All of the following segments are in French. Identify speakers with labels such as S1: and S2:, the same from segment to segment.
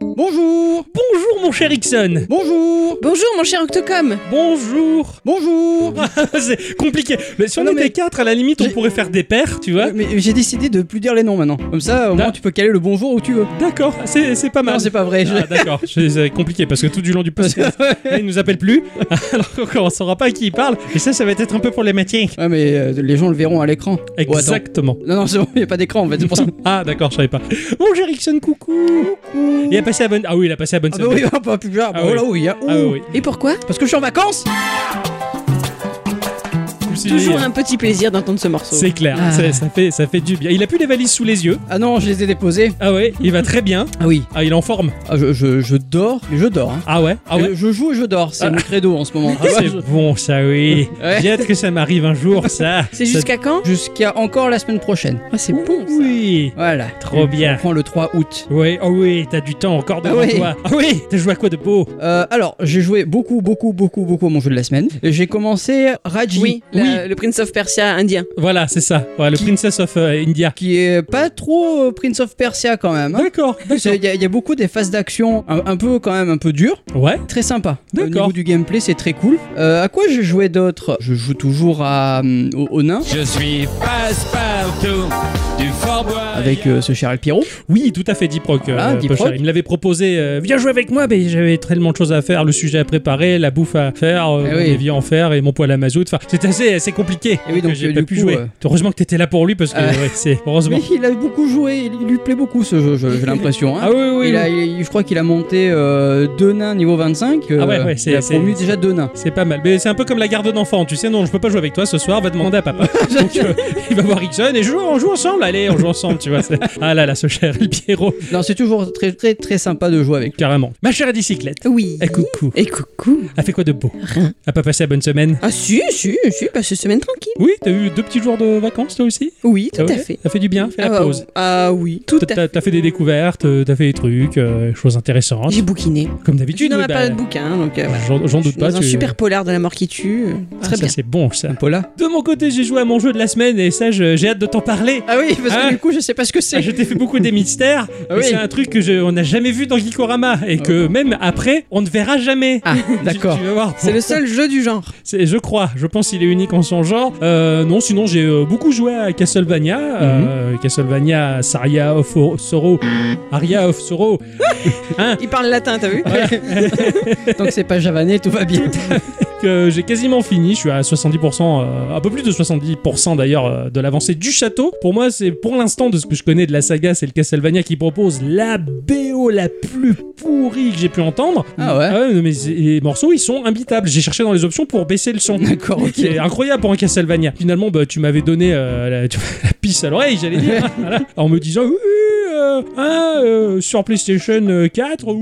S1: Bonjour
S2: Bonjour mon cher Ixon
S1: Bonjour
S3: Bonjour mon cher Octocom
S2: Bonjour
S1: Bonjour
S2: C'est compliqué. Mais si on
S1: Ah non,
S2: était
S1: mais-
S2: quatre, à la limite, on
S1: J'ai-
S2: pourrait faire des paires, tu vois.
S1: Euh, Mais j'ai décidé de plus dire les noms maintenant. Comme ça, au
S2: Hein Da-
S1: moins, tu peux caler le bonjour où tu veux.
S2: D'accord, c'est c'est pas mal.
S1: Non, c'est pas vrai. je-
S2: Ah, d'accord, Je- c'est compliqué parce que tout du long du podcast, il nous appelle plus, alors qu'on saura pas à qui il parle, et ça, ça va être un peu problématique.
S1: Ouais, mais euh, les gens le verront à l'écran. Oh, attends.
S2: Exactement.
S1: non, non, c'est bon, y a pas d'écran en fait, c'est pour ça.
S2: Ah, d'accord, je savais pas. Mon cher Ixon, coucou Il a passé la bonne. Ah oui, il a passé la bonne
S1: Ah bah
S2: semaine.
S1: oui, pas plus tard.
S2: Ah
S1: Bah
S2: oui.
S1: voilà, oui, hein.
S2: Ah
S1: Ouh.
S2: oui.
S3: Et pourquoi
S1: Parce que je suis en vacances
S2: Aussi,
S3: Toujours
S2: euh,
S3: un petit plaisir d'entendre ce morceau.
S2: C'est clair,
S1: Ah.
S2: ça, ça fait, ça fait du bien. Il a plus les valises sous les yeux.
S1: Ah non, je les ai déposés.
S2: Ah ouais, il va très bien.
S1: Ah oui.
S2: Ah, il est en forme.
S1: Ah, je, je, je dors, mais je dors. hein.
S2: Ah ouais, ah ouais.
S1: Euh, Je joue et je dors, c'est
S2: Ah.
S1: mon credo en ce moment.
S2: Ah, c'est bon, ça oui.
S1: Ouais.
S2: J'ai hâte que ça m'arrive un jour, ça.
S3: C'est
S2: Ça-
S3: jusqu'à quand
S1: Jusqu'à encore la semaine prochaine.
S3: Ah, C'est bon ça.
S2: Oui.
S1: Voilà.
S2: Trop
S1: On
S2: bien.
S1: prend le 3 août.
S2: Oui, oh oui, t'as du temps encore devant
S1: Ah oui.
S2: toi. Ah oui, t'as joué à quoi de beau
S1: Euh, alors, j'ai joué beaucoup, beaucoup, beaucoup, beaucoup à mon jeu de la semaine. J'ai commencé Raji.
S3: Oui, la- le Prince of Persia indien.
S2: Voilà, c'est ça. Ouais, le
S1: Qui-
S2: Princess of euh, India.
S1: Qui est pas trop euh, Prince of Persia quand même. hein.
S2: D'accord, d'accord.
S1: Il y, a- il y a beaucoup des phases d'action un, un peu quand même un peu dures.
S2: Ouais,
S1: Très sympa. Au
S2: D'accord.
S1: niveau du gameplay, c'est très cool. Euh, à quoi j'ai joué d'autre Je joue toujours à, hum, au, au nain
S4: Je suis passe-partout du Fort Boyard.
S1: avec euh, Ah, ce Charles Pierrot.
S2: oui, tout à fait, Deep Rock.
S1: Voilà, Deep
S2: Pochard.
S1: Rock.
S2: Il me l'avait proposé, euh, viens jouer avec moi, mais j'avais tellement de choses à faire, le sujet à préparer, la bouffe à faire, euh,
S1: Eh
S2: mon
S1: oui.
S2: évier à en faire et mon poêle à mazout. Enfin, c'était assez, assez compliqué.
S1: Eh oui, donc,
S2: j'ai
S1: euh,
S2: pas
S1: du
S2: pu
S1: coup,
S2: jouer.
S1: euh,
S2: Heureusement que t'étais là pour lui parce que,
S1: Euh,
S2: ouais, c'est heureusement.
S1: Mais il a beaucoup joué, il, il lui plaît beaucoup ce jeu, je- j'ai l'impression. hein.
S2: Ah oui, oui, oui.
S1: Il a- il- je crois qu'il a monté euh, deux nains niveau 25. euh,
S2: Ah ouais, ouais, c'est-
S1: il a
S2: c'est-
S1: promu déjà deux nains.
S2: C'est pas mal. Mais c'est un peu comme la garde d'enfants, tu sais. Non, je peux pas jouer avec toi ce soir, va demander à papa. Donc euh, il va voir Rickson et joue, on joue ensemble. Allez, on joue ensemble, tu vois. c'est- Ah là là, ce cher El Piero,
S1: Non, c'est toujours très, très, très sympa de jouer avec.
S2: carrément. Ma chère bicyclette,
S3: Oui.
S2: eh coucou.
S3: Et coucou.
S2: A fait quoi de beau A pas passé la bonne semaine
S3: Ah si, si, si, passe une semaine tranquille.
S2: Oui, t'as eu deux petits jours de vacances toi aussi
S3: Oui,
S2: Ah
S3: tout à
S2: ouais
S3: fait.
S2: T'as fait du bien, fait la
S3: ah,
S2: pause.
S3: ah oui, tout à
S2: T'as t'as fait des découvertes, euh, t'as fait des trucs, euh, choses intéressantes.
S3: J'ai bouquiné.
S2: Comme
S3: Je suis
S2: d'habitude.
S3: dans
S2: mais
S3: ma
S2: bah,
S3: période bouquin, donc euh, voilà.
S2: j'en- J'en
S3: Je
S2: doute
S3: suis
S2: pas.
S3: dans un
S2: tu-
S3: super polar de la mort qui tue. euh,
S2: Ah,
S3: Très
S2: ça,
S3: bien.
S2: c'est bon ça.
S1: Paula
S2: De mon côté, j'ai joué à mon jeu de la semaine et ça, je- j'ai hâte de t'en parler.
S1: Ah oui, parce que
S2: Hein
S1: du coup, je sais pas ce que
S2: Ah,
S1: c'est.
S2: je t'ai fait beaucoup des mystères.
S1: Ah
S2: mais
S1: oui.
S2: C'est un truc que je- on n'a jamais vu dans Gikorama et que même après, on ne verra jamais.
S1: Ah,
S2: Tu-
S1: d'accord.
S2: Tu, vas voir.
S3: C'est le seul jeu du genre.
S2: C'est- Je crois. Je pense qu'il est unique en son genre. Euh, non, sinon j'ai euh, beaucoup joué à Castlevania.
S1: Mhm.
S2: euh, Castlevania, Saria of Oro- Sorrow, Aria of Sorrow.
S3: Il parle latin, t'as vu
S1: Tant que c'est pas javanais, tout va bien.
S2: que j'ai quasiment fini. Je suis à 70%, euh, un peu plus de 70% d'ailleurs euh, de l'avancée du château. Pour moi, c'est pour l'instant de ce que je connais de la saga, c'est le Castlevania qui propose la BO la plus pourrie que j'ai pu entendre.
S1: Ah ouais
S2: non, mais c'est- les morceaux ils sont imbitables. J'ai cherché dans les options pour baisser le son.
S1: D'accord, ok.
S2: C'est incroyable pour un Castlevania. Finalement, bah, tu m'avais donné euh, la, tu vois, la pisse à l'oreille, j'allais dire, voilà, en me disant oui, euh, hein, euh, sur PlayStation euh, 4, oui,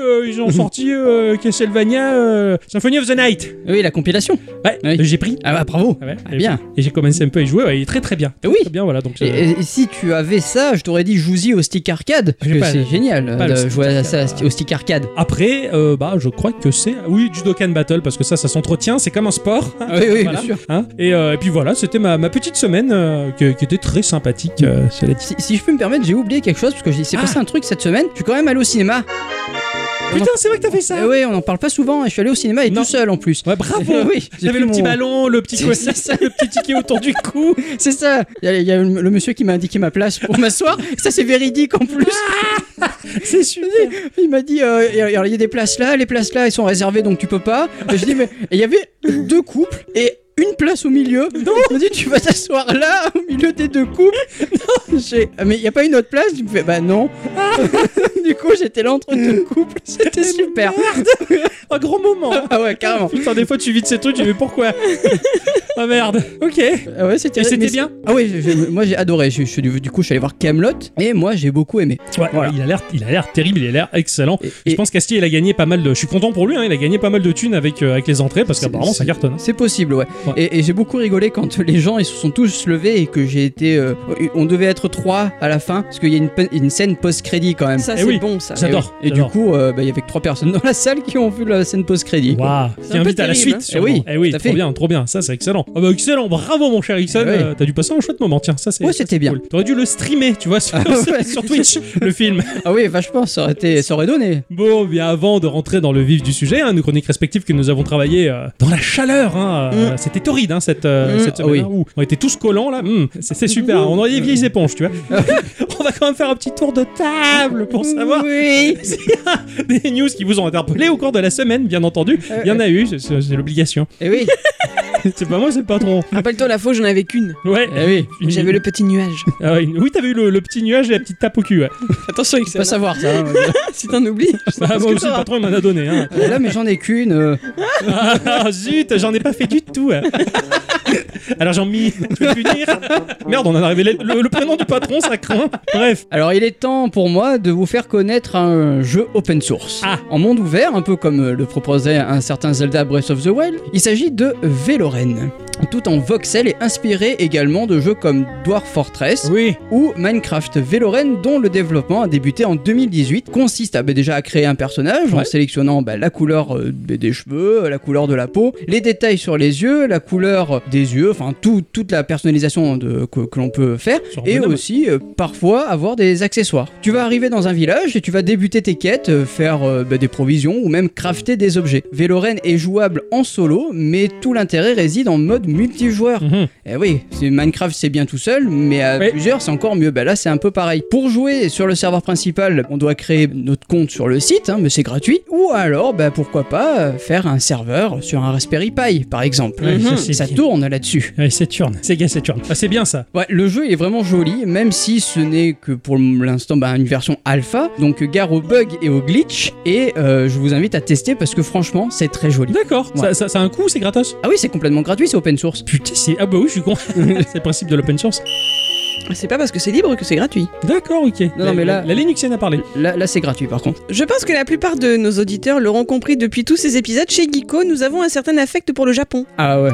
S2: euh, ils ont sorti euh, Castlevania euh, Symphony of the Night.
S1: Ah Oui, la compilation.
S2: Ouais,
S1: Oui.
S2: euh, j'ai pris.
S1: Ah bah bravo.
S2: Ah ouais,
S1: Ah,
S2: j'ai
S1: bien.
S2: pris. Et j'ai commencé un peu à y jouer. ouais, il est très très bien.
S1: Eh oui.
S2: Très bien, voilà. Donc,
S1: Et,
S2: euh,
S1: et- et si tu avais ça, je t'aurais dit jouzy au stick arcade. Parce
S2: J'ai
S1: que
S2: pas-
S1: c'est génial
S2: pas
S1: euh,
S2: le
S1: de
S2: stick
S1: jouer à
S2: arcade.
S1: ça sti- au stick arcade.
S2: Après, euh, bah, je crois que c'est oui du Dokkan Battle parce que ça, ça s'entretient. C'est comme un sport.
S1: Ah oui, oui,
S2: Voilà.
S1: bien sûr.
S2: hein. et, euh, et puis voilà, c'était ma, ma petite semaine euh, que- qui était très sympathique. euh, cela dit.
S1: Si, si je peux me permettre, j'ai oublié quelque chose parce que j'ai- c'est
S2: Ah.
S1: passé un truc cette semaine. Je suis quand même allé au cinéma.
S2: Putain, c'est vrai que t'as fait ça.
S1: Eh oui, on en parle pas souvent. Et je suis allé au cinéma et
S2: Non. Ah
S1: tout seul en plus.
S2: Ouais, bravo
S1: Eh oui, j'ai
S2: J'avais
S1: pris
S2: le petit
S1: mon-
S2: ballon, le petit
S1: C'est-
S2: coussin,
S1: c'est ça.
S2: le petit ticket autour du cou.
S1: C'est ça. Il y a, il y a le, le monsieur qui m'a indiqué ma place pour m'asseoir. Ça c'est véridique en plus.
S2: C'est super.
S1: Il m'a dit, euh, il y a- il y a des places là, les places là, elles sont réservées donc tu peux pas. Et je dis, mais et il y avait deux couples et une place au milieu. Non Il m'a dit, tu vas t'asseoir là, au milieu des deux couples. J'ai, Ah, mais il n'y a pas une autre place Tu me fais, bah non.
S2: Ah.
S1: du coup, j'étais là entre deux couples. C'était super.
S2: Un grand moment.
S1: Ah ouais, carrément.
S2: Putain, des fois tu vides ces trucs, tu dis mais pourquoi Ah merde. Ok. Et
S1: Ah ouais, c'était,
S2: c'était
S1: mais-
S2: bien
S1: Ah ouais, j'ai- moi j'ai adoré. Je- je- du coup, je suis allé voir Camelot et moi j'ai beaucoup aimé.
S2: Ouais,
S1: Voilà.
S2: il a l'air, il a l'air terrible, il a l'air excellent.
S1: Et-
S2: Je
S1: et-
S2: pense qu'Astier, il a gagné pas mal de. Je suis content pour lui, hein, il a gagné pas mal de thunes avec, euh, avec les entrées parce
S1: C'est-
S2: qu'apparemment ça
S1: c'est-
S2: cartonne. hein.
S1: C'est possible, ouais.
S2: Ouais.
S1: Et, et j'ai beaucoup rigolé quand les gens ils se sont tous levés et que j'ai été. euh, on devait être trois à la fin parce qu'il y a une, pe- une scène post-crédit. post-crédit quand même.
S3: Ça,
S2: Eh
S3: c'est
S2: oui.
S3: bon, ça.
S2: Ça- J'adore,
S1: Et, oui. Et du
S2: j'adore.
S1: coup, euh, bah, il y avait que trois personnes dans la salle qui ont vu la scène post-crédit. quoi.
S2: Waouh,
S3: C'est
S2: qui
S3: un peu
S2: invite à la
S3: terrible,
S2: suite.
S1: hein. Eh oui,
S2: sûrement. eh oui
S1: tout à
S2: trop
S1: fait.
S2: bien, trop bien. Ça, c'est excellent. Ah bah excellent, bravo mon cher Ixon.
S1: Eh oui.
S2: Euh, T'as dû passer un chouette moment, tiens, ça c'est.
S1: Ouais,
S2: ça,
S1: c'était
S2: c'est
S1: bien.
S2: cool. T'aurais dû le streamer, tu vois, sur,
S1: Ah ouais.
S2: sur Twitch, le film.
S1: Ah oui, vachement, ça aurait, été, ça aurait donné.
S2: Bon, eh bien avant de rentrer dans le vif du sujet, hein, nos chroniques respectives que nous avons travaillées euh, dans la chaleur. hein, euh, C'était torride hein, cette, euh,
S3: Mm.
S2: cette
S1: Ah
S2: semaine.
S1: Mm. oui.
S2: hein, où on était tous collants là. Mm, c'est c'est super. hein, on aurait des vieilles éponges, tu vois. on va quand même faire un petit tour de table pour savoir
S3: Oui.
S1: Mm.
S2: des news qui vous ont interpellé au cours de la semaine, bien entendu. Il y en a eu, c'est- c'est c'est l'obligation.
S1: Et Eh oui,
S2: C'est pas moi, c'est le patron.
S3: Rappelle-toi, la fois, j'en avais qu'une.
S2: Ouais.
S1: eh oui.
S3: J'avais le petit nuage.
S2: Ah oui, oui, t'avais eu le, le petit nuage et la petite tape au cul. Ouais.
S3: Attention,
S1: Faut pas savoir ça. hein.
S3: si t'en oublies.
S2: Ah,
S3: parce
S2: moi
S3: que
S2: aussi,
S3: ça
S2: le
S3: va.
S2: patron, il m'en a donné. Hein.
S1: Euh, Là, mais j'en ai qu'une. euh.
S2: Ah, zut, j'en ai pas fait du tout. hein. Alors, j'en mis, je vais punir. Merde, on en est arrivé. là. Le, le prénom du patron, ça craint. Bref.
S1: Alors, il est temps pour moi de vous faire connaître un jeu open source.
S2: Ah.
S1: En monde ouvert, un peu comme euh, le proposait un certain Zelda Breath of the Wild, il s'agit de Veloren. Tout en voxel et inspiré également de jeux comme Dwarf Fortress,
S2: Oui.
S1: ou Minecraft Veloren dont le développement a débuté en 2018 consiste à, bah, déjà à créer un personnage en
S2: Ouais.
S1: sélectionnant bah, la couleur euh, des cheveux, euh, la couleur de la peau, les détails sur les yeux, la couleur des yeux, enfin tout- toute la personnalisation de- que, que l'on peut faire
S2: Sur un
S1: et
S2: bonhomme.
S1: aussi euh, parfois avoir des accessoires. Tu vas arriver dans un village et tu vas débuter tes quêtes, euh, faire euh, bah, des provisions ou même crafter des objets. Veloren est jouable en solo mais tout l'intérêt réside en mode multijoueur.
S2: Mhm.
S1: Eh oui, c'est Minecraft c'est bien tout seul, mais à
S2: Oui.
S1: plusieurs c'est encore mieux. Bah là c'est un peu pareil. Pour jouer sur le serveur principal, on doit créer notre compte sur le site, hein, mais c'est gratuit. Ou alors, bah pourquoi pas euh, faire un serveur sur un Raspberry Pi par exemple. Mm.
S2: Ouais, ça,
S3: Mhm.
S2: Mm. c'est
S1: Ça
S2: bien.
S1: tourne là-dessus.
S2: Ouais, Saturne. Sega Saturne. Ah, c'est bien ça.
S1: Ouais, le jeu est vraiment joli, même si ce n'est que pour l'instant bah, une version alpha. Donc gare aux bugs et aux glitch Et euh, je vous invite à tester parce que franchement c'est très joli.
S2: D'accord.
S1: Ouais.
S2: Ça, ça, ça a un coût, c'est gratos.
S1: Ah oui, c'est complètement gratuit, c'est open source.
S2: Putain, c'est. Ah bah oui, je suis con. c'est le principe de l'open source.
S3: C'est pas parce que c'est libre que c'est gratuit.
S2: D'accord, ok.
S1: non,
S2: La-
S1: mais là-
S2: La, la Linuxienne a parlé.
S1: Là, là c'est gratuit par contre.
S3: Je pense que la plupart de nos auditeurs l'auront compris depuis tous ces épisodes. Chez Geeko, nous avons un certain affect pour le Japon.
S1: Ah ouais.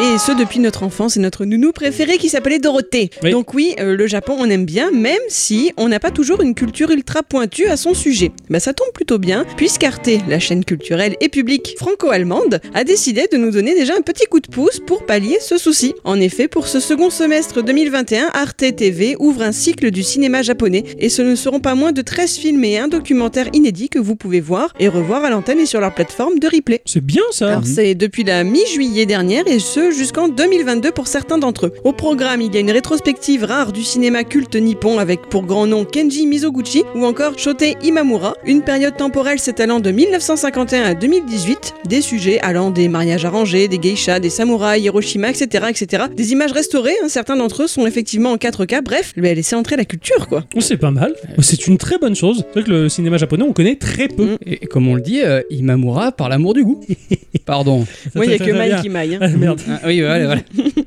S3: Et ce depuis notre enfance et notre nounou préféré qui s'appelait Dorothée.
S2: Oui.
S3: Donc oui, euh, le Japon on aime bien, même si on n'a pas toujours une culture ultra pointue à son sujet. Bah ça tombe plutôt bien, puisqu'Arte, la chaîne culturelle et publique franco-allemande, a décidé de nous donner déjà un petit coup de pouce pour pallier ce souci. En effet, pour ce second semestre 2021, Arte TV ouvre un cycle du cinéma japonais, et ce ne seront pas moins de 13 films et un documentaire inédit que vous pouvez voir et revoir à l'antenne et sur leur plateforme de replay.
S2: C'est bien ça.
S1: Mhm.
S3: Alors c'est depuis la mi-juillet dernière et ce jusqu'en 2022 pour certains d'entre eux. Au programme, il y a une rétrospective rare du cinéma culte nippon avec pour grand nom Kenji Mizoguchi ou encore Shotei Imamura, une période temporelle s'étalant de 1951 à 2018, des sujets allant des mariages arrangés, des geishas, des samouraïs, Hiroshima, etc. etc. Des images restaurées, hein, certains d'entre eux sont effectivement en 4K, bref, lui a laissé entrer la culture quoi.
S2: Oh, C'est pas mal. Oh, C'est une très bonne chose. C'est vrai que le cinéma japonais, on connaît très peu.
S1: Et, et comme on le dit, euh, Imamura par l'amour du goût. Pardon.
S3: Moi il y a
S2: Ça,
S3: que
S2: ça, ça,
S3: Mike
S2: bien.
S3: qui maille. hein.
S2: Ah, merde.
S1: Ah, oui, voilà, voilà.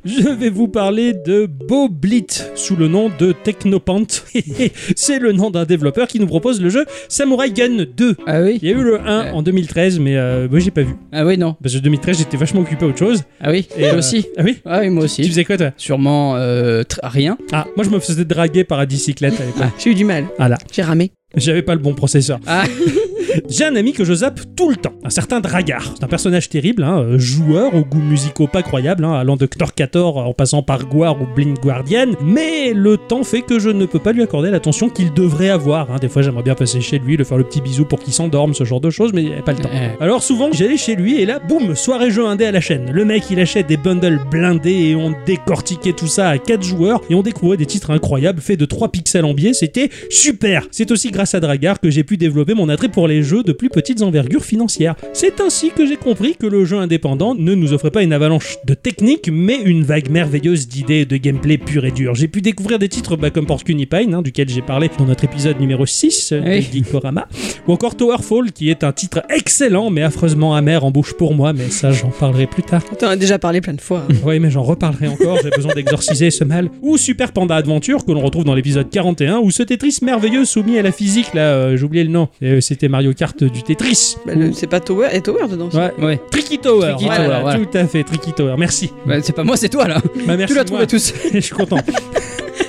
S2: Je vais vous parler de Boblit sous le nom de Technopant. C'est le nom d'un développeur qui nous propose le jeu Samurai Gun 2.
S1: Ah oui
S2: Il y a eu le 1
S1: Ouais.
S2: en 2013, mais euh, moi j'ai pas vu.
S1: Ah oui, non.
S2: Parce que 2013, j'étais vachement occupé à autre chose.
S1: Ah oui,
S2: Et,
S1: et
S2: euh,
S1: aussi.
S2: Ah oui
S1: Ah oui, moi
S2: Tu
S1: aussi.
S2: faisais quoi toi
S1: Sûrement euh, tr- rien.
S2: Ah, moi je me faisais draguer par la bicyclette à l'époque.
S3: J'ai eu du mal,
S2: Ah là,
S3: j'ai ramé.
S2: j'avais pas le bon processeur.
S1: Ah.
S2: J'ai un ami que je zappe tout le temps, un certain Dragar. C'est un personnage terrible, hein, euh, joueur aux goûts musicaux pas croyables, hein, allant de Ktor Kator en passant par Guar ou Blind Guardian, mais le temps fait que je ne peux pas lui accorder l'attention qu'il devrait avoir. hein. Des fois j'aimerais bien passer chez lui, le faire le petit bisou pour qu'il s'endorme, ce genre de choses, mais euh, pas le temps.
S1: Ouais.
S2: Alors souvent j'allais chez lui et là, boum, soirée jeu indé à la chaîne. Le mec il achète des bundles blindés et on décortiquait tout ça à 4 joueurs et on découvrait des titres incroyables faits de 3 pixels en biais, c'était super. C'est aussi grâce à Dragar que j'ai pu développer mon attrait pour les jeux de plus petites envergures financières. C'est ainsi que j'ai compris que le jeu indépendant ne nous offrait pas une avalanche de techniques mais une vague merveilleuse d'idées et de gameplay pur et dur. J'ai pu découvrir des titres bah, comme Porcupine hein, duquel j'ai parlé dans notre épisode numéro 6 euh,
S1: Oui.
S2: de Geekorama ou encore Towerfall, qui est un titre excellent mais affreusement amer en bouche pour moi, mais ça j'en parlerai plus
S1: Mm.
S2: tard.
S3: T'en as déjà parlé plein de fois. hein.
S2: Oui, mais j'en reparlerai encore, j'ai besoin d'exorciser ce mal. Ou Super Panda Adventure, que l'on retrouve dans l'épisode 41, ou ce Tetris merveilleux soumis à la physique, là, euh, j'ai oublié le nom, Euh, c'était Mario Kart du Tetris.
S3: Bah, le- c'est pas Tower, et Tower dedans. ça.
S2: Ouais.
S1: Ouais.
S2: Tricky Tower,
S1: Tricky
S2: voilà,
S1: Tower, voilà.
S2: tout à fait, Tricky Tower, merci.
S1: Bah, c'est pas moi, c'est toi là.
S2: Bah, merci
S1: tu l'as
S2: moi.
S1: trouvé tous.
S2: Je suis content.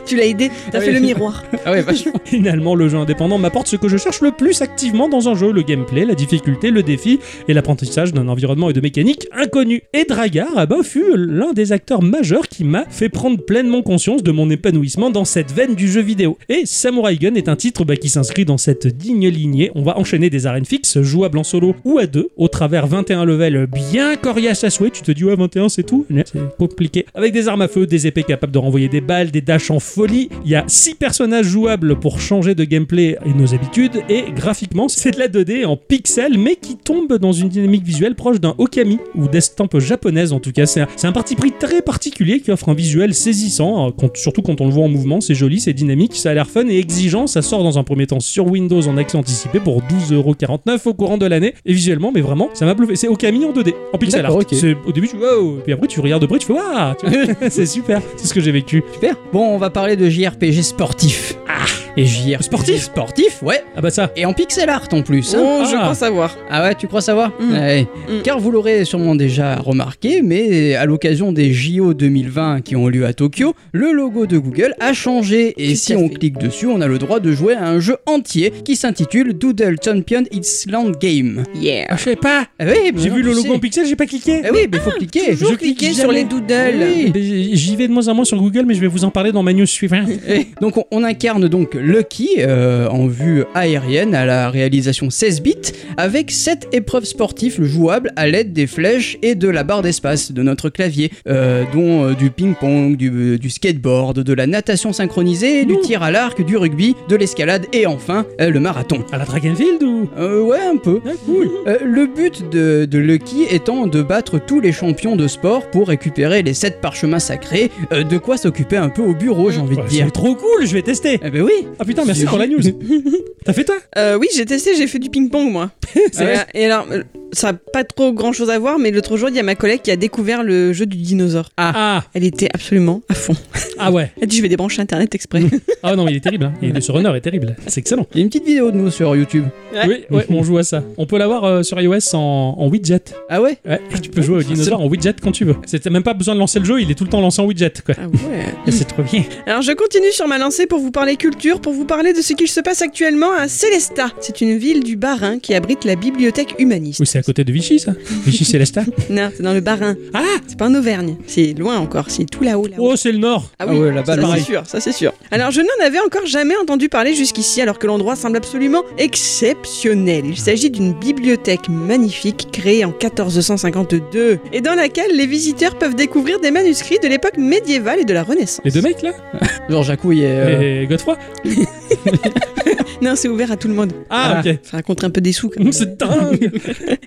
S3: Tu l'as aidé, t'as
S1: Oui.
S3: fait le miroir.
S1: Ah ouais, vachement.
S2: Finalement, le jeu indépendant m'apporte ce que je cherche le plus activement dans un jeu le gameplay, la difficulté, le défi et l'apprentissage d'un environnement et de mécaniques inconnues. Et Dragar ah bah, fut l'un des acteurs majeurs qui m'a fait prendre pleinement conscience de mon épanouissement dans cette veine du jeu vidéo. Et Samurai Gun est un titre bah, qui s'inscrit dans cette digne lignée. On va enchaîner des arènes fixes, jouables en solo ou à deux, au travers 21 levels bien coriaces à souhait. Tu te dis, ouais, 21 c'est tout Ouais, C'est compliqué. Avec des armes à feu, des épées capables de renvoyer des balles, des dashs en folie. Il y a 6 personnages jouables pour changer de gameplay et nos habitudes. Et graphiquement, c'est de la 2D en pixels, mais qui tombe dans une dynamique visuelle proche d'un Okami, ou d'estampe japonaise en tout cas. C'est un, c'est un parti pris très particulier qui offre un visuel saisissant, euh, quand- surtout quand on le voit en mouvement. C'est joli, c'est dynamique, ça a l'air fun et exigeant. Ça sort dans un premier temps sur Windows en accès anticipé pour 12,49€ au courant de l'année. Et visuellement, mais vraiment, ça m'a bluffé. C'est Okami en 2D, en pixel art.
S1: D'accord, ok.
S2: C'est- Au début, tu wow, et puis après, tu regardes de près, tu fais waouh, tu vois, c'est super. C'est ce que j'ai vécu.
S1: Super. Bon, on va parler de JRPG sportif. Ah Et JRPG
S2: Sportif
S1: Sportif, ouais.
S2: Ah bah ça,
S1: Et en pixel art en plus. hein.
S3: Oh, je
S2: Ah.
S3: crois savoir.
S1: Ah ouais, tu crois savoir
S3: Mm.
S1: Ouais.
S3: Mm.
S1: Car vous l'aurez sûrement déjà remarqué, mais à l'occasion des JO 2020 qui ont lieu à Tokyo, le logo de Google a changé. Et
S3: Tout
S1: si
S3: à
S1: on
S3: fait.
S1: clique dessus, on a le droit de jouer à un jeu entier qui s'intitule Doodle Champion It's Land Game.
S3: Yeah.
S2: ah, je sais pas.
S1: Ah oui, mais
S2: J'ai vu
S1: tu
S2: le logo
S1: sais.
S2: en pixel, j'ai pas cliqué.
S1: Ah oui, mais faut cliquer.
S3: Toujours
S2: je clique
S3: cliquer
S2: jamais.
S3: sur les doodles.
S1: Oui.
S2: Mais J'y vais de moins en moins sur Google, mais je vais vous en parler dans ma news suivante.
S1: Et donc on, on incarne donc Lucky euh, en vue aérienne à la réalisation 16 bits avec 7 épreuves sportives jouables à l'aide des flèches et de la barre d'espace de notre clavier euh, dont euh, du ping-pong, du, euh, du skateboard, de la natation synchronisée, du
S2: Non.
S1: tir à l'arc, du rugby, de l'escalade et enfin euh, le marathon.
S2: À la Dragonfield ou
S1: Euh, ouais un peu.
S2: ah, cool.
S1: Euh, le but de, de Lucky étant de battre tous les champions de sport pour récupérer les 7 parchemins sacrés, euh, de quoi s'occuper un peu au bureau j'ai envie
S2: Ouais,
S1: de dire.
S2: c'est trop cool, je vais tester.
S1: Eh ben oui
S2: Ah putain, merci pour la news. T'as fait toi
S3: Euh, oui, j'ai testé, j'ai fait du ping-pong moi.
S1: C'est
S3: Euh,
S1: vrai
S3: et alors, euh, ça n'a pas trop grand chose à voir, mais l'autre jour, il y a ma collègue qui a découvert le jeu du dinosaure.
S2: Ah,
S3: Elle était absolument à fond.
S2: ah ouais.
S3: Elle dit Je vais débrancher internet exprès.
S2: Ah non, mais il est terrible. Hein. Il est- ce runner est terrible. C'est excellent.
S1: Il y a une petite vidéo de nous sur YouTube.
S2: Oui, ouais, on joue à ça. On peut l'avoir euh, sur iOS en, en widget.
S1: Ah ouais
S2: Ouais, tu peux jouer au dinosaure en widget quand tu veux. C'est t'as même pas besoin de lancer le jeu, il est tout le temps lancé en widget. Quoi.
S3: ah ouais.
S2: C'est trop bien.
S3: Alors je continue sur ma lancée pour vous parler culture, pour vous parler de ce qu'il se passe actuellement à Célestat. C'est une ville du Bas-Rhin qui abrite la bibliothèque humaniste.
S2: Oui, c'est à côté de Vichy, ça. Vichy Célestat.
S3: Non, c'est dans le Bas-Rhin.
S2: Ah
S3: C'est pas en Auvergne. C'est loin encore, c'est tout là-haut, là-haut.
S2: Oh, c'est le nord.
S3: Ah
S1: Ah ouais,
S3: ça
S1: là-bas,
S3: c'est
S1: pareil.
S3: sûr, ça c'est sûr. Alors je n'en avais encore jamais entendu parler jusqu'ici alors que l'endroit semble absolument exceptionnel. Il s'agit d'une bibliothèque magnifique créée en 1452 et dans laquelle les visiteurs peuvent découvrir des manuscrits de l'époque médiévale et de la Renaissance.
S2: Les deux mecs, là
S1: Genre Jacouille et... euh,
S2: Et Godefroy
S3: Non, c'est ouvert à tout le monde.
S2: Ah,
S1: Ah.
S2: ok.
S3: Ça raconte un peu des sous quand même.
S2: Mm, C'est dingue.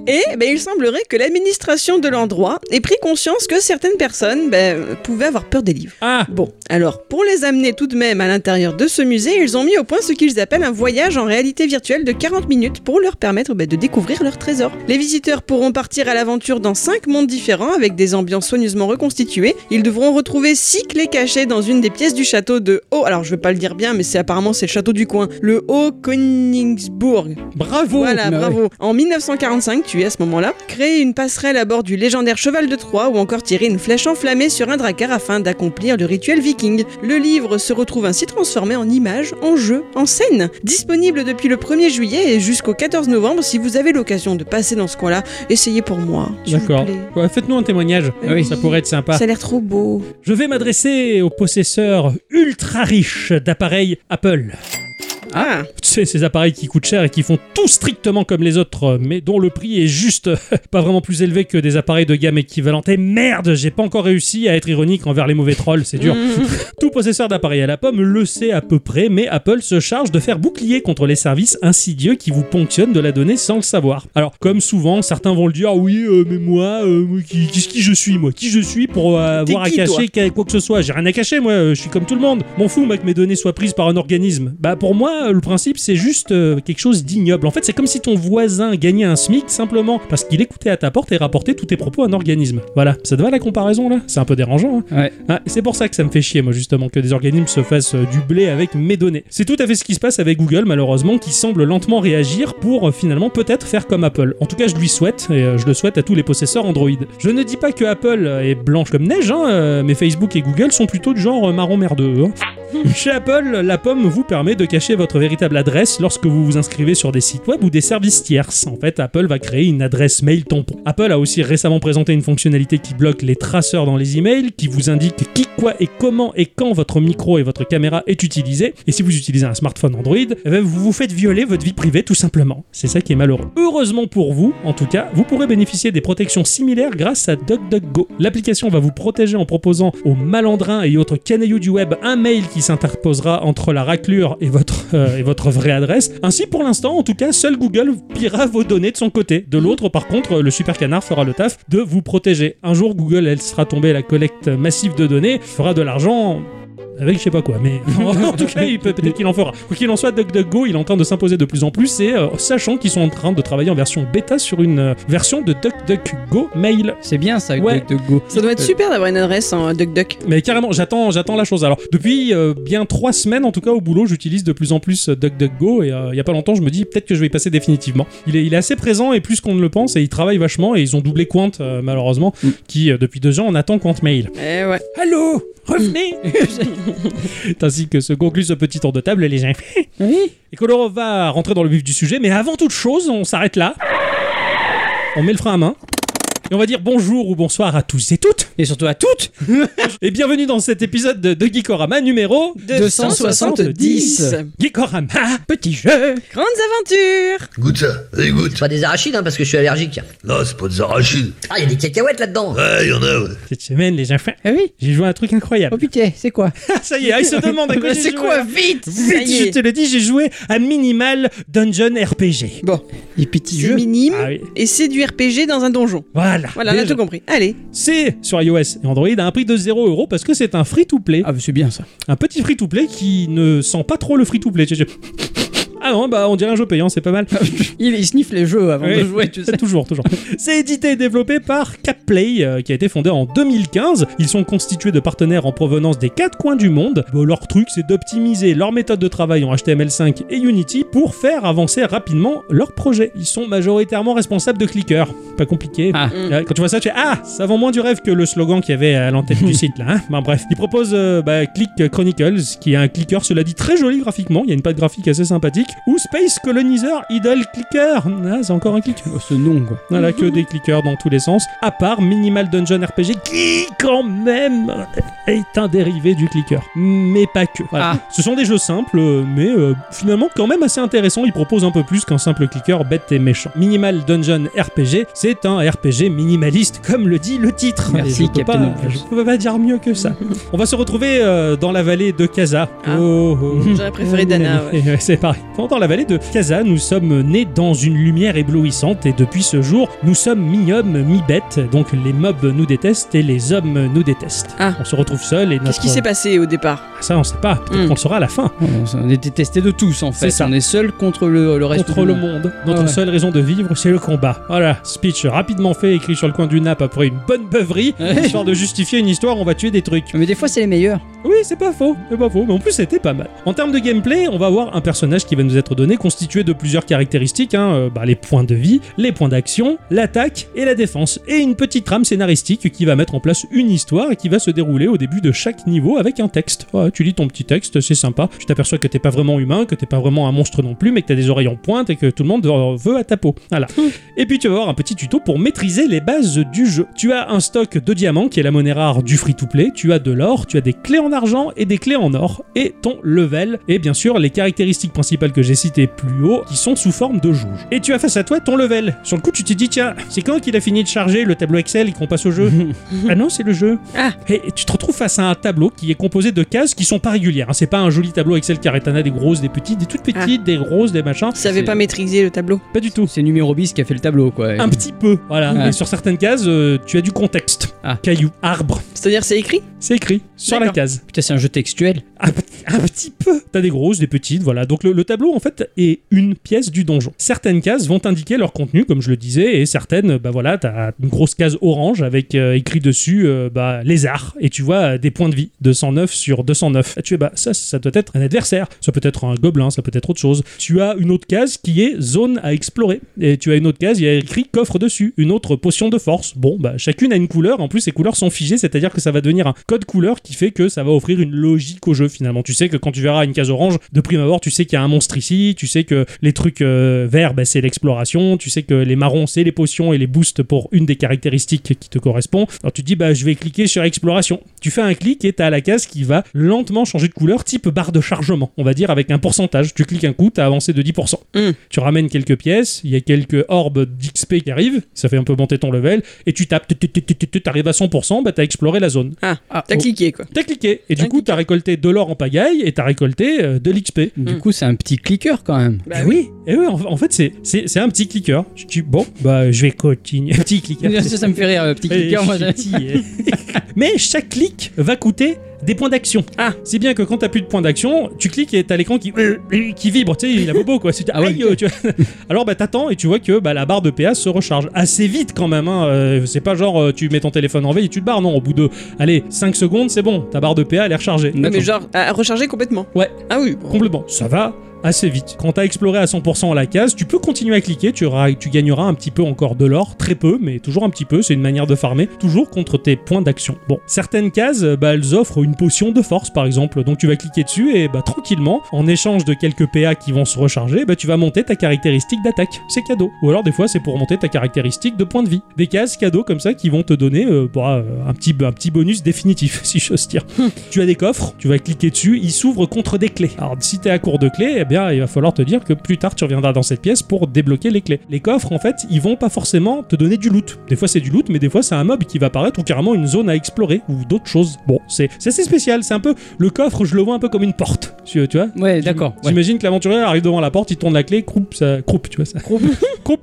S3: Et ben, il semblerait que l'administration de l'endroit ait pris conscience que certaines personnes ben, pouvaient avoir peur des livres.
S2: Ah,
S3: Bon, alors pour les amener tout de même à l'intérieur de ce musée, ils ont mis au point ce qu'ils appellent un voyage en réalité virtuelle de 40 minutes pour leur permettre ben, de découvrir leur trésor. Les visiteurs pourront partir à l'aventure dans 5 mondes différents avec des ambiances soigneusement reconstituées. Ils devront retrouver 6 clés cachées dans une des pièces du château de Haut. Alors je vais pas le dire bien, mais c'est apparemment c'est le château du coin, le Haut Königsburg.
S2: bravo.
S3: Voilà,
S1: bah
S3: bravo. En 1945, tu es à ce moment-là, créer une passerelle à bord du légendaire cheval de Troie ou encore tirer une flèche enflammée sur un drakkar afin d'accomplir le rituel viking. Le livre se retrouve ainsi transformé en images, en jeux, en scènes. Disponible depuis le 1er juillet et jusqu'au 14 novembre, si vous avez l'occasion de passer dans ce coin-là, essayez pour moi. s'il vous
S2: D'accord.
S3: plaît. Ah
S2: Ouais, Faites-nous un témoignage.
S3: Oui.
S2: Ça pourrait être sympa.
S3: Ça a l'air trop beau.
S2: Je vais m'adresser aux possesseurs ultra riches d'appareils Apple.
S3: Ah,
S2: Tu sais, ces appareils qui coûtent cher et qui font tout strictement comme les autres, mais dont le prix est juste pas vraiment plus élevé que des appareils de gamme équivalente. Et merde, j'ai pas encore réussi à être ironique envers les mauvais trolls, c'est
S3: Mm,
S2: dur. Tout possesseur d'appareil à la pomme le sait à peu près, mais Apple se charge de faire bouclier contre les services insidieux qui vous ponctionnent de la donnée sans le savoir. Alors, comme souvent, certains vont le dire, oui, euh, mais moi, euh, moi, qui, qui, qui je suis, moi Qui je suis pour euh,
S3: T'es
S2: avoir à
S3: qui, toi
S2: cacher qu'à- quoi que ce soit J'ai rien à cacher, moi, euh, je suis comme tout le monde. M'en fous, moi, que mes données soient prises par un organisme. Bah, pour moi, euh, le principe, c'est juste euh, quelque chose d'ignoble. En fait, c'est comme si ton voisin gagnait un SMIC simplement parce qu'il écoutait à ta porte et rapportait tous tes propos à un organisme. Voilà, ça te va la comparaison, là C'est un peu dérangeant, hein ah, c'est pour ça que ça me fait chier, moi, justement, que des organismes se fassent euh, du blé avec mes données. C'est tout à fait ce qui se passe avec Google, malheureusement, qui semble lentement réagir pour euh, finalement peut-être faire comme Apple. En tout cas, je lui souhaite, et euh, je le souhaite à tous les possesseurs Android. Je ne dis pas que Apple euh, est blanche comme neige, hein, euh, mais Facebook et Google sont plutôt du genre euh, marron merdeux. hein. Chez Apple, la pomme vous permet de cacher votre véritable adresse lorsque vous vous inscrivez sur des sites web ou des services tierces. En fait, Apple va créer une adresse mail tampon. Apple a aussi récemment présenté une fonctionnalité qui bloque les traceurs dans les emails, qui vous indique qui, quoi et comment et quand votre micro et votre caméra est utilisé. Et si vous utilisez un smartphone Android, eh ben, vous vous faites violer votre vie privée tout simplement. C'est ça qui est malheureux. Heureusement pour vous, en tout cas, vous pourrez bénéficier des protections similaires grâce à DuckDuckGo. L'application va vous protéger en proposant aux malandrins et autres canailloux du web un mail qui s'interposera entre la raclure et votre, euh, et votre vraie adresse. Ainsi, pour l'instant, en tout cas, seul Google pillera vos données de son côté. De l'autre, par contre, le super canard fera le taf de vous protéger. Un jour, Google, elle sera tombée la collecte massive de données, fera de l'argent, avec je sais pas quoi, mais en tout cas, il peut- peut-être qu'il en fera. Quoi qu'il en soit, DuckDuckGo, il est en train de s'imposer de plus en plus et euh, sachant qu'ils sont en train de travailler en version bêta sur une euh, version de DuckDuckGo Mail.
S1: C'est bien ça,
S2: Ouais.
S1: Duck Duck Go.
S3: Ça doit être
S1: Euh,
S3: super d'avoir une adresse en DuckDuck.
S2: Mais carrément, j'attends, j'attends la chose. Alors, depuis euh, bien trois semaines, en tout cas au boulot, j'utilise de plus en plus euh, DuckDuckGo et euh, il y a pas longtemps, je me dis peut-être que je vais y passer définitivement. Il est, il est assez présent et plus qu'on ne le pense et il travaille vachement et ils ont doublé Quant euh, malheureusement,
S1: Mm.
S2: qui euh, depuis deux ans on attend Quant Mail.
S3: Eh ouais.
S2: Allô, revenez. C'est ainsi que se conclut ce petit tour de table les gens.
S1: Oui.
S2: Et Colorov va rentrer dans le vif du sujet, mais avant toute chose, on s'arrête là. On met le frein à main. Et on va dire bonjour ou bonsoir à tous et toutes.
S1: Et surtout à toutes.
S2: Et bienvenue dans cet épisode de, de Geekorama numéro
S1: 270.
S2: Geekorama
S1: Petit jeu.
S3: Grandes aventures
S5: Goûte ça, allez
S6: C'est
S5: goûte.
S6: pas des arachides, hein, parce que je suis allergique.
S5: Non, c'est pas des arachides.
S6: Ah, il y a des cacahuètes là-dedans.
S5: Ouais, y'en a, ouais.
S2: Cette semaine, les enfants,
S1: Ah oui.
S2: j'ai joué à un truc incroyable.
S1: Oh putain, c'est quoi
S2: ça y est, ah, ils se demandent à quoi
S1: Mais
S2: j'ai
S1: C'est
S2: joué.
S1: quoi Vite
S2: Vite,
S3: y est.
S2: je te le dis, j'ai joué à Minimal Dungeon RPG.
S1: Bon, les petits
S3: C'est
S1: jeux.
S3: minime
S2: Ah oui.
S3: et c'est du RPG dans un donjon.
S2: Voilà.
S3: Voilà, on a
S2: Déjà.
S3: tout compris. Allez,
S2: C'est sur iOS et Android à un prix de 0€ parce que c'est un free-to-play.
S1: Ah, mais c'est bien ça.
S2: un petit free to play qui ne sent pas trop le free to play. Tu sais, Ah non, bah on dirait un jeu payant, c'est pas mal.
S1: Il, il sniffe les jeux avant de
S2: Oui.
S1: jouer, tu sais.
S2: toujours, toujours. C'est édité et développé par CapPlay, euh, qui a été fondé en 2015. Ils sont constitués de partenaires en provenance des quatre coins du monde. Bon, leur truc, c'est d'optimiser leur méthode de travail en HTML5 et Unity pour faire avancer rapidement leur projet. Ils sont majoritairement responsables de clickers. Pas compliqué.
S1: Ah.
S2: Ouais, Quand tu vois ça, tu fais Ah, ça vend moins du rêve que le slogan qu'il y avait euh, à l'antenne du site là. hein. Bah, bref, ils proposent euh, bah, Click Chronicles, qui est un clicker, cela dit très joli graphiquement. Il y a une patte graphique assez sympathique. Ou Space Colonizer Idle Clicker. Ah, c'est encore un click.
S1: Oh, ce nom, quoi.
S2: Voilà, que des clickers dans tous les sens, à part Minimal Dungeon RPG, qui quand même est un dérivé du clicker. Mais pas que. Voilà.
S1: Ah.
S2: Ce sont des jeux simples, mais euh, finalement quand même assez intéressants. Ils proposent un peu plus qu'un simple clicker bête et méchant. Minimal Dungeon RPG, c'est un RPG minimaliste, comme le dit le titre.
S1: Merci,
S2: Et je peux
S1: Captain
S2: pas-
S1: Obvious.
S2: Je peux pas dire mieux que ça. On va se retrouver euh, dans la vallée de Kaza.
S3: Ah.
S2: Oh, oh.
S3: j'aurais préféré Dana. ouais.
S2: Et, euh, C'est pareil. Pendant la vallée de Kaza, nous sommes nés dans une lumière éblouissante et depuis ce jour, nous sommes mi-hommes, mi-bêtes. Donc les mobs nous détestent et les hommes nous détestent.
S3: Ah.
S2: On se retrouve seul et notre...
S3: Qu'est-ce qui s'est passé au départ
S2: Ça, on sait pas. Peut-être
S3: Mm.
S2: qu'on le saura à la fin.
S1: On Oh, on est détesté de tous, en fait.
S2: C'est ça.
S1: On est seul contre le, le reste
S2: Contre
S1: du
S2: le
S1: monde.
S2: monde. Notre
S1: Ah ouais.
S2: seule raison de vivre, c'est le combat. Voilà. Speech rapidement fait, écrit sur le coin d'une nappe après une bonne beuverie.
S1: Ouais.
S2: Histoire de justifier une histoire, on va tuer des trucs.
S1: Mais des fois, c'est les meilleurs.
S2: Oui, c'est pas faux, c'est pas faux, mais en plus c'était pas mal. En termes de gameplay, on va avoir un personnage qui va nous être donné constitué de plusieurs caractéristiques, hein, euh, bah, les points de vie, les points d'action, l'attaque et la défense, et une petite trame scénaristique qui va mettre en place une histoire et qui va se dérouler au début de chaque niveau avec un texte. Ouais, tu lis ton petit texte, c'est sympa, tu t'aperçois que t'es pas vraiment humain, que t'es pas vraiment un monstre non plus, mais que t'as des oreilles en pointe et que tout le monde euh, veut à ta peau. Voilà. Et puis tu vas avoir un petit tuto pour maîtriser les bases du jeu. Tu as un stock de diamants qui est la monnaie rare du free-to-play, tu as de l'or, tu as des clés en argent et des clés en or, et ton level, et bien sûr les caractéristiques principales que j'ai citées plus haut qui sont sous forme de jauge. Et tu as face à toi ton level. Sur le coup tu te dis tiens, c'est quand qu'il a fini de charger le tableau Excel et qu'on passe au jeu Ah non c'est le jeu.
S3: Ah.
S2: Et tu te retrouves face à un tableau qui est composé de cases qui sont pas régulières. hein. C'est pas un joli tableau Excel carétana des grosses, des petites, des toutes petites, des grosses, des machins.
S3: Vous savez
S1: C'est-
S3: pas maîtriser le tableau
S2: Pas du tout.
S1: C'est numéro bis qui a fait le tableau, quoi.
S2: Un petit peu, voilà.
S1: Ouais.
S2: Et sur certaines cases, euh, tu as du contexte.
S1: Ah.
S2: Caillou, arbre,
S3: C'est-à-dire, c'est écrit
S2: c'est écrit sur la
S3: D'accord.
S2: case.
S1: Putain, c'est un jeu textuel.
S2: Un, petit- un petit peu. T'as des grosses, des petites, voilà. Donc le, le tableau, tableau, en fait, est une pièce du donjon. Certaines cases vont indiquer leur contenu, comme je le disais, et certaines, bah voilà, t'as une grosse case orange avec euh, écrit dessus, euh, bah, lézard, et tu vois euh, des points de vie, 209 sur 209. Et tu es, bah, ça, ça doit être un adversaire, ça peut être un gobelin, ça peut être autre chose. Tu as une autre case qui est zone à explorer, et tu as une autre case, il y a écrit coffre dessus, une autre potion de force. Bon, bah, chacune a une couleur, en plus, ces couleurs sont figées, c'est-à-dire que ça va devenir un code couleur qui fait que ça va offrir une logique au jeu finalement. Tu sais que quand tu verras une case orange, de prime abord, tu sais qu'il y a un monstre ici, tu sais que les trucs euh, verts, bah, c'est l'exploration, tu sais que les marrons, c'est les potions et les boosts pour une des caractéristiques qui te correspond. Alors tu dis, bah, je vais cliquer sur exploration. Tu fais un clic et t'as la case qui va lentement changer de couleur, type barre de chargement, on va dire, avec un pourcentage. Tu cliques un coup, t'as avancé de 10%.
S3: Mm.
S2: Tu ramènes quelques pièces, il y a quelques orbes d'XP qui arrivent, ça fait un peu monter ton level, et tu tapes, tu- tu- tu- tu- tu- t'arrives à 100%, bah, t'as exploré la zone.
S3: Ah,
S1: Ah,
S3: t'as
S1: oh.
S3: cliqué quoi.
S2: T'as cliqué. Et du
S3: T'as
S2: coup,
S3: cliqué.
S2: t'as récolté de l'or en pagaille et t'as récolté euh, de l'XP.
S1: Du coup, c'est un petit clicker quand même.
S3: Bah
S2: Eh oui, eh oui, en, en fait, c'est- c'est c'est un petit clicker. Je dis, bon, bah, je vais continuer. Petit clicker.
S1: ça, ça me fait rire, le petit
S2: Eh,
S1: clicker. Moi, ça-
S2: petit, eh. Mais chaque clic va coûter des points d'action.
S3: Ah.
S2: Si bien que quand t'as plus de points d'action, tu cliques et t'as l'écran qui, euh, qui vibre, tu sais, il a bobo quoi. Tu te dis,
S1: Ah ouais,
S2: aïe, tu vois. Alors bah t'attends et tu vois que bah, la barre de PA se recharge assez vite quand même. hein. Euh, C'est pas genre euh, tu mets ton téléphone en veille et tu te barres. Non, au bout de, allez, 5 secondes, c'est bon, ta barre de PA elle est rechargée.
S3: Ouais, mais genre, à à recharger complètement.
S2: Ouais.
S3: Ah oui, bon.
S2: Complètement. Ça va assez vite. Quand t'as exploré à 100% la case, tu peux continuer à cliquer, tu, auras- tu gagneras un petit peu encore de l'or, très peu, mais toujours un petit peu, c'est une manière de farmer, toujours contre tes points d'action. Bon, certaines cases, euh, bah, elles offrent une potion de force par exemple, donc tu vas cliquer dessus et bah, tranquillement, en échange de quelques PA qui vont se recharger, bah, tu vas monter ta caractéristique d'attaque, c'est cadeau. Ou alors des fois c'est pour monter ta caractéristique de point de vie. Des cases cadeaux comme ça qui vont te donner euh, bah, euh, un, petit, un petit bonus définitif, si j'ose dire. Tu as des coffres, tu vas cliquer dessus, ils s'ouvrent contre des clés. Alors si t'es à court de clés, eh bien il va falloir te dire que plus tard tu reviendras dans cette pièce pour débloquer les clés. Les coffres en fait, ils vont pas forcément te donner du loot. Des fois c'est du loot, mais des fois c'est un mob qui va apparaître ou carrément une zone à explorer ou d'autres choses. Bon, c'est c'est assez spécial, c'est un peu le coffre, je le vois un peu comme une porte. Tu, tu vois
S1: Ouais, d'accord. ouais.
S2: J'imagine que l'aventurier arrive devant la porte, il tourne la clé, croupe, ça croupe, tu vois ça. Croupe,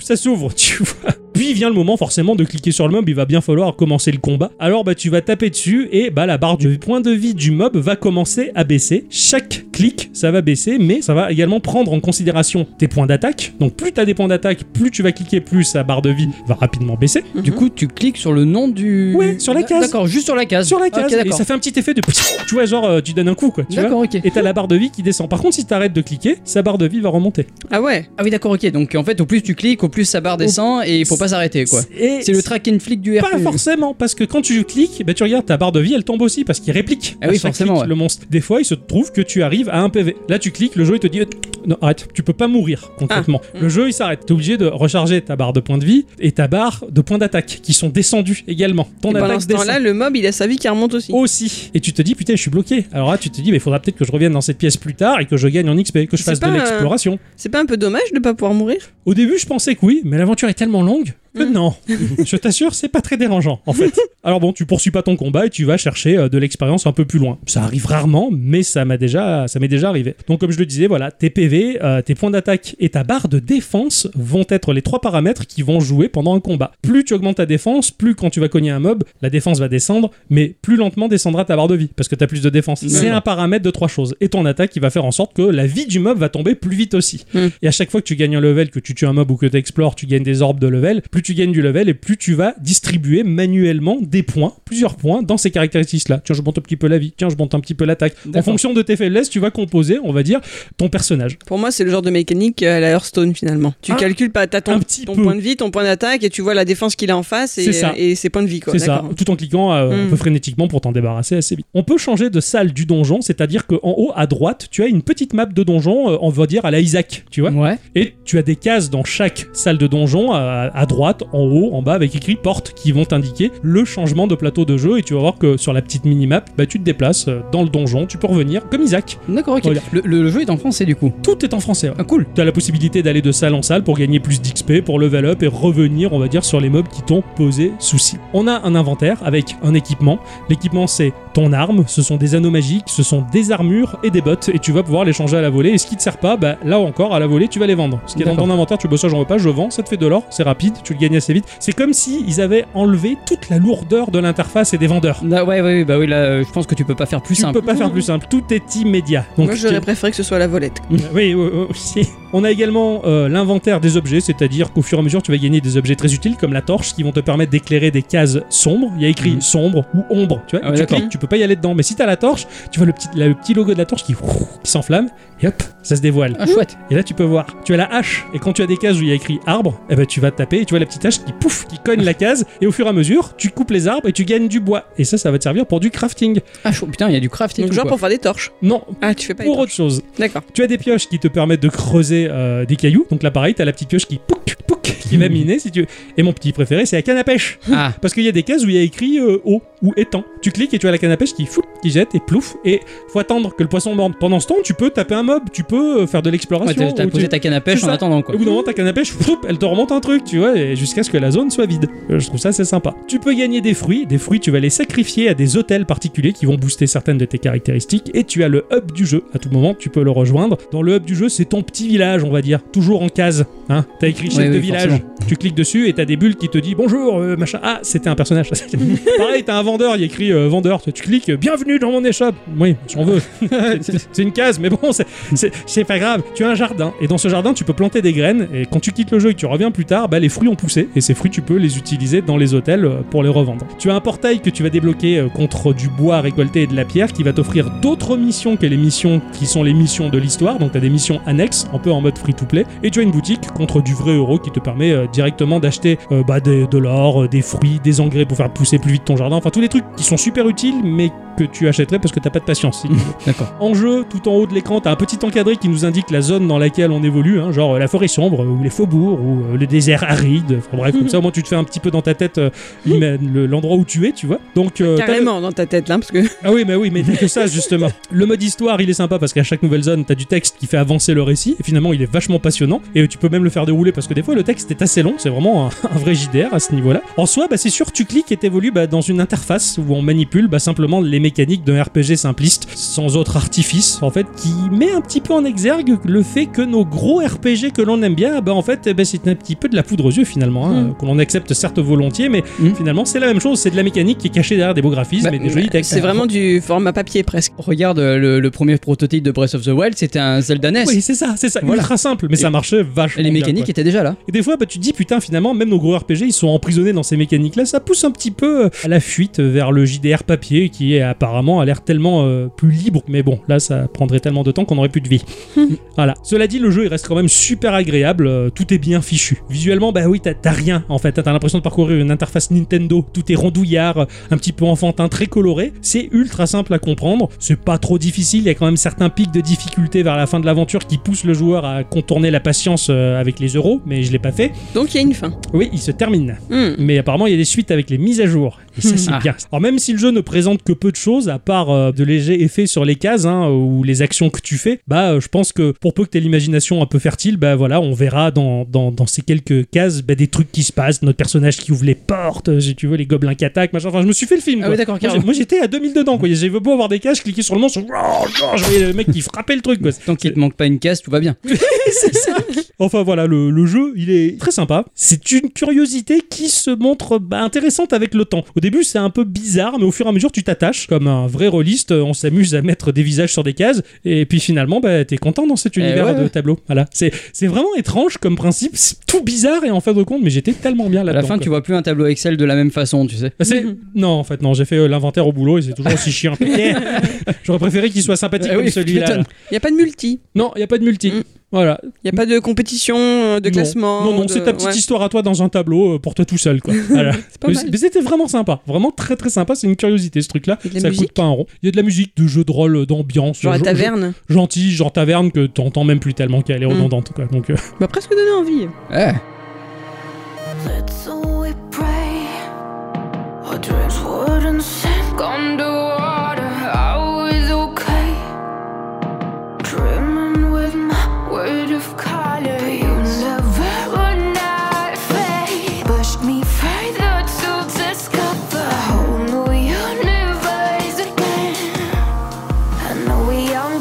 S2: ça s'ouvre, tu vois. Puis vient le moment forcément de cliquer sur le mob, il va bien falloir commencer le combat. Alors bah tu vas taper dessus et bah la barre du point de vie du mob va commencer à baisser. Chaque clic, ça va baisser, mais ça va également prendre en considération tes points d'attaque. Donc plus tu as des points d'attaque, plus tu vas cliquer, plus sa barre de vie va rapidement baisser.
S1: Du coup, tu cliques sur le nom du.
S2: Ouais, sur la case.
S1: D'accord, juste sur la case.
S2: Sur la
S1: Ok,
S2: case, et
S1: d'accord.
S2: ça fait un petit effet de tu vois genre euh, tu donnes un coup quoi, tu vois.
S1: D'accord, ok.
S2: Et t'as la barre de vie qui descend. Par contre, si t'arrêtes de cliquer, sa barre de vie va remonter.
S3: Ah ouais.
S1: Ah oui, d'accord, ok. Donc en fait, au plus tu cliques, au plus sa barre descend et il faut pas s'arrêter quoi.
S2: Et
S1: C'est le track and flick du RP.
S2: Pas forcément, parce que quand tu cliques, bah, tu regardes ta barre de vie, elle tombe aussi parce qu'il réplique.
S1: Ah oui,
S2: À chaque
S1: forcément,
S2: clic,
S1: ouais.
S2: Le monstre. Des fois, il se trouve que tu arrives à un PV. Là, tu cliques, le jeu il te dit euh, non, arrête, tu peux pas mourir concrètement.
S3: Ah.
S2: Le jeu il s'arrête. T'es obligé de recharger ta barre de points de vie et ta barre de points d'attaque qui sont descendus également. Ton
S3: Et pendant
S2: attaque
S3: ce
S2: descend
S3: temps-là, le mob, il a sa vie qui remonte
S2: Oh.
S3: aussi.
S2: aussi. Et tu te dis putain, je suis bloqué. Alors là, tu te dis mais il faudra peut-être que je revienne dans cette pièce plus tard et que je gagne en XP, que je
S3: C'est
S2: fasse de
S3: pas un-
S2: l'exploration.
S3: C'est pas un peu dommage de pas pouvoir mourir
S2: Au début, je pensais que oui, mais l'aventure est tellement longue que
S3: Mm.
S2: non. je t'assure, c'est pas très dérangeant, en fait. Alors bon, tu poursuis pas ton combat et tu vas chercher euh, de l'expérience un peu plus loin. Ça arrive rarement, mais ça m'a déjà, ça m'est déjà arrivé. Donc comme je le disais, voilà, tes PV, euh, tes points d'attaque et ta barre de défense vont être les trois paramètres qui vont jouer pendant un combat. Plus tu augmentes ta défense, plus quand tu vas cogner un mob, la défense va descendre, mais plus lentement descendra ta barre de vie parce que t'as plus de défense. C'est un paramètre de trois choses. Et ton attaque qui va faire en sorte que la vie du mob va tomber plus vite aussi. Et à chaque fois que tu gagnes un level, que tu tues un mob ou que tu explores, tu gagnes des orbes de level. Plus tu gagnes du level et plus tu vas distribuer manuellement des points, plusieurs points, dans ces caractéristiques-là. Tiens, je monte un petit peu la vie. Tiens, je monte un petit peu l'attaque. En
S1: D'accord.
S2: fonction de tes faiblesses, tu vas composer, on va dire, ton personnage.
S3: Pour moi, c'est le genre de mécanique euh, à la Hearthstone finalement. Tu
S2: Un-
S3: calcules pas, t'as ton,
S2: Ah. un petit
S3: ton
S2: peu.
S3: point de vie, ton point d'attaque, et tu vois la défense qu'il a en face et, euh,
S2: C'est ça.
S3: et ses points de vie quoi.
S2: C'est ça,
S3: D'accord.
S2: tout en cliquant euh, un
S3: Mm.
S2: peu frénétiquement pour t'en débarrasser assez vite. On peut changer de salle du donjon, c'est-à-dire qu'en haut à droite, tu as une petite map de donjon, euh, on va dire à la Isaac, tu vois.
S1: Ouais.
S2: Et tu as des cases dans chaque salle de donjon, à, à droite, en haut, en bas, avec écrit porte, qui vont t'indiquer le changement de plateau de jeu. Et tu vas voir que sur la petite minimap, bah, tu te déplaces euh, dans le donjon, tu peux revenir comme Isaac.
S1: D'accord, ok.
S2: Regarde.
S1: Le, le- le jeu est en français du coup.
S2: Tout est en français.
S1: Ah, cool.
S2: Tu as la possibilité d'aller de salle en salle pour gagner plus d'XP, pour level up et revenir, on va dire, sur les mobs qui t'ont posé souci. On a un inventaire avec un équipement. L'équipement, c'est ton arme, ce sont des anneaux magiques, ce sont des armures et des bottes, et tu vas pouvoir les changer à la volée. Et ce qui te sert pas, bah là encore, à la volée, tu vas les vendre. Ce qui est dans
S1: D'accord.
S2: ton inventaire, tu bosses ça, j'en veux pas, je vends, ça te fait de l'or, c'est rapide, tu le gagnes assez vite. C'est comme si ils avaient enlevé toute la lourdeur de l'interface et des vendeurs.
S1: Ah, ouais, ouais, ouais, bah oui, là, euh, je pense que tu peux pas faire plus
S2: Tu
S1: simple.
S2: peux pas faire plus simple, tout est immédiat. Donc,
S3: Moi,
S2: tu-
S3: j'aurais préféré que ce soit la volette.
S2: oui, oui, oui, aussi. On a également euh, l'inventaire des objets, c'est-à-dire qu'au fur et à mesure, tu vas gagner des objets très utiles comme la torche qui vont te permettre d'éclairer des cases sombres. Il y a écrit
S1: Mhm.
S2: sombre ou ombre, tu vois.
S1: Ah ouais,
S2: tu
S1: d'accord.
S2: cliques, tu peux pas y aller dedans. Mais si t'as la torche, tu vois le petit, le petit logo de la torche qui, qui s'enflamme et hop, ça se dévoile.
S1: Ah, chouette.
S2: Et là, tu peux voir. Tu as la hache. Et quand tu as des cases où il y a écrit arbre, eh ben, tu vas taper et tu vois la petite hache qui pouf, qui cogne la case. Et au fur et à mesure, tu coupes les arbres et tu gagnes du bois. Et ça, ça va te servir pour du crafting.
S1: Ah, chou- putain, il y a du craft et
S3: Donc,
S1: tout.
S3: genre
S1: quoi.
S3: pour faire des torches.
S2: Non,
S3: Ah, tu fais pas les
S2: pour Euh,
S3: torches.
S2: autre chose.
S3: D'accord.
S2: Tu as des pioches qui te permettent de creuser euh, des cailloux. Donc là, pareil, t'as la petite pioche qui pouc, pouc, qui va miner si tu veux. Et mon petit préféré, c'est la canne à pêche.
S1: Ah,
S2: Parce qu'il y a des cases où il y a écrit euh, eau ou étang. Tu cliques et tu as la canne à pêche qui fout, qui jette et plouf. Et faut attendre que le poisson morde. Pendant ce temps, tu peux taper un mob, tu peux euh, faire de
S1: ouais,
S2: l'exploration.
S1: t'as t'as
S2: ou tu-
S1: posé ta canne à pêche
S2: euh, C'est
S1: en
S2: ça. Euh,
S1: attendant, quoi.
S2: Au bout d'un moment, ta canne à pêche, floup, elle te remonte un truc, tu vois, et jusqu'à ce que la zone soit vide. Euh, Je trouve ça assez sympa. Tu peux gagner des fruits. Des fruits, tu vas les sacrifier à des hôtels particuliers qui vont booster certaines de tes caractéristiques. Et tu as le hub du jeu. À tout moment, tu peux le rejoindre. Dans le hub du jeu, c'est ton petit village, on va dire. Toujours en case. Hein t'as écrit chef
S1: Oui,
S2: de
S1: oui,
S2: village.
S1: forcément.
S2: Tu cliques dessus et t'as des bulles qui te disent bonjour, euh, machin. Ah, c'était un personnage. Pareil, t'as un vendeur, il écrit euh, vendeur. Tu tu cliques, euh, bienvenue dans mon échoppe. Oui, j'en veux. C'est- c'est une case, mais bon, c'est- c'est c'est pas grave. Tu as un jardin, et dans ce jardin, tu peux planter des graines, et quand tu quittes le jeu et que tu reviens plus tard, bah, les fruits ont poussé, et ces fruits, tu peux les utiliser dans les hôtels euh, pour les revendre. Tu as un portail que tu vas débloquer euh, contre du bois récolté et de la pierre, qui va t'offrir d'autres missions que les missions qui sont les missions de l'histoire, donc tu as des missions annexes, un peu en mode free-to-play, et tu as une boutique contre du vrai euro qui te permet euh, directement d'acheter euh, bah, des- de l'or, euh, des fruits, des engrais pour faire pousser plus vite ton jardin, enfin tous les trucs qui sont super utiles, mais que tu achèterais parce que t'as pas de patience.
S1: D'accord.
S2: En jeu, tout en haut de l'écran, t'as un petit encadré qui nous indique la zone dans laquelle on évolue, hein, genre euh, la forêt sombre, euh, ou les faubourgs, ou euh, le désert aride. Enfin bref, comme ça, au moins tu te fais un petit peu dans ta tête euh, l'ima- le- l'endroit où tu es, tu vois. Donc, euh, t'as le-
S3: Carrément dans ta tête, là, parce que.
S2: ah oui, mais oui, mais t'as que ça justement. Le mode histoire, il est sympa parce qu'à chaque nouvelle zone, t'as du texte qui fait avancer le récit. Et finalement, il est vachement passionnant. Et tu peux même le faire dérouler parce que des fois, le texte est assez long. C'est vraiment un, un vrai JDR à ce niveau-là. En soi, bah, c'est sûr, tu cliques et t'évolues bah, dans une interface où on manipule bah, simplement les mécaniques d'un RPG simpliste, sans autre artifice, en fait, qui met un petit peu en exergue le fait que nos gros RPG que l'on aime bien, bah, en fait, eh ben, c'est un petit peu de la poudre aux yeux finalement, hein, que l'on accepte certes volontiers, mais
S1: Mm.
S2: finalement, c'est la même chose. C'est de la mécanique qui est cachée derrière des beaux graphismes
S1: Bah,
S2: et des jolis textes.
S3: C'est vraiment du format papier presque.
S1: Regarde euh, le, le premier prototype de Breath of the Wild, c'était un Zelda NES.
S2: Oui, c'est ça, c'est ça.
S1: Voilà.
S2: Ultra simple, mais
S1: Et-
S2: ça marchait vachement.
S1: Et les
S2: bien,
S1: mécaniques
S2: quoi.
S1: étaient déjà là.
S2: Et des fois, bah, tu te dis, putain, finalement, même nos gros RPG, ils sont emprisonnés dans ces mécaniques-là. Ça pousse un petit peu euh, à la fuite vers le JDR papier, qui est apparemment a l'air tellement euh, plus libre. Mais bon, là, ça prendrait tellement de temps qu'on aurait plus de vie.
S1: Hmm.
S2: voilà. Cela dit, le jeu, il reste quand même super agréable. euh, tout est bien fichu. Visuellement, bah oui, t'as- t'as rien, en fait. T'as l'impression de parcourir une interface Nintendo. Tout est rondouillard, euh, un petit peu enfantin, très coloré. C'est ultra simple à comprendre. C'est pas trop difficile. Il y a quand même certains pics de difficulté vers la fin de l'aventure qui poussent le joueur à contourner la patience euh, avec les euros, mais je l'ai pas fait.
S3: Donc, il y a une fin.
S2: Oui, il se termine.
S3: Hmm.
S2: Mais apparemment, il y a des suites avec les mises à jour. Et ça, c'est
S1: Ah.
S2: bien. Alors, même si le jeu ne présente que peu de choses, à part euh, de légers effets sur les cases hein, ou les actions que tu fais, bah, euh, je pense que pour peu que tu aies l'imagination un peu fertile, bah voilà, on verra dans, dans, dans ces quelques cases bah, des trucs qui se passent, notre personnage qui ouvre les portes, euh, si tu veux, les gobelins qui attaquent, machin. Enfin, je me suis fait le film.
S1: Ah
S2: quoi.
S1: oui, d'accord,
S2: Moi,
S1: carrément.
S2: j'ai- Moi, j'étais à 2000 dedans, quoi. J'ai beau avoir des cases, je cliquais sur le monstre, je voyais le mec qui frappait le truc, quoi.
S1: Tant qu'il te manque pas une case, tout va bien.
S2: C'est ça. Enfin voilà, le, le jeu, il est très sympa. C'est une curiosité qui se montre bah, intéressante avec le temps. Au début, c'est un peu bizarre, mais au fur et à mesure, tu t'attaches. Comme un vrai rôliste, euh, on s'amuse à mettre des visages sur des cases, et puis finalement, bah, t'es content dans cet
S1: Eh
S2: univers
S1: ouais,
S2: de
S1: ouais.
S2: tableau. Voilà. C'est c'est vraiment étrange comme principe, c'est tout bizarre, et en fin de compte, mais j'étais tellement bien
S1: À
S2: là-dedans.
S1: la fin,
S2: quoi.
S1: tu vois plus un tableau Excel de la même façon, tu sais.
S2: Bah, c'est- Non, en fait, non, j'ai fait euh, l'inventaire au boulot et c'est toujours aussi chiant. Yeah. J'aurais préféré qu'il soit sympathique
S1: Eh
S2: comme
S1: oui, tu
S2: celui-là.
S1: m'étonnes.
S2: là.
S3: Il n'y a pas de multi.
S2: Non, il n'y a pas de multi.
S3: Mm.
S2: Voilà,
S3: Il n'y a pas de compétition, euh, de
S2: Non.
S3: classement.
S2: Non, non,
S3: de-
S2: c'est ta petite
S3: ouais.
S2: histoire à toi dans un tableau euh, pour toi tout seul, quoi. Voilà.
S3: C'est pas
S2: Mais
S3: mal.
S2: mais c'était vraiment sympa, vraiment très très sympa. C'est une curiosité ce truc-là.
S3: Il y a de la
S2: Ça coûte
S3: musique
S2: pas un rond. Il y a de la musique, de jeux de rôle, euh, d'ambiance,
S3: Genre la
S2: euh, gen-
S3: taverne.
S2: gen- gentil, genre taverne que t'entends même plus tellement qu'elle est
S3: Mm.
S2: redondante, quoi. Donc euh,
S3: Bah, presque donné envie.
S1: Ouais.
S7: That's all we pray. Our dreams wouldn't sink underwater. I was okay. Dreaming with my word of color. You never would not fade. Pushed me further to discover a whole new universe again.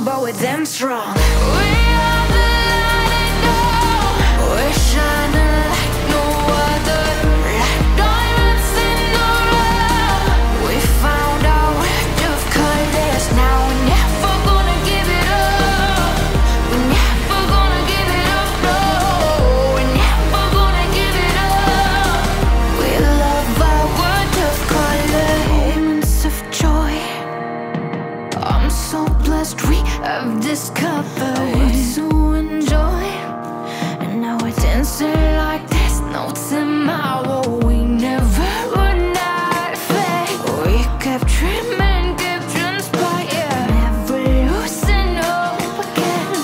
S7: bold and strong. We are the light I know. We're shining like no other. Like diamonds in the rough. We found our world of colors. Now we're never gonna give it up. We're never gonna give it up. No, we're never gonna give it up. We love our world of color. Moments of joy. I'm so blessed we have discovered what to enjoy. And now we're dancing like there's no tomorrow. We never run out of faith. We kept dreaming, kept inspired. Never losing hope again.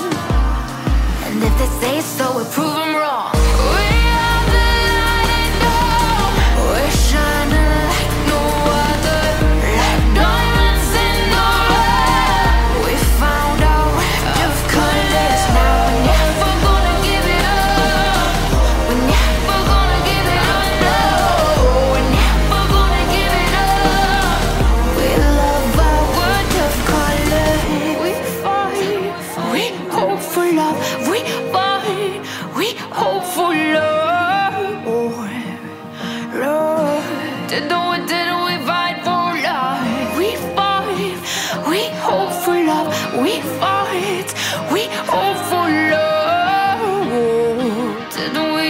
S7: And if they say so, we prove 'em wrong. We are the light I know. We're shining like no other. Like diamonds in the rough. We found our way of colors. Now we're never gonna give it up. We're never gonna give it up. No, we're never gonna give it up. We love our world of color. We fight. We hope for love. We fight. We hope for love. Love. Didn't we? Didn't we fight for love? We fight. We hope for love. We fight. We hope for love. Didn't we?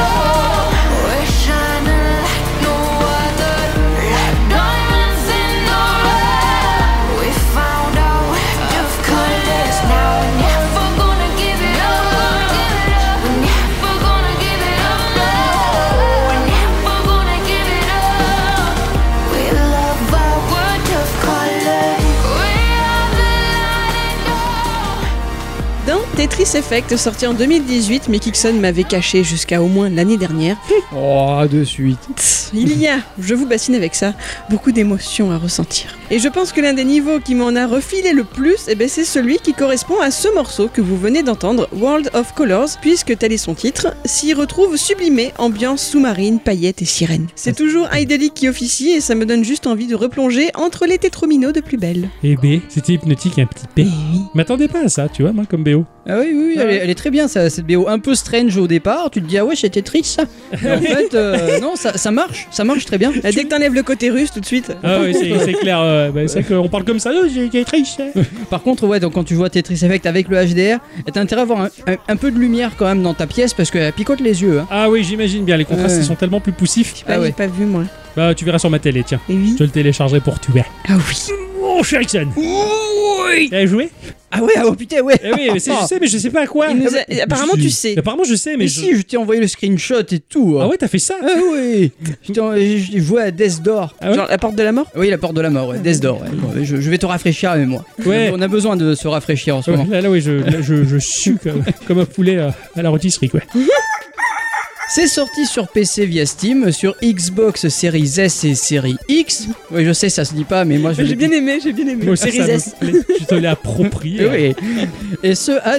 S7: We're shining like no other, like diamonds in the rough. We found our world of colors. Now we're never gonna give it up. We're never gonna give it up. No, we're never gonna give it up. We love our world of colors. We are the light and
S3: Dans Tetris Effect, sorti en 2018, mais qu'Ixon m'avait caché jusqu'à au moins l'année dernière,
S1: Oh, de suite.
S3: Tss, il y a, je vous bassine avec ça, beaucoup d'émotions à ressentir. Et je pense que l'un des niveaux qui m'en a refilé le plus, eh ben, c'est celui qui correspond à ce morceau que vous venez d'entendre, World of Colors, puisque tel est son titre, s'y retrouve sublimé, ambiance sous-marine, paillettes et sirènes. C'est toujours Idelic qui officie et ça me donne juste envie de replonger entre les tétrominos de plus belle. Eh
S2: Et B, c'était hypnotique et un petit P. M'attendais pas à ça, tu vois, moi, comme BO.
S1: Ah oui, oui, oui, elle, est, elle est très bien, ça, cette BO un peu strange au départ. Tu te dis, ah ouais, c'était triste ça. Mais en fait, euh, non, ça, ça marche, ça marche très bien. Eh,
S3: Bah, Dès que t'enlèves le côté russe tout de suite.
S2: Ah oui, c'est c'est clair. euh, bah, c'est vrai qu'on parle comme ça, oh, j'ai j'ai triché.
S1: Par contre, ouais, donc quand tu vois Tetris Effect avec le HDR, eh, t'as intérêt à avoir un, un- un peu de lumière quand même dans ta pièce parce qu'elle picote les yeux. hein.
S2: Ah oui, j'imagine bien, les contrastes
S1: Ouais.
S2: ils sont tellement plus poussifs.
S1: Ah
S3: Ah,
S1: ouais.
S3: j'ai pas vu moi.
S2: Bah, tu verras sur ma télé, tiens.
S3: Et Eh oui.
S2: Je le téléchargerai pour tuer.
S3: Ah oui.
S2: Oh, cher Ixon T'as joué
S1: Ah ouais, ah oh putain, ouais.
S2: Eh oui, mais c'est- je sais, mais je sais pas à quoi. Ah,
S3: Il nous a- Apparemment
S2: Je-
S3: tu sais.
S2: Apparemment, je sais, mais.
S1: Mais
S2: je-
S1: si, je t'ai envoyé le screenshot et tout. hein.
S2: Ah ouais, t'as fait ça
S1: Ah oui Je t'en- je je jouais à Death Door.
S2: Ah ouais
S3: Genre la porte de la mort
S1: Oui, la porte de la mort, ouais. Death Door. ouais. Bon, ouais, je, je vais te rafraîchir la mémoire.
S2: Ouais.
S1: On a besoin de se rafraîchir en ce
S2: Ouais,
S1: moment.
S2: là, là, oui, je, là, je, je sue comme, comme un poulet euh, à la rôtisserie, quoi.
S1: C'est sorti sur PC via Steam, sur Xbox Series S et Series X. Oui, je sais, ça se dit pas, mais moi je
S3: J'ai bien aimé, j'ai bien aimé.
S2: Moi aussi, ça
S3: Series
S2: me
S3: S.
S2: plaît. Tu te l'es approprié.
S1: Eh Oui. Et ce à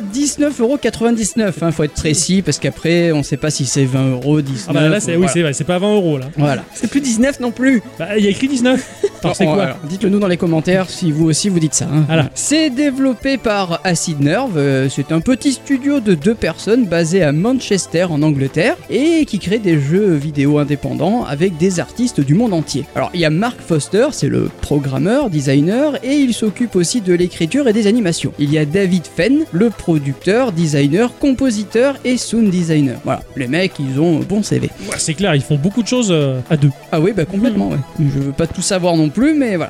S1: 19,99€. Hein, faut être précis parce qu'après, on sait pas si c'est 20 euros, 19.
S2: Ah bah là, c'est oui,
S1: voilà.
S2: c'est vrai, c'est pas 20 euros là.
S1: Voilà.
S3: C'est plus 19 non plus.
S2: Bah, il y a écrit 19. Alors Ah, c'est
S1: On-
S2: quoi
S1: Oh, alors, Dites-le nous dans les commentaires si vous aussi vous dites ça. hein.
S2: Voilà.
S1: C'est développé par Acid Nerve. euh, C'est un petit studio de deux personnes basé à Manchester en Angleterre et qui crée des jeux vidéo indépendants avec des artistes du monde entier. Alors il y a Mark Foster, c'est le programmeur, designer et il s'occupe aussi de l'écriture et des animations. Il y a David Fenn, le producteur, designer, compositeur et sound designer. Voilà, les mecs ils ont un bon CV.
S2: Ouais, C'est clair, ils font beaucoup de choses euh, à deux.
S1: Ah oui, bah complètement, ouais. Je veux pas tout savoir non plus, mais voilà.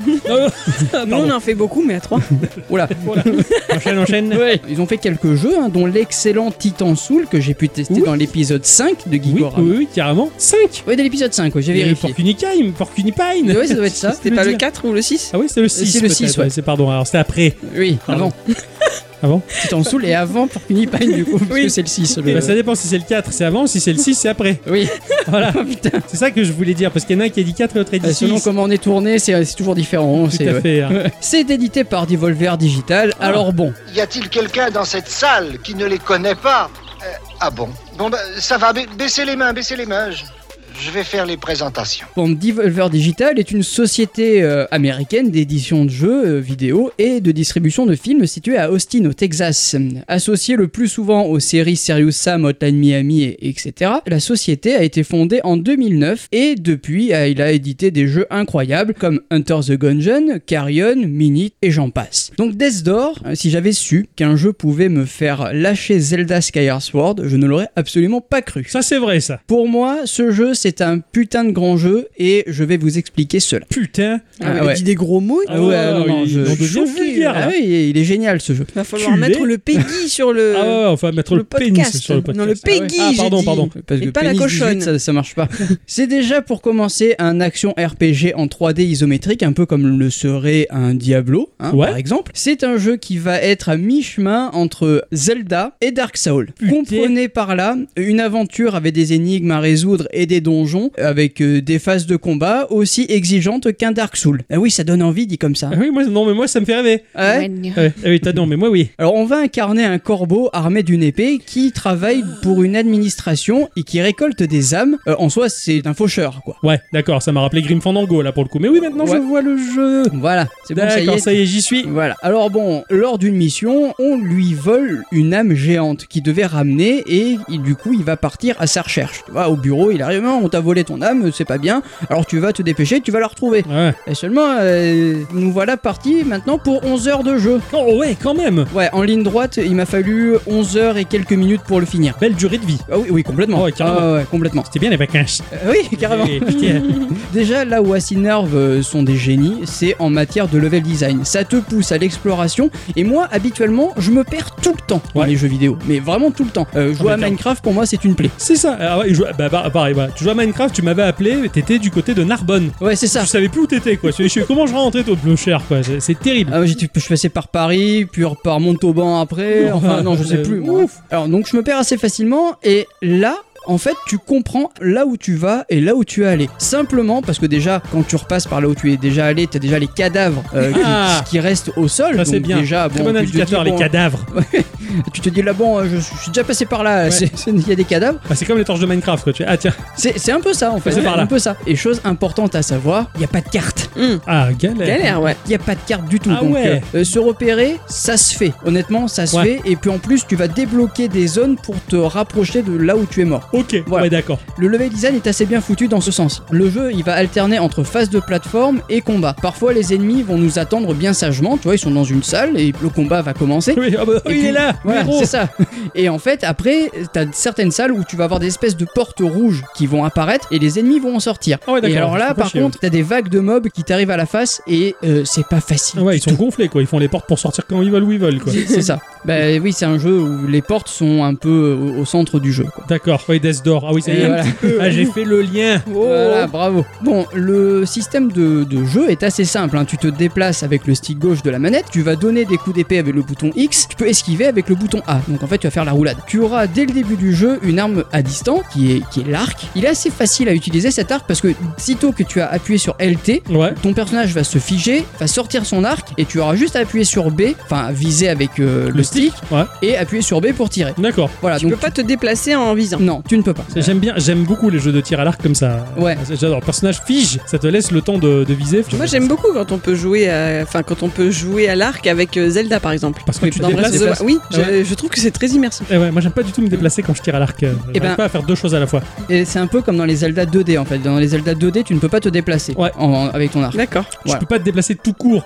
S2: Ah,
S3: Nous on en fait beaucoup mais à 3.
S1: Oula.
S2: Voilà. enchaîne, enchaîne.
S1: Ils ont fait quelques jeux, hein, dont l'excellent Titan Soul que j'ai pu tester
S2: Oui.
S1: dans l'épisode 5 de
S2: Oui,
S1: Gigorama.
S2: oui, oui, carrément. 5
S1: Ouais, de l'épisode 5, ouais, j'ai
S2: Et
S1: hein. vérifié.
S2: Porcunicaille, Porcunipine.
S1: Ouais, ça doit être ça.
S3: C'était
S2: Je
S3: pas
S2: veux
S3: le
S2: dire.
S3: 4 ou le 6
S2: Ah oui, c'était le 6.
S1: C'est le
S2: peut-être,
S1: 6, ouais.
S2: c'est pardon, alors c'était après.
S1: Oui,
S2: Pardon.
S1: avant.
S2: Avant
S1: Titan Soul et avant pour Punipine, du coup, parce que c'est le 6. le-
S2: Bah, ça dépend si c'est le 4, c'est avant, si c'est le 6, c'est après.
S1: Oui,
S2: Voilà.
S1: Ah, putain.
S2: C'est ça que je voulais dire, parce qu'il y en a un qui a dit 4 et l'autre a
S1: Euh,
S2: dit 6.
S1: Selon comment on est tourné, c'est c'est toujours différent. hein,
S2: Tout
S1: c'est-
S2: à
S1: ouais.
S2: fait. Ah. hein.
S1: C'est édité par Devolver Digital. Alors bon,
S8: Y a-t-il quelqu'un dans cette salle qui ne les connaît pas Euh, Ah bon Bon, bah, ça va, ba- baissez les mains, baissez les mains. Je, je vais faire les présentations.
S1: Bon, Devolver Digital est une société euh, américaine d'édition de jeux euh, vidéo et de distribution de films située à Austin, au Texas. Associée le plus souvent aux séries Serious Sam, Hotline Miami, et- etc., la société a été fondée en 2009 et depuis, euh, il a édité des jeux incroyables comme Hunter the Gungeon, Carrion, Minute et j'en passe. Donc Death Door, euh, si j'avais su qu'un jeu pouvait me faire lâcher Zelda Skyward Sword, je ne l'aurais absolument pas cru.
S2: Ça, c'est vrai, ça.
S1: Pour moi, ce jeu, c'est un putain de grand jeu et je vais vous expliquer cela.
S2: Putain.
S3: Ah,
S1: Ah
S3: il
S1: ouais.
S3: dit des gros mots.
S2: Ah ouais, non, non,
S1: il-
S2: je-
S1: on
S2: je suis
S1: devient
S2: choqué,
S1: vulgaire,
S2: là.
S1: Ah oui, il est génial ce jeu.
S3: Il va falloir
S2: Culé.
S3: mettre le Peggy sur le.
S2: Ah ouais, on va mettre le,
S3: le podcast.
S2: pénis sur le podcast.
S3: Non, le Peggy,
S2: Ah,
S3: j'ai
S2: pardon,
S3: dit.
S2: pardon.
S1: Parce
S3: Et
S1: que
S3: pas la
S1: Penis 18,
S3: cochonne.
S1: ça, ça marche pas. C'est déjà pour commencer un action RPG en 3D isométrique, un peu comme le serait un Diablo, hein,
S2: Ouais.
S1: par exemple. C'est un jeu qui va être à mi-chemin entre Zelda et Dark Souls.
S2: Putain.
S1: Comprenez par là une aventure avec des énigmes à résoudre et des donjons, avec euh, des phases de combat aussi exigeantes qu'un Dark Souls. Ah oui, ça donne envie dit comme ça.
S2: Ah oui, moi, non, mais moi, ça me fait rêver.
S1: Ouais.
S2: Ouais. Ah oui, t'as non, mais moi, oui.
S1: Alors on va incarner un corbeau armé d'une épée qui travaille pour une administration et qui récolte des âmes. Euh, en soi, c'est un faucheur, quoi.
S2: Ouais, d'accord, ça m'a rappelé Grim Fandango, là, pour le coup. Mais oui, maintenant,
S1: Ouais.
S2: je vois le jeu.
S1: Voilà, c'est bon, ça y
S2: D'accord,
S1: est.
S2: ça y est, j'y suis.
S1: Voilà. Alors bon, lors d'une mission, on lui vole une âme géante qu'il devait ramener et il- du coup il va partir à sa recherche. Tu vois, au bureau, il arrive, Non, on t'a volé ton âme, c'est pas bien, alors tu vas te dépêcher, tu vas la retrouver.
S2: Ouais.
S1: Et seulement, euh, nous voilà partis maintenant pour 11 heures de jeu.
S2: Oh, ouais, quand même.
S1: Ouais, en ligne droite, il m'a fallu 11 heures et quelques minutes pour le finir.
S2: Belle durée de vie.
S1: Ah oui, oui, complètement.
S2: Ah ouais, carrément.
S1: Ah ouais, complètement.
S2: C'était bien les vacances.
S1: Euh, oui, carrément.
S2: Eh, putain.
S1: Déjà, là où Assinerve euh, sont des génies, c'est en matière de level design. Ça te pousse à l'exploration. Et moi, habituellement, je me perds tout le temps dans
S2: Ouais. Ah,
S1: les jeux vidéo. Mais vraiment tout le temps. Euh, jouer
S2: mais
S1: à
S2: clairement.
S1: Minecraft, pour moi, c'est une plaie.
S2: C'est ça. Ah ouais, je- bah, bah, pareil, bah, tu jouais à Minecraft, tu m'avais appelé, mais t'étais du côté de Narbonne.
S1: Ouais, c'est ça.
S2: Je savais plus où t'étais, quoi. Je sais comment je rentrais, toi, bleu cher, quoi. C'est c'est terrible.
S1: Ah, j'étais- je passais par Paris, puis par Montauban après. Enfin, non, je sais
S2: Euh,
S1: plus. moi.
S2: ouf.
S1: Alors, donc, je me perds assez facilement. Et là. En fait, tu comprends là où tu vas et là où tu es allé. Simplement parce que déjà, quand tu repasses par là où tu es déjà allé, t'as déjà les cadavres euh, qui,
S2: Ah.
S1: qui restent au sol.
S2: Ça, c'est
S1: Donc
S2: bien.
S1: Déjà,
S2: Très
S1: bon,
S2: bon
S1: tu te dis,
S2: indicateur, les
S1: bon,
S2: cadavres.
S1: Tu te dis là, bon, euh, je, je suis déjà passé par là,
S2: Ouais.
S1: c'est- c'est- il y a des cadavres.
S2: Bah, c'est comme les torches de Minecraft, quoi. Tu fais, ah, tiens.
S1: C'est c'est un peu ça en fait.
S2: Passé par là.
S1: Un peu ça. Et chose importante à savoir, il n'y a pas de carte.
S2: Ah, galère.
S3: Galère, ouais.
S1: Il n'y a pas de carte du tout.
S2: Ah
S1: donc,
S2: ouais.
S1: euh, euh, se repérer, ça se fait. Honnêtement, ça se
S2: Ouais.
S1: fait. Et puis en plus, tu vas débloquer des zones pour te rapprocher de là où tu es mort.
S2: Ok,
S1: Voilà.
S2: ouais, d'accord.
S1: Le level design est assez bien foutu dans ce sens. Le jeu, il va alterner entre phase de plateforme et combat. Parfois, les ennemis vont nous attendre bien sagement. Tu vois, ils sont dans une salle et le combat va commencer.
S2: Oui, ah bah,
S1: Et
S2: il
S1: puis-
S2: est là.
S1: Voilà,
S2: Miro.
S1: c'est ça. Et en fait, après, t'as certaines salles où tu vas avoir des espèces de portes rouges qui vont apparaître et les ennemis vont en sortir.
S2: Ah ouais, d'accord.
S1: et alors
S2: Faut
S1: là,
S2: pas
S1: par
S2: chier,
S1: contre, t'as des vagues de mobs qui t'arrivent à la face et euh, c'est pas facile.
S2: Ah ouais,
S1: du
S2: ils sont
S1: tout.
S2: gonflés, quoi. Ils font les portes pour sortir quand ils veulent où ils veulent, quoi.
S1: C'est ça. Bah oui, c'est un jeu où les portes sont un peu euh, au, au centre du jeu. quoi.
S2: D'accord, ouais, Death Door. Ah oui, ça y
S1: Et
S2: est.
S1: voilà.
S2: Ah, j'ai fait le lien.
S1: Voilà, bravo. Bon, le système de, de jeu est assez simple. hein. Tu te déplaces avec le stick gauche de la manette, tu vas donner des coups d'épée avec le bouton X, tu peux esquiver avec le bouton A. Donc en fait, tu vas faire la roulade. Tu auras dès le début du jeu une arme à distance qui est, qui est l'arc. Il est assez facile à utiliser cet arc parce que sitôt que tu as appuyé sur LT,
S2: Ouais.
S1: ton personnage va se figer, va sortir son arc et tu auras juste à appuyer sur B, enfin viser avec euh, le,
S2: Le
S1: stick,
S2: ouais.
S1: et appuyer sur B pour tirer.
S2: D'accord.
S1: Voilà,
S3: Tu
S1: donc
S3: peux pas te déplacer en visant.
S1: non, tu ne peux pas.
S2: Ça, J'aime bien, j'aime beaucoup les jeux de tir à l'arc comme ça. Ah,
S1: Ouais.
S2: J'adore. Le personnage fige, ça te laisse le temps de, de viser.
S3: Moi j'aime beaucoup quand on peut jouer, à... enfin quand on peut jouer à l'arc avec euh, Zelda par exemple.
S2: Parce que
S1: Oui,
S2: tu te
S1: dans
S3: Dans Breath
S2: déplaces.
S3: of the Wild- Oui,
S2: Ah ouais.
S3: je- je trouve que c'est très immersif.
S2: Eh ouais, moi j'aime pas du tout me déplacer quand je tire à l'arc. euh, J'arrive
S1: ben-
S2: pas à faire deux choses à la fois.
S1: Et c'est un peu comme dans les Zelda 2D en fait. Dans les Zelda 2D, tu ne peux pas te déplacer
S2: Ouais.
S1: en- en- avec ton arc.
S3: D'accord.
S2: Je
S1: Voilà.
S2: peux pas te déplacer tout court.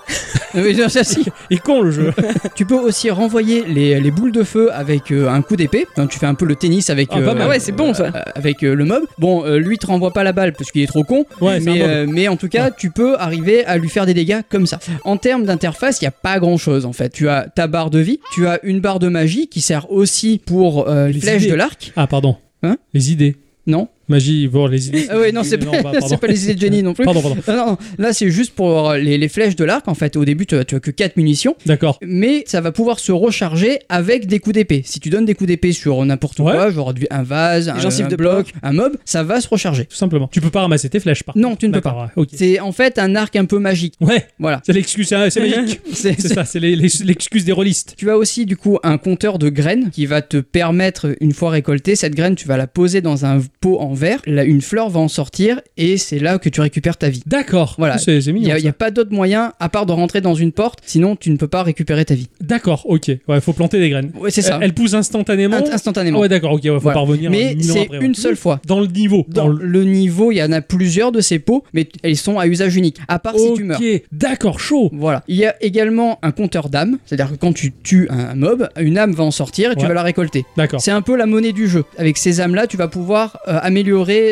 S1: Oui, non, ça, si.
S2: Et quand le jeu
S1: tu peux aussi renvoyer les, les boules de feu avec euh, un coup d'épée. Enfin, tu fais un peu le tennis avec,
S2: Ah, pas
S1: euh,
S2: mal.
S3: Ah ouais, c'est bon ça.
S1: euh, avec euh, le mob. Bon, euh, lui te renvoie pas la balle parce qu'il est trop con.
S2: Ouais, c'est un
S1: mais,
S2: mob.
S1: euh, mais en tout cas, tu peux arriver à lui faire des dégâts comme ça. En termes d'interface, il n'y a pas grand chose en fait. Tu as ta barre de vie, tu as une barre de magie qui sert aussi pour euh, les
S2: Les
S1: flèches
S2: idées.
S1: de l'arc.
S2: Ah, pardon.
S1: Hein
S2: les idées.
S1: Non
S2: Magie, bon, les idées.
S1: Ah ouais, non, c'est pas,
S2: bah, pardon.
S1: c'est pas les idées de Jenny non plus.
S2: Pardon, pardon.
S1: Non, non, là c'est juste pour euh, les, les flèches de l'arc en fait. Au début, tu as, tu as que 4 munitions,
S2: D'accord.
S1: mais ça va pouvoir se recharger avec des coups d'épée. Si tu donnes des coups d'épée sur n'importe
S2: Ouais.
S1: quoi, genre du- un vase, un,
S3: gencives
S1: un
S3: de
S1: bloc, un mob, ça va se recharger.
S2: Tout simplement. Tu peux pas ramasser tes flèches, par
S1: Non, tu ne peux pas.
S2: D'accord, ouais, ok.
S1: C'est en fait un arc un peu magique.
S2: Ouais,
S1: Voilà.
S2: c'est l'excuse, hein, c'est c'est magique.
S1: C'est-
S2: C'est
S1: c'est-
S2: ça, c'est les- les- l'excuse des rôlistes.
S1: Tu as aussi du coup un compteur de graines qui va te permettre, une fois récoltée, cette graine, tu vas la poser dans un pot en verre, là, une fleur va en sortir et c'est là que tu récupères ta vie.
S2: D'accord.
S1: Voilà.
S2: C'est c'est
S1: Il n'y
S2: mignon.
S1: a,
S2: ça.
S1: y a pas d'autre moyen à part de rentrer dans une porte, sinon tu ne peux pas récupérer ta vie.
S2: D'accord, ok. Ouais, faut planter des graines.
S1: Ouais, c'est ça.
S2: Elle- Elle pousse instantanément.
S1: Int- instantanément.
S2: Ah ouais, d'accord, ok, ouais, faut
S1: Voilà.
S2: parvenir.
S1: Mais
S2: mille ans
S1: c'est
S2: après, ouais.
S1: une seule fois.
S2: Dans le niveau.
S1: Dans le niveau, il y en a plusieurs de ces pots, mais t- elles sont à usage unique, à part si tu meurs.
S2: Ok, d'accord, chaud.
S1: Voilà. Il y a également un compteur d'âmes, c'est-à-dire que quand tu tues un mob, une âme va en sortir et tu
S2: Ouais.
S1: vas la récolter.
S2: D'accord.
S1: C'est un peu la monnaie du jeu. Avec ces âmes-là, tu vas pouvoir euh, améliorer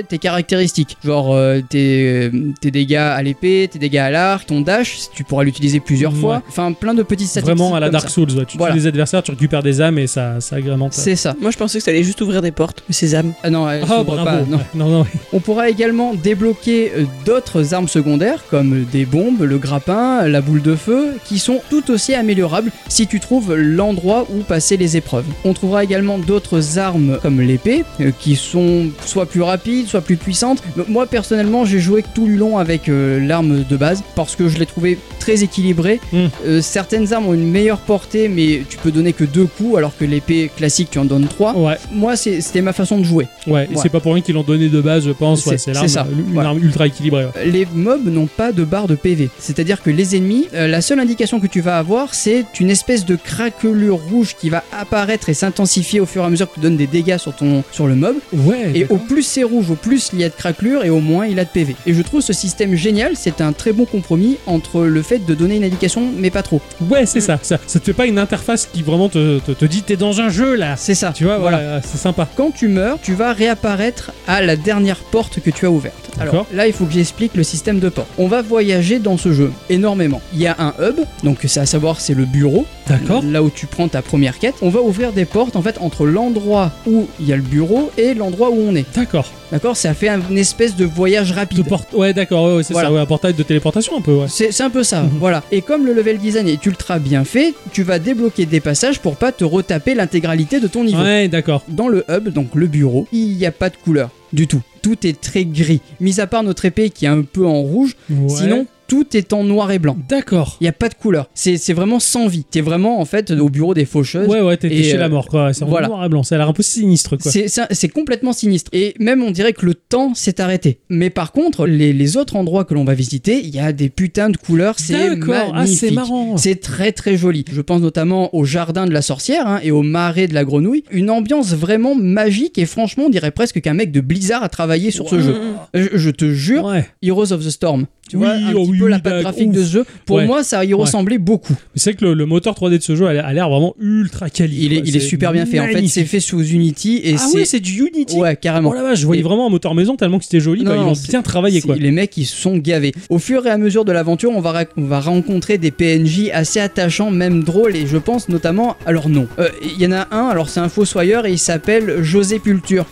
S1: tes caractéristiques, genre euh, tes, tes dégâts à l'épée, tes dégâts à l'arc, ton dash, tu pourras l'utiliser plusieurs fois.
S2: Ouais.
S1: Enfin, plein de petites statistiques.
S2: Vraiment à la
S1: comme
S2: Dark
S1: ça.
S2: Souls, ouais. tu
S1: Voilà.
S2: tues les adversaires, tu récupères des âmes et ça, ça agrémente.
S1: C'est ça.
S3: Moi, je pensais que ça allait juste ouvrir des portes, mais ces âmes.
S1: Ah non, elle
S2: Ah,
S1: s'ouvre
S2: bravo.
S1: pas, non.
S2: Ouais, Non, non, ouais.
S1: On pourra également débloquer euh, d'autres armes secondaires comme des bombes, le grappin, la boule de feu, qui sont tout aussi améliorables si tu trouves l'endroit où passer les épreuves. On trouvera également d'autres armes comme l'épée, euh, qui sont soit plus rapides, soit plus puissantes. Donc, Moi personnellement, j'ai joué tout le long avec euh, l'arme de base parce que je l'ai trouvée très équilibrée.
S2: Mm.
S1: Euh, certaines armes ont une meilleure portée, mais tu peux donner que deux coups, alors que l'épée classique, tu en donnes trois.
S2: Ouais,
S1: Moi, c'est- c'était ma façon de jouer.
S2: ouais. Et
S1: Ouais.
S2: c'est pas pour rien qu'ils l'ont donné de base, je pense. Ouais,
S1: C'est-
S2: c'est
S1: c'est
S2: l'arme, euh,
S1: ça.
S2: une
S1: Ouais.
S2: arme ultra équilibrée. ouais.
S1: les mobs n'ont pas de barre de PV. C'est-à-dire que les ennemis, euh, la seule indication que tu vas avoir, c'est une espèce de craquelure rouge qui va apparaître et s'intensifier au fur et à mesure que tu donnes des dégâts sur, ton, sur le mob.
S2: Ouais.
S1: Et
S2: d'accord.
S1: au plus c'est rouge, au plus il y a de craquelure et au moins il a de PV. Et je trouve ce système génial, c'est un très bon compromis entre le fait de donner une indication mais pas trop.
S2: Ouais, c'est ça. ça. Ça te fait pas une interface qui vraiment te, te, te dit t'es dans un jeu là.
S1: C'est ça.
S2: Tu vois, voilà, c'est sympa.
S1: Quand tu meurs, tu vas réapparaître à la dernière porte que tu as ouverte. Alors
S2: D'accord.
S1: là, il faut que j'explique le système de porte. On va voyager dans ce jeu énormément. Il y a un hub, donc c'est à savoir c'est le bureau.
S2: D'accord.
S1: Là où tu prends ta première quête, on va ouvrir des portes en fait entre l'endroit où il y a le bureau et l'endroit où on est.
S2: D'accord.
S1: D'accord Ça fait un- une espèce de voyage
S2: De
S1: rapide.
S2: porte. Ouais, d'accord. ouais, ouais, c'est
S1: Voilà.
S2: ça. Ouais, un portail de téléportation un peu. Ouais.
S1: C'est c'est un peu ça,
S2: Mhm.
S1: voilà. Et comme le level design est ultra bien fait, tu vas débloquer des passages pour pas te retaper l'intégralité de ton niveau.
S2: Ouais, d'accord.
S1: Dans le hub, donc le bureau, il n'y a pas de couleur du tout. Tout est très gris, mis à part notre épée qui est un peu en rouge.
S2: Ouais.
S1: Sinon, tout est en noir et blanc.
S2: D'accord.
S1: Il n'y a pas de couleur. C'est c'est vraiment sans vie. T'es vraiment en fait au bureau des faucheuses.
S2: Ouais, ouais, t'es t'es
S1: Et,
S2: chez
S1: euh,
S2: la mort, quoi. C'est en
S1: voilà.
S2: noir et blanc. Ça a l'air un peu sinistre, quoi.
S1: C'est- C'est c'est complètement sinistre. Et même, on dirait que le temps s'est arrêté. Mais par contre, les, les autres endroits que l'on va visiter, il y a des putains de couleurs. C'est
S2: D'accord.
S1: magnifique.
S2: Ah, c'est marrant.
S1: C'est très très joli. Je pense notamment au jardin de la sorcière hein, et au marais de la grenouille. Une ambiance vraiment magique et franchement, on dirait presque qu'un mec de Blizzard a travaillé sur ce jeu. Je, je te jure,
S2: Ouais.
S1: Heroes of the Storm. Tu vois,
S2: Oui,
S1: un
S2: oh
S1: petit
S2: oui,
S1: peu la
S2: oui,
S1: patte
S2: d'accord.
S1: graphique de
S2: Ouf.
S1: ce jeu. Pour
S2: Ouais.
S1: moi, ça y
S2: Ouais.
S1: ressemblait beaucoup.
S2: Mais C'est vrai que le, le moteur 3D de ce jeu a l'air- a l'air vraiment ultra quali.
S1: Il est,
S2: quoi.
S1: il est
S2: C'est
S1: super bien fait. En fait,
S2: magnifique.
S1: c'est fait sous Unity et
S2: Ah
S1: c'est.
S2: ouais, c'est du Unity.
S1: ouais, carrément.
S2: Oh la vache, je voyais
S1: Et-
S2: vraiment un moteur maison tellement que c'était joli.
S1: Non,
S2: quoi. Ils
S1: non,
S2: ont
S1: c'est-
S2: bien travaillé,
S1: C'est-
S2: quoi.
S1: Les mecs, ils se sont gavés. Au fur et à mesure de l'aventure, on va, rac- on va rencontrer des PNJ assez attachants, même drôles, et je pense notamment à leur nom. Euh, Il y en a un, alors c'est un fossoyeur, et il s'appelle José Pulture.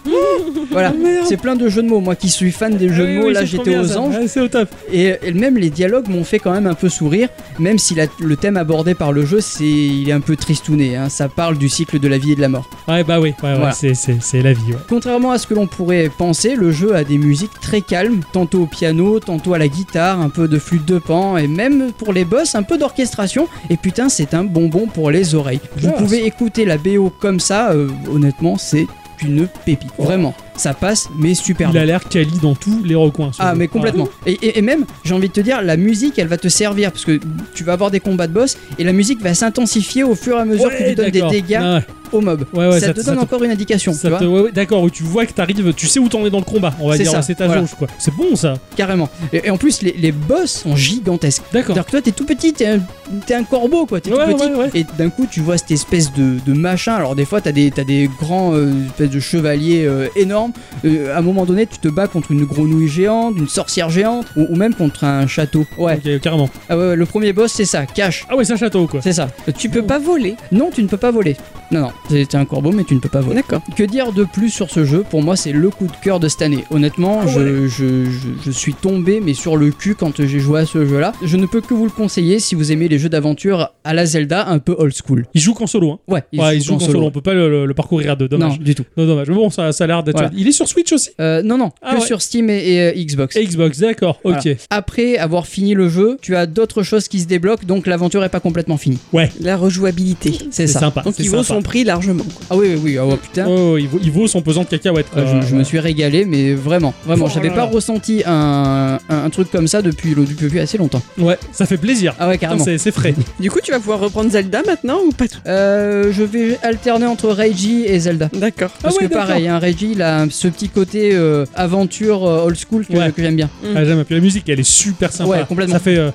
S1: voilà, c'est plein de jeux de mots. Moi qui suis fan des jeux
S2: Ah oui,
S1: de mots,
S2: oui,
S1: là
S2: c'est trop
S1: j'étais
S2: bien,
S1: aux
S2: ça.
S1: anges,
S2: Ah, c'est au top.
S1: et, et même les dialogues m'ont fait quand même un peu sourire, même si la- le thème abordé par le jeu, c'est il est un peu tristouné. hein. Ça parle du cycle de la vie et de la mort.
S2: Ouais, bah oui, ouais, ouais,
S1: Voilà.
S2: c'est- c'est c'est la vie, ouais.
S1: Contrairement à ce que l'on pourrait penser, le jeu a des musiques très calmes, tantôt au piano, tantôt à la guitare, un peu de flûte de pan, et même pour les boss, un peu d'orchestration. Et putain, c'est un bonbon pour les oreilles. Vous
S2: Classe.
S1: pouvez écouter la BO comme ça, euh, honnêtement, c'est une pépite. Vraiment, ça passe, mais super
S2: Oh. Il
S1: bien.
S2: a l'air quali dans tous les recoins. ce
S1: Ah
S2: jeu.
S1: mais complètement. Et, et- et même, j'ai envie de te dire, la musique, elle va te servir parce que tu vas avoir des combats de boss et la musique va s'intensifier au fur et à mesure que tu
S2: Ouais,
S1: donnes des
S2: d'accord.
S1: dégâts
S2: Ah ouais.
S1: au mob.
S2: Ouais, ouais,
S1: ça,
S2: ça
S1: te
S2: te-
S1: donne
S2: ça te-
S1: encore une indication,
S2: Ça
S1: tu vois,
S2: te- ouais, ouais, D'accord, où tu vois que t'arrives, tu sais où t'en es dans le combat, on va
S1: C'est
S2: dire,
S1: ça,
S2: c'est ta
S1: voilà.
S2: jauge quoi. C'est bon ça,
S1: carrément. Et, et en plus, les- les boss sont gigantesques.
S2: d'accord.
S1: C'est-à-dire que toi, t'es tout petit, t'es un, t'es un corbeau, quoi. T'es
S2: Ouais,
S1: tout petit.
S2: ouais, ouais.
S1: Et d'un coup, tu vois cette espèce de, de machin. Alors, des fois, t'as des, t'as des grands euh, espèces de chevaliers euh, énormes. Euh, à un moment donné, tu te bats contre une grenouille géante, une sorcière géante, ou, ou même contre un château. Ouais.
S2: Ok, carrément.
S1: Ah ouais, ouais, le premier boss, c'est ça, cache.
S2: Ah ouais, c'est un château quoi.
S1: C'est ça.
S3: Tu peux pas voler.
S1: Non, tu ne peux pas voler. Non, non, t'es t'es un corbeau, mais tu ne peux pas voler.
S3: D'accord.
S1: Que dire de plus sur ce jeu Pour moi, c'est le coup de cœur de cette année.
S2: Ah
S1: Honnêtement, je, je- je- je suis tombé, mais sur le cul quand j'ai joué à ce jeu-là. Je ne peux que vous le conseiller si vous aimez les jeux d'aventure à la Zelda un peu old school.
S2: Il joue qu'en solo, hein.
S1: Ouais, il
S2: ouais,
S1: joue
S2: il joue qu'en solo. on peut pas le, le- le parcourir à deux,
S1: Non,
S2: dommage.
S1: du tout.
S2: Non, dommage. Bon, ça, ça a l'air d'être.
S1: Voilà.
S2: Il est sur Switch aussi
S1: Euh, non, non,
S2: Ah
S1: que
S2: ouais.
S1: sur Steam et, et, euh, Xbox.
S2: Et Xbox, d'accord, ok.
S1: Voilà. Après avoir fini le jeu, tu as d'autres choses qui se débloquent, donc l'aventure est pas complètement finie.
S3: La rejouabilité.
S2: C'est
S1: C'est ça.
S2: sympa.
S3: Donc
S2: c'est
S3: il vaut
S2: sympa.
S3: son prix largement. quoi.
S1: Ah oui, oui, oui, ah ouais, putain.
S2: Oh, il, vaut, il vaut son pesant de cacahuètes.
S1: Euh, je, je me suis régalé, mais vraiment, vraiment,
S2: Oh
S1: j'avais
S2: là
S1: pas
S2: là.
S1: ressenti un, un, un truc comme ça depuis, le- depuis assez longtemps.
S2: Ouais, ça fait plaisir.
S1: Ah ouais,
S2: Putain,
S1: carrément.
S2: c'est c'est frais.
S3: Du coup, tu vas pouvoir reprendre Zelda maintenant ou pas tout
S1: Euh, je vais alterner entre Reiji et Zelda.
S3: D'accord.
S1: Parce
S2: Ah ouais,
S1: que pareil, hein, Reiji, il a ce petit côté euh, aventure euh, old school que,
S2: Ouais.
S1: que j'aime bien.
S2: Ah, j'aime. Puis la musique, elle est super sympa.
S1: Ouais, complètement. Euh.
S2: Ça fait. Euh,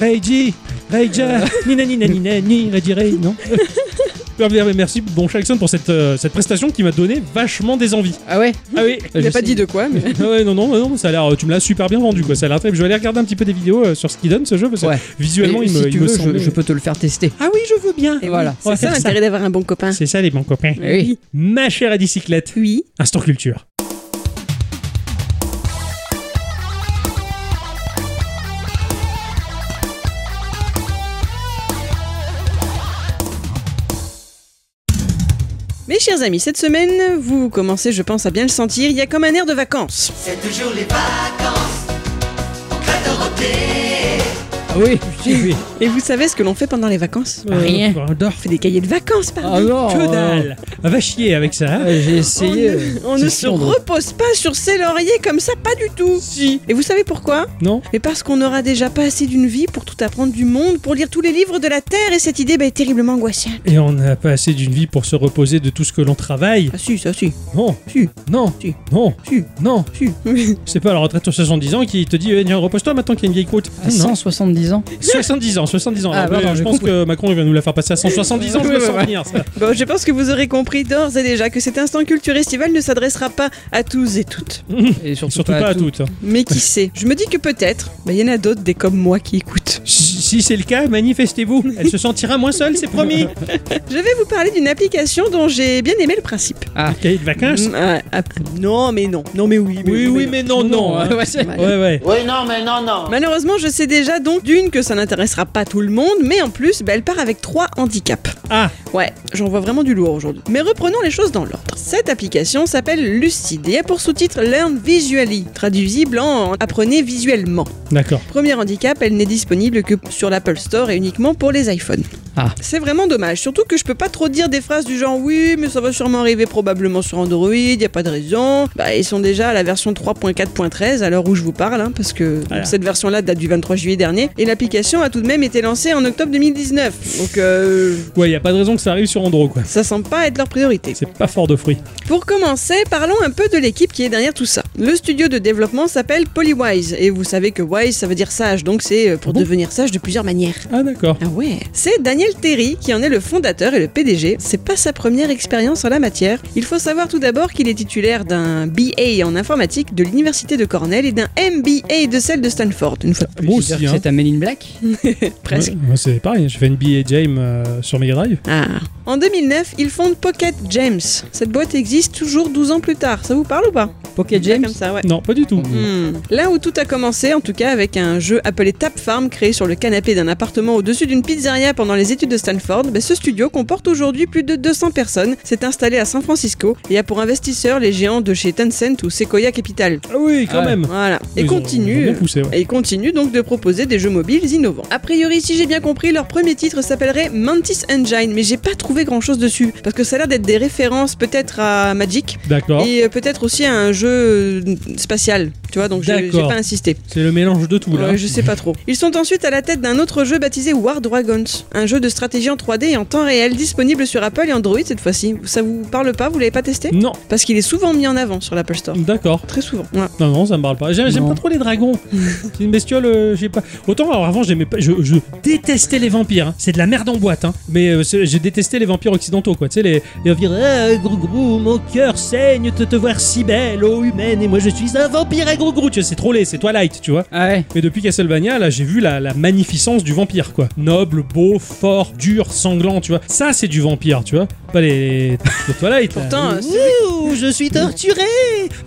S2: Reiji, Reija, Nina Nina Nina Ni Reiji Rei, non Ah, mais- mais Merci, bon Jackson, pour cette, euh, cette prestation qui m'a donné vachement des envies.
S1: Ah ouais
S2: Ah oui,
S3: Il
S1: Je
S3: n'a pas
S1: sais.
S3: dit de quoi, mais
S2: Ah ouais, non, non, non, ça a l'air, euh, tu me l'as super bien vendu, quoi. Ça a l'air très. Je vais aller regarder un petit peu des vidéos euh, sur ce qu'il donne ce jeu, parce que
S1: Ouais.
S2: visuellement,
S1: Mais
S2: il
S1: si
S2: me,
S1: tu
S2: il me
S1: veux,
S2: semblait-
S1: je, je peux te le faire tester.
S2: Ah oui, je veux bien.
S1: Et voilà.
S2: Ouais,
S3: c'est ça
S2: c'est
S3: l'intérêt d'avoir un bon copain.
S2: C'est ça, les bons copains.
S1: Eh oui.
S2: Ma chère à bicyclette,
S3: Oui.
S2: Instant Culture.
S3: Mes chers amis, cette semaine, vous commencez, je pense, à bien le sentir, il y a comme un air de vacances.
S1: Ah oui, oui, oui.
S3: Et vous savez ce que l'on fait pendant les vacances
S1: Rien.
S2: Euh, on dort.
S3: On fait des cahiers de vacances,
S1: Ah
S3: pardon.
S1: non
S2: Que
S1: euh,
S2: dalle. Va chier avec ça. hein.
S1: ouais, Ah, J'ai
S3: on
S1: essayé. euh,
S3: ne, on ne
S1: c'est
S3: se
S1: chiant, donc.
S3: repose pas sur ses lauriers comme ça, pas du tout.
S2: Si.
S3: Et vous savez pourquoi
S2: Non
S3: Mais parce qu'on n'aura déjà pas assez d'une vie pour tout apprendre du monde, pour lire tous les livres de la Terre, et cette idée bah, est terriblement angoissante.
S2: Et on n'a pas assez d'une vie pour se reposer de tout ce que l'on travaille.
S3: Ah si, ça si,
S2: Non,
S3: si,
S2: non,
S3: Si.
S2: non,
S3: si,
S2: non.
S3: si.
S2: C'est pas la retraite sur 70 ans qui te dit eh, tiens, repose-toi maintenant qu'il y a une vieille croûte.
S1: À
S2: non,
S1: 170 ans
S2: 70 ans, 70 ans.
S1: Ah,
S2: Alors,
S1: pardon,
S2: euh, je
S1: j'ai
S2: pense
S1: compris.
S2: que Macron il va nous la faire passer à 170 ans, je
S1: Ouais,
S2: le
S1: ouais,
S2: sens
S1: ouais.
S2: venir, ça.
S3: Bon, je pense que vous aurez compris d'ores et déjà que cet instant culture estival ne s'adressera pas à tous et toutes.
S1: Et surtout,
S2: Surtout pas, à toutes.
S3: Mais qui sait Je me dis que peut-être, bah, il y en a d'autres des comme moi qui écoutent.
S2: Si si c'est le cas, manifestez-vous. Elle se sentira moins seule, c'est promis.
S3: Je vais vous parler d'une application dont j'ai bien aimé le principe.
S2: Cahier de vacances
S3: Mm, ah, ah, non, mais non. Non, mais oui.
S2: Oui, oui, mais non, non. hein.
S1: Ouais, c'est-
S2: Ouais, ouais.
S3: Malheureusement, je sais déjà donc d'une que ça n'intéressera pas tout le monde, mais en plus, bah, elle part avec trois handicaps.
S2: Ah,
S3: Ouais, j'en vois vraiment du lourd aujourd'hui. Mais reprenons les choses dans l'ordre. Cette application s'appelle Lucide et a pour sous-titre Learn Visually, traduisible en Apprenez visuellement.
S2: d'accord.
S3: Premier handicap, elle n'est disponible que sur l'Apple Store et uniquement pour les iPhones.
S1: Ah.
S3: C'est vraiment dommage, surtout que je peux pas trop dire des phrases du genre oui, mais ça va sûrement arriver probablement sur Android, y a pas de raison. Bah, ils sont déjà à la version 3.4.13 à l'heure où je vous parle, hein, parce que
S2: Voilà.
S3: cette version-là date du 23 juillet dernier et l'application a tout de même été lancée en octobre 2019. Donc euh,
S2: Ouais, y a pas de raison que ça arrive sur Android, quoi.
S3: ça semble pas être leur priorité.
S2: C'est pas fort de fruits.
S3: Pour commencer, parlons un peu de l'équipe qui est derrière tout ça. Le studio de développement s'appelle Polywise, et vous savez que wise ça veut dire sage, donc c'est euh, pour
S2: Ah bon
S3: devenir sage de plusieurs manières.
S2: Ah, d'accord.
S3: Ah ouais C'est Daniel Terry qui en est le fondateur et le PDG. C'est pas sa première expérience en la matière. Il faut savoir tout d'abord qu'il est titulaire d'un BA en informatique de l'université de Cornell et d'un MBA de celle de Stanford, une fois de plus.
S2: Moi
S1: C'est-à-dire
S2: aussi, hein.
S1: que C'est un Men in Black
S3: Presque.
S2: Ouais, moi, c'est pareil, j'ai fait une billet James euh, sur Mega Drive.
S3: Ah. En 2009, il fonde Pocket James. Cette boîte existe toujours 12 ans plus tard. Ça vous parle ou pas
S1: Pocket James
S3: Comme ça, ouais.
S2: Non, pas du tout.
S3: Hmm. Là où tout a commencé, en tout cas avec un jeu appelé Tap Farm créé sur le canapé d'un appartement au-dessus d'une pizzeria pendant les études de Stanford, bah, ce studio comporte aujourd'hui plus de 200 personnes, s'est installé à San Francisco et a pour investisseurs les géants de chez Tencent ou Sequoia Capital.
S2: Ah oui, quand
S1: Ah.
S2: même.
S3: Voilà. Et
S2: Ils ont- ils ont
S3: continue.
S2: bien poussé, ouais.
S3: Et ils continuent donc de proposer des jeux mobiles innovants. A priori, si j'ai bien compris, leur premier titre s'appellerait Mantis Engine, mais j'ai pas trouvé grand chose dessus, parce que ça a l'air d'être des références peut-être à Magic,
S2: D'accord.
S3: et euh, peut-être aussi un jeu euh, spatial, tu vois, donc j'ai j'ai
S2: D'accord.
S3: pas insisté.
S2: C'est le mélange de tout, là.
S3: Ouais, je sais pas trop. Ils sont ensuite à la tête d'un autre jeu baptisé War Dragons, un jeu de stratégie en 3D et en temps réel disponible sur Apple et Android cette fois-ci. Ça vous parle pas Vous l'avez pas testé
S2: Non,
S3: Parce qu'il est souvent mis en avant sur l'Apple Store.
S2: d'accord.
S3: Très souvent. Ouais.
S2: Non, non, ça me parle pas. J'ai- J'aime
S1: Non.
S2: pas trop les dragons. C'est une bestiole, euh, j'ai pas. Autant, alors avant, j'aimais pas. Je, je détestais les vampires. hein. C'est de la merde en boîte. Hein. Mais euh, c'est- j'ai détesté les vampires occidentaux, quoi. Tu sais, les. les vampires, Ah, gros gros, mon cœur saigne de te voir si belle, ô humaine, et moi je suis un vampire à gros gros. Tu vois, c'est trop laid, c'est Twilight, tu vois.
S1: Ah ouais
S2: Mais depuis Castlevania, là, j'ai vu la, la magnificence du vampire, quoi. Noble, beau, fort, dur, sanglant, tu vois. Ça, c'est du vampire, tu vois. Pas les. les Twilight, là.
S3: Pourtant, euh,
S2: Ouh, Oh, je suis torturé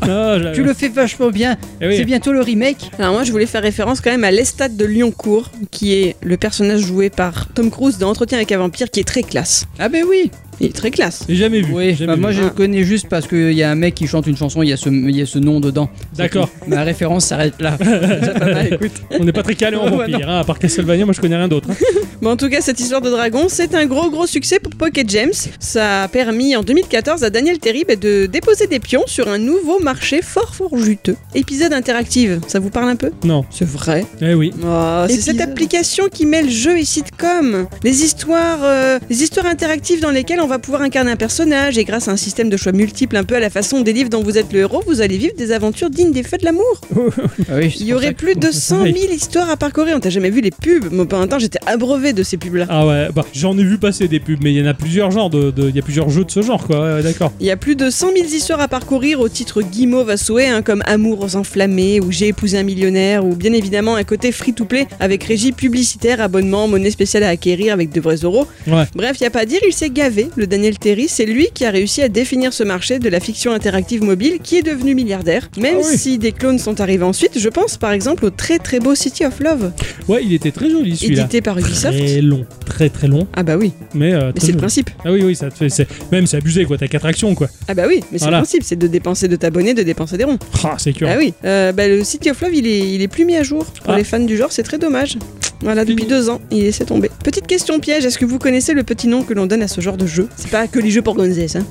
S2: Ah, je-
S1: Tu le fais vachement bien.
S2: Eh oui.
S1: C'est bientôt le remake.
S3: Alors moi je voulais faire référence quand même à l'Estat de Lyoncourt, qui est le personnage joué par Tom Cruise dans Entretien avec un vampire, qui est très classe.
S1: Ah ben oui.
S3: Il est très classe.
S2: J'ai jamais vu.
S1: Oui,
S2: jamais
S1: bah, moi
S2: vu.
S1: je connais juste parce qu'il y a un mec qui chante une chanson, il y, a ce- il y a ce nom dedans. C'est
S2: D'accord.
S1: tout. Ma référence s'arrête là. C'est pas mal, écoute.
S2: On n'est pas très calé en
S1: Ouais,
S2: vampire, hein, à part Castlevania, moi je connais rien d'autre. hein.
S3: Bon, en tout cas, cette histoire de dragon, c'est un gros gros succès pour Pocket James. Ça a permis en 2014 à Daniel Terry bah, de déposer des pions sur un nouveau marché fort fort juteux. Épisode interactive, ça vous parle un peu
S2: Non.
S3: C'est vrai.
S2: Eh oui.
S3: Oh, c'est cette application qui mêle jeu et sitcom. Les histoires, euh, les histoires interactives dans lesquelles on va pouvoir incarner un personnage et grâce à un système de choix multiples, un peu à la façon des livres dont vous êtes le héros, vous allez vivre des aventures dignes des feux de l'amour.
S1: Ah oui, c'est
S3: Il y
S1: pour
S3: aurait
S1: ça que-
S3: plus de 100 000 histoires à parcourir. On t'a jamais vu les pubs Moi, pendant un temps, j'étais abreuvé de ces pubs-là.
S2: Ah ouais, bah, j'en ai vu passer des pubs, mais il y en a plusieurs genres, de, de- il y a plusieurs jeux de ce genre, quoi. Ouais, ouais, d'accord.
S3: Il y a plus de 100 000 histoires à parcourir au titre guimauve à souhait, hein, comme Amour aux enflammés, ou J'ai épousé un millionnaire, ou bien évidemment un côté free-to-play avec régie publicitaire, abonnement, monnaie spéciale à acquérir avec de vrais euros.
S2: Ouais.
S3: Bref, il a pas à dire, il s'est gavé. Le Daniel Terry, c'est lui qui a réussi à définir ce marché de la fiction interactive mobile qui est devenu milliardaire. Même
S2: Ah oui.
S3: si des clones sont arrivés ensuite, je pense par exemple au très très beau City of Love,
S2: Ouais, il était très joli celui-là.
S3: édité par Ubisoft.
S2: Très long, très très long,
S3: Ah bah oui,
S2: mais, euh, très
S3: mais c'est le
S2: joli.
S3: principe.
S2: Ah oui, oui, ça te fait. c'est- Même c'est abusé, quoi. T'as quatre actions, quoi.
S3: Ah bah oui, mais c'est
S2: Voilà.
S3: le principe, c'est de dépenser, de t'abonner, de dépenser des ronds.
S2: Ah, c'est cure.
S3: Ah oui, euh, bah, le City of Love il est, il est plus mis à jour. Pour
S2: Ah.
S3: les fans du genre, c'est très dommage. Voilà, depuis
S2: Fini.
S3: deux ans, il est laissé tomber. Petite question piège, est-ce que vous connaissez le petit nom que l'on donne à ce genre de jeu C'est pas que les jeux pour gonzesses, hein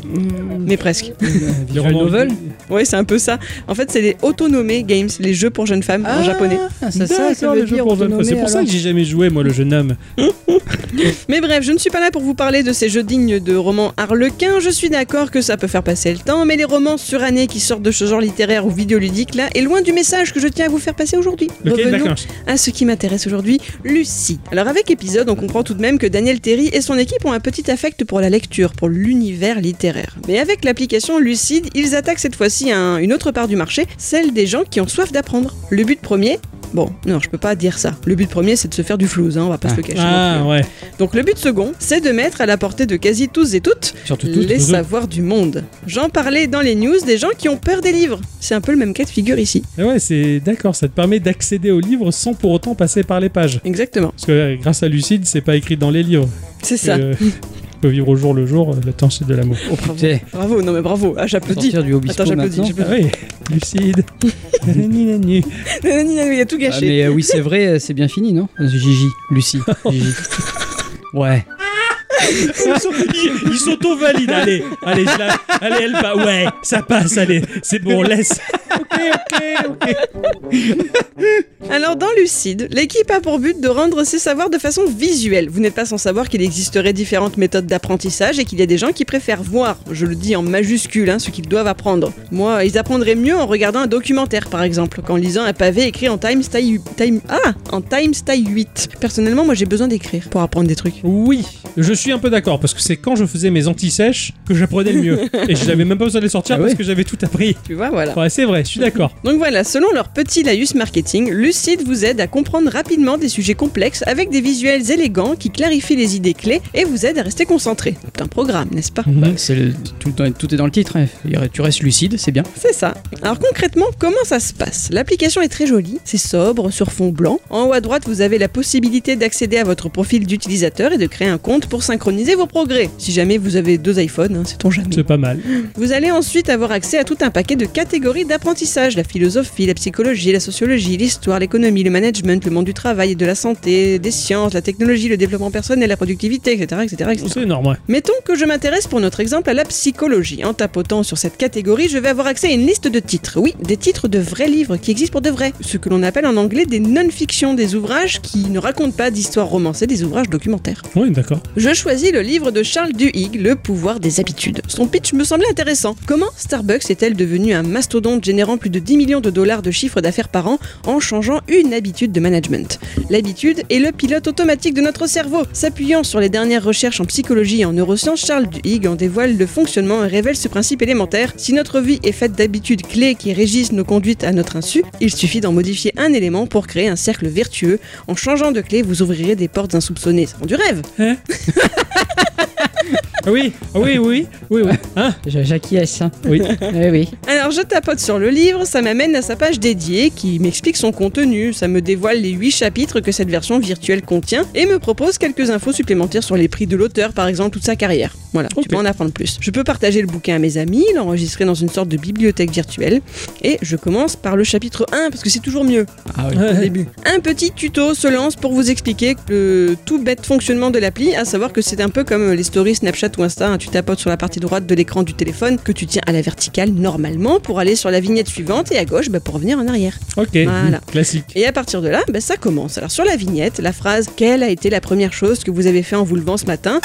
S3: mais presque.
S2: Les
S1: Visual
S2: romans-
S1: novel
S3: Ouais, c'est un peu ça. En fait, c'est les autonomés games, les jeux pour jeunes femmes en japonais.
S1: Ah, ça, ça, ça
S2: D'accord,
S1: veut
S2: les jeux
S1: dire
S2: pour jeunes femmes.
S1: autonomé,
S2: C'est pour ça
S1: alors.
S2: que j'ai jamais joué, moi, le jeune homme.
S3: Mais bref, je ne suis pas là pour vous parler de ces jeux dignes de romans harlequins. Je suis d'accord que ça peut faire passer le temps, mais les romans surannés qui sortent de ce genre littéraire ou vidéoludique là est loin du message que je tiens à vous faire passer aujourd'hui.
S2: Ok,
S3: Revenons
S2: d'accord.
S3: à ce qui m'intéresse aujourd'hui, Lucie. Alors avec épisode, on comprend tout de même que Daniel Terry et son équipe ont un petit affect pour la lecture, pour l'univers littéraire. Mais avec l'application Lucide, ils attaquent cette fois-ci un- une autre part du marché, celle des gens qui ont soif d'apprendre. Le but premier Bon, non, je peux pas dire ça. Le but premier, c'est de se faire du flouze, hein, on va pas se le cacher. non
S2: Ah
S3: plus.
S2: ouais.
S3: Donc le but second, c'est de mettre à la portée de quasi tous et toutes
S2: Surtout toutes,
S3: les
S2: surtout-
S3: savoirs du monde. J'en parlais dans les news des gens qui ont peur des livres. C'est un peu le même cas de figure ici.
S2: Ah Ouais, c'est d'accord. Ça te permet d'accéder au livre sans pour autant passer par les pages.
S3: Exactement.
S2: Parce que euh, grâce à Lucide, c'est pas écrit dans les livres.
S3: C'est ça.
S2: Euh, on peut vivre au jour le jour, euh, le temps c'est de l'amour.
S1: Oh putain,
S3: Bravo, non mais bravo. Ah, j'applaudis.
S1: sortir du Hobispo
S3: Attends, j'applaudis,
S1: maintenant.
S2: Ah oui, Lucide. Nani, nani.
S3: Nanani, nanani, Il a tout
S1: Ah,
S3: gâché.
S1: mais euh, oui, c'est vrai, euh, c'est bien fini, non Gigi, Lucie, Gigi. Ouais.
S2: Ils sont- ils- ils s'auto-valident. Allez, allez, je la- allez, elle va. Ouais, ça passe, allez, c'est bon, laisse. Ok, ok, ok.
S3: Alors dans Lucide, l'équipe a pour but de rendre ses savoirs de façon visuelle. Vous n'êtes pas sans savoir qu'il existerait différentes méthodes d'apprentissage et qu'il y a des gens qui préfèrent voir, je le dis en majuscule, hein, ce qu'ils doivent apprendre. Moi, ils apprendraient mieux en regardant un documentaire par exemple, qu'en lisant un pavé écrit en Times Style Time, ah, en Times Style 8. Personnellement, moi j'ai besoin d'écrire pour apprendre des trucs.
S2: Oui, je suis un peu d'accord parce que c'est quand je faisais mes anti-sèches que j'apprenais le mieux. Et je n'avais même pas besoin de les sortir
S1: Ah
S2: parce
S1: ouais
S2: que j'avais tout appris.
S3: Tu vois, voilà.
S2: Ouais, c'est vrai, je suis d'accord.
S3: Donc voilà, selon leur petit laïus marketing, Lucide vous aide à comprendre rapidement des sujets complexes avec des visuels élégants qui clarifient les idées clés et vous aident à rester concentré. C'est un programme, n'est-ce pas
S1: Bah, c'est le- tout, le temps- tout est dans le titre. hein. Il y aurait- Tu restes lucide, c'est bien.
S3: C'est ça. Alors concrètement, comment ça se passe L'application est très jolie, c'est sobre, sur fond blanc. En haut à droite, vous avez la possibilité d'accéder à votre profil d'utilisateur et de créer un compte pour synchroniser vos progrès. Si jamais vous avez deux iPhones, hein, sait-on jamais.
S2: C'est pas mal.
S3: Vous allez ensuite avoir accès à tout un paquet de catégories d'apprentissage la philosophie, la psychologie, la sociologie, l'histoire, l'économie, le management, le monde du travail et de la santé, des sciences, la technologie, le développement personnel, la productivité, etc. etc., etc.
S2: C'est énorme, ouais.
S3: Mettons que je m'intéresse pour notre exemple à la psychologie. En tapotant sur cette catégorie, je vais avoir accès à une liste de titres. Oui, des titres de vrais livres qui existent pour de vrai. Ce que l'on appelle en anglais des non-fiction, des ouvrages qui ne racontent pas d'histoire romancée, des ouvrages documentaires.
S2: Oui, d'accord.
S3: Je choisis le livre de Charles Duhigg, Le pouvoir des habitudes. Son pitch me semblait intéressant. Comment Starbucks est-elle devenue un mastodonte générant plus de 10 millions de dollars de chiffre d'affaires par an en changeant une habitude de management L'habitude est le pilote automatique de notre cerveau. S'appuyant sur les dernières recherches en psychologie et en neurosciences, Charles Duhigg en dévoile le fonctionnement et révèle ce principe élémentaire. Si notre vie est faite d'habitudes clés qui régissent nos conduites à notre insu, il suffit d'en modifier un élément pour créer un cercle vertueux. En changeant de clé, vous ouvrirez des portes insoupçonnées. C'est du rêve
S2: Ah Oui, oui, oui, oui, oui. Hein
S1: Je- J'acquiesce. hein.
S2: Oui.
S1: Oui, oui.
S3: Alors je tapote sur le livre, ça m'amène à sa page dédiée qui m'explique son contenu, ça me dévoile les 8 chapitres que cette version virtuelle contient et me propose quelques infos supplémentaires sur les prix de l'auteur par exemple ou de sa carrière. Voilà,
S2: Ok.
S3: tu peux en apprendre plus. Je peux partager le bouquin à mes amis, l'enregistrer dans une sorte de bibliothèque virtuelle et je commence par le chapitre 1 parce que c'est toujours mieux.
S1: Ah oui.
S2: Ouais, ouais.
S3: Un petit tuto se lance pour vous expliquer le tout bête fonctionnement de l'appli, à savoir que c'est un peu comme les stories Snapchat ou Insta, hein. tu tapotes sur la partie droite de l'écran du téléphone que tu tiens à la verticale normalement pour aller sur la vignette suivante et à gauche bah, pour revenir en arrière.
S2: Ok,
S3: Voilà.
S2: classique.
S3: Et à partir de là, bah, ça commence. Alors sur la vignette, la phrase Quelle a été la première chose que vous avez fait en vous levant ce matin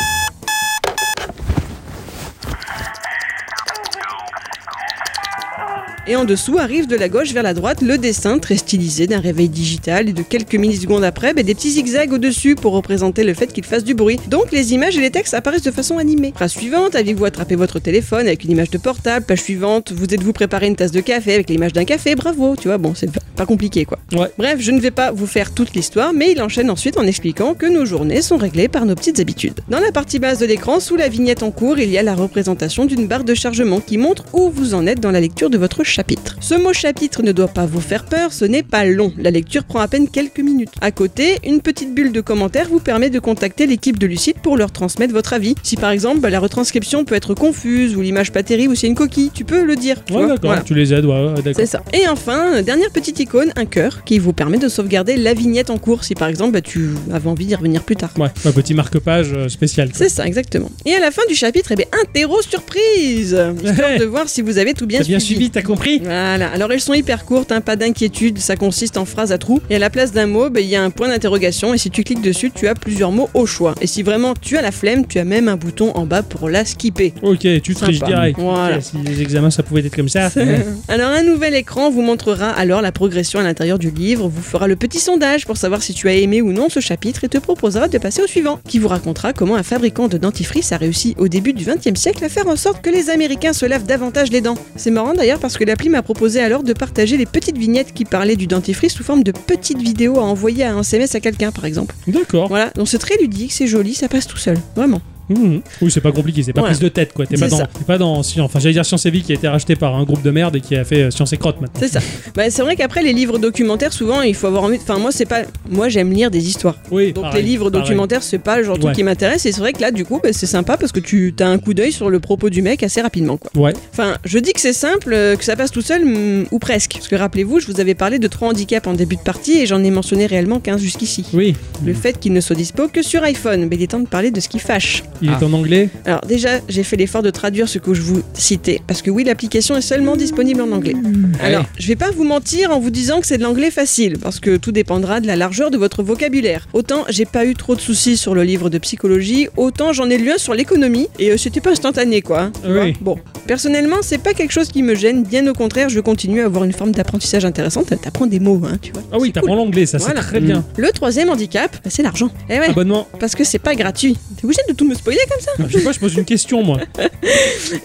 S3: Et en dessous arrive de la gauche vers la droite le dessin très stylisé d'un réveil digital et de quelques millisecondes après, bah, des petits zigzags au-dessus pour représenter le fait qu'il fasse du bruit. Donc les images et les textes apparaissent de façon animée. Phrase suivante, avez-vous attrapé votre téléphone avec une image de portable Page suivante, vous êtes-vous préparé une tasse de café avec l'image d'un café Bravo, tu vois, bon, c'est pas- pas compliqué quoi.
S2: Ouais.
S3: Bref, je ne vais pas vous faire toute l'histoire, mais il enchaîne ensuite en expliquant que nos journées sont réglées par nos petites habitudes. Dans la partie basse de l'écran, sous la vignette en cours, il y a la représentation d'une barre de chargement qui montre où vous en êtes dans la lecture de votre chapitre. Ce mot chapitre ne doit pas vous faire peur, ce n'est pas long. La lecture prend à peine quelques minutes. À côté, une petite bulle de commentaires vous permet de contacter l'équipe de Lucide pour leur transmettre votre avis. Si par exemple, bah, la retranscription peut être confuse ou l'image pas terrible ou c'est une coquille, tu peux le dire. tu
S2: Ouais,
S3: vois.
S2: d'accord,
S3: Voilà.
S2: tu les aides, ouais, ouais, d'accord.
S3: C'est ça. Et enfin, euh, dernière petite icône, un cœur, qui vous permet de sauvegarder la vignette en cours si par exemple bah, tu avais envie d'y revenir plus tard.
S2: Ouais, bah, un petit marque-page euh, spécial. quoi.
S3: C'est ça, exactement. Et à la fin du chapitre, eh bien, interro surprise Histoire
S2: Ouais.
S3: de voir si vous avez tout bien
S2: T'as bien
S3: suivi.
S2: suivi, t'as compris
S3: Voilà, alors elles sont hyper courtes, hein, pas d'inquiétude, ça consiste en phrases à trous. Et à la place d'un mot, bah, il y a un point d'interrogation et si tu cliques dessus, tu as plusieurs mots au choix. Et si vraiment tu as la flemme, tu as même un bouton en bas pour la skipper.
S2: Ok, tu triches
S3: Sympa.
S2: direct.
S3: Voilà.
S2: Ok, Si les examens ça pouvait être comme ça.
S3: Alors un nouvel écran vous montrera alors la progression à l'intérieur du livre, vous fera le petit sondage pour savoir si tu as aimé ou non ce chapitre et te proposera de passer au suivant, qui vous racontera comment un fabricant de dentifrice a réussi au début du XXe siècle à faire en sorte que les Américains se lavent davantage les dents. C'est marrant d'ailleurs parce que l'appli m'a proposé alors de partager les petites vignettes qui parlaient du dentifrice sous forme de petites vidéos à envoyer à un SMS à quelqu'un par exemple.
S2: D'accord.
S3: Voilà, donc c'est très ludique, c'est joli, ça passe tout seul, vraiment.
S2: Mhm. Oui, c'est pas compliqué, c'est pas
S3: Voilà.
S2: prise de tête quoi. T'es pas,
S3: C'est
S2: dans-
S3: ça.
S2: t'es pas dans Science. Enfin, j'allais dire Science et Vie qui a été racheté par un groupe de merde et qui a fait euh, Science et Crotte maintenant.
S3: C'est ça. Bah, c'est vrai qu'après les livres documentaires, souvent il faut avoir envie. Enfin, moi c'est pas. Moi j'aime lire des histoires.
S2: Oui,
S3: Donc
S2: pareil,
S3: les livres
S2: pareil.
S3: documentaires, c'est pas le genre de
S2: Ouais.
S3: truc qui m'intéresse. Et c'est vrai que là, du coup, bah, c'est sympa parce que tu as un coup d'œil sur le propos du mec assez rapidement. Quoi.
S2: Ouais.
S3: Enfin, je dis que c'est simple, euh, que ça passe tout seul, mm, ou presque. Parce que rappelez-vous, je vous avais parlé de trois handicaps en début de partie et j'en ai mentionné réellement 15 jusqu'ici.
S2: Oui,
S3: Le fait qu'il ne soit dispo que sur iPhone. Mais il est temps de parler de ce qui fâche.
S2: il est en anglais.
S3: Alors déjà, j'ai fait l'effort de traduire ce que je vous citais, parce que oui, l'application est seulement disponible en anglais.
S2: Ah
S3: Alors, je vais pas vous mentir en vous disant que c'est de l'anglais facile, parce que tout dépendra de la largeur de votre vocabulaire. Autant j'ai pas eu trop de soucis sur le livre de psychologie, autant j'en ai lu un sur l'économie, et euh, c'était pas instantané quoi. hein, tu vois.
S2: Oui.
S3: Bon, personnellement, c'est pas quelque chose qui me gêne, bien au contraire, je continue à avoir une forme d'apprentissage intéressante, t'apprends des mots, hein, tu vois.
S2: Ah oui,
S3: C'est
S2: t'apprends
S3: cool.
S2: l'anglais, ça
S3: Voilà.
S2: c'est très bien.
S3: Le troisième handicap, bah, c'est l'argent. Eh ouais,
S2: Abonnement.
S3: parce que c'est pas gratuit. T'es obligé de tout me spoiler comme ça
S2: Je sais pas, je pose une question moi.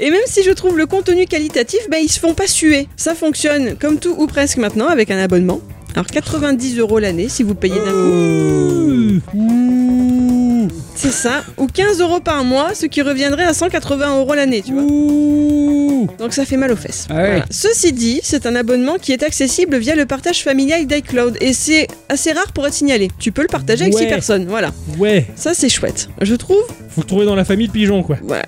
S3: Et même si je trouve le contenu qualitatif, bah, ils se font pas suer. Ça fonctionne comme tout ou presque maintenant avec un abonnement. Alors 90 euros l'année si vous payez d'un coup,
S2: Ouh.
S3: c'est ça, ou 15 euros par mois, ce qui reviendrait à 180 euros l'année, tu vois.
S2: Ouh.
S3: Donc ça fait mal aux fesses.
S1: Ah ouais.
S3: Voilà. Ceci dit, c'est un abonnement qui est accessible via le partage familial d'iCloud et c'est assez rare pour être signalé. Tu peux le partager avec 6
S2: Ouais.
S3: personnes, voilà.
S2: Ouais,
S3: Ça c'est chouette. Je trouve,
S2: faut le trouver dans la famille de pigeons quoi.
S3: voilà,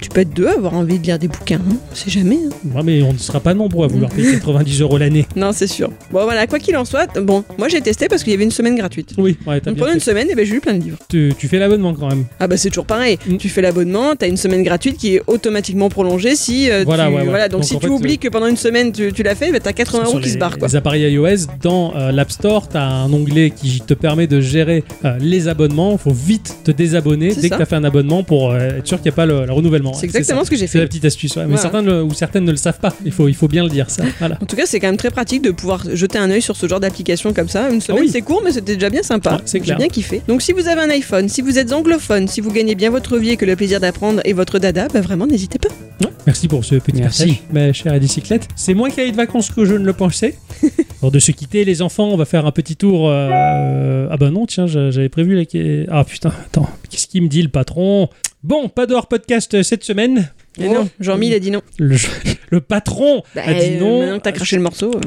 S3: tu peux être deux à avoir envie de lire des bouquins, hein. on sait jamais. hein.
S2: Ouais, mais on ne sera pas nombreux à vouloir payer 90 euros l'année.
S3: Non, c'est sûr. Bon, voilà, quoi qu'il en soit, bon, moi j'ai testé parce qu'il y avait une semaine gratuite.
S2: Oui, ouais, t'as bien
S3: Donc pendant
S2: fait.
S3: une semaine, eh ben, j'ai lu plein de livres.
S2: Tu, tu fais l'abonnement quand même.
S3: Ah bah c'est toujours pareil.
S2: Mm.
S3: Tu fais l'abonnement, t'as une semaine gratuite qui est automatiquement prolongée si euh,
S2: Voilà,
S3: tu-
S2: ouais, ouais.
S3: donc,
S2: Donc, en
S3: si tu
S2: fait, euh,
S3: oublies que pendant une semaine tu, tu l'as fait, bah, t'as 80
S2: Sur
S3: euros qui
S2: les-
S3: se barrent quoi.
S2: Les appareils iOS, dans euh, l'App Store, t'as un onglet qui te permet de gérer euh, les abonnements. Faut vite te désabonner
S3: C'est
S2: dès
S3: ça.
S2: que t'as fait un abonnement pour euh, être sûr qu'il n'y a pas le, le renouvellement.
S3: C'est
S2: Ouais,
S3: exactement
S2: ça.
S3: ce que j'ai
S2: C'est la
S3: fait.
S2: petite astuce, ouais. mais
S3: Voilà.
S2: certains ne- ou certaines ne le savent pas. Il faut, il faut bien le dire, ça. Voilà.
S3: En tout cas, c'est quand même très pratique de pouvoir jeter un œil sur ce genre d'application comme ça. Une semaine,
S2: Ah oui.
S3: c'est court, mais c'était déjà bien sympa.
S2: Ah, c'est
S3: J'ai
S2: clair.
S3: bien kiffé. Donc, si vous avez un iPhone, si vous êtes anglophone, si vous gagnez bien votre vie et que le plaisir d'apprendre est votre dada, bah vraiment, n'hésitez pas.
S2: Ouais. Merci pour ce petit
S1: Merci.
S2: partage, ma chère bicyclette. C'est moins qu'à de vacances que je ne le pensais. Avant de se quitter, les enfants, on va faire un petit tour. euh, Ah bah non, tiens, j'a- j'avais prévu la. Ah putain, attends, qu'est-ce qui qui me dit le patron. Bon, pas d'or podcast euh, cette semaine.
S3: Mais non, Oh, Jean-Mi, il a dit non.
S2: Le, le patron a dit
S3: euh,
S2: non.
S3: Maintenant que t'as craché le morceau. euh.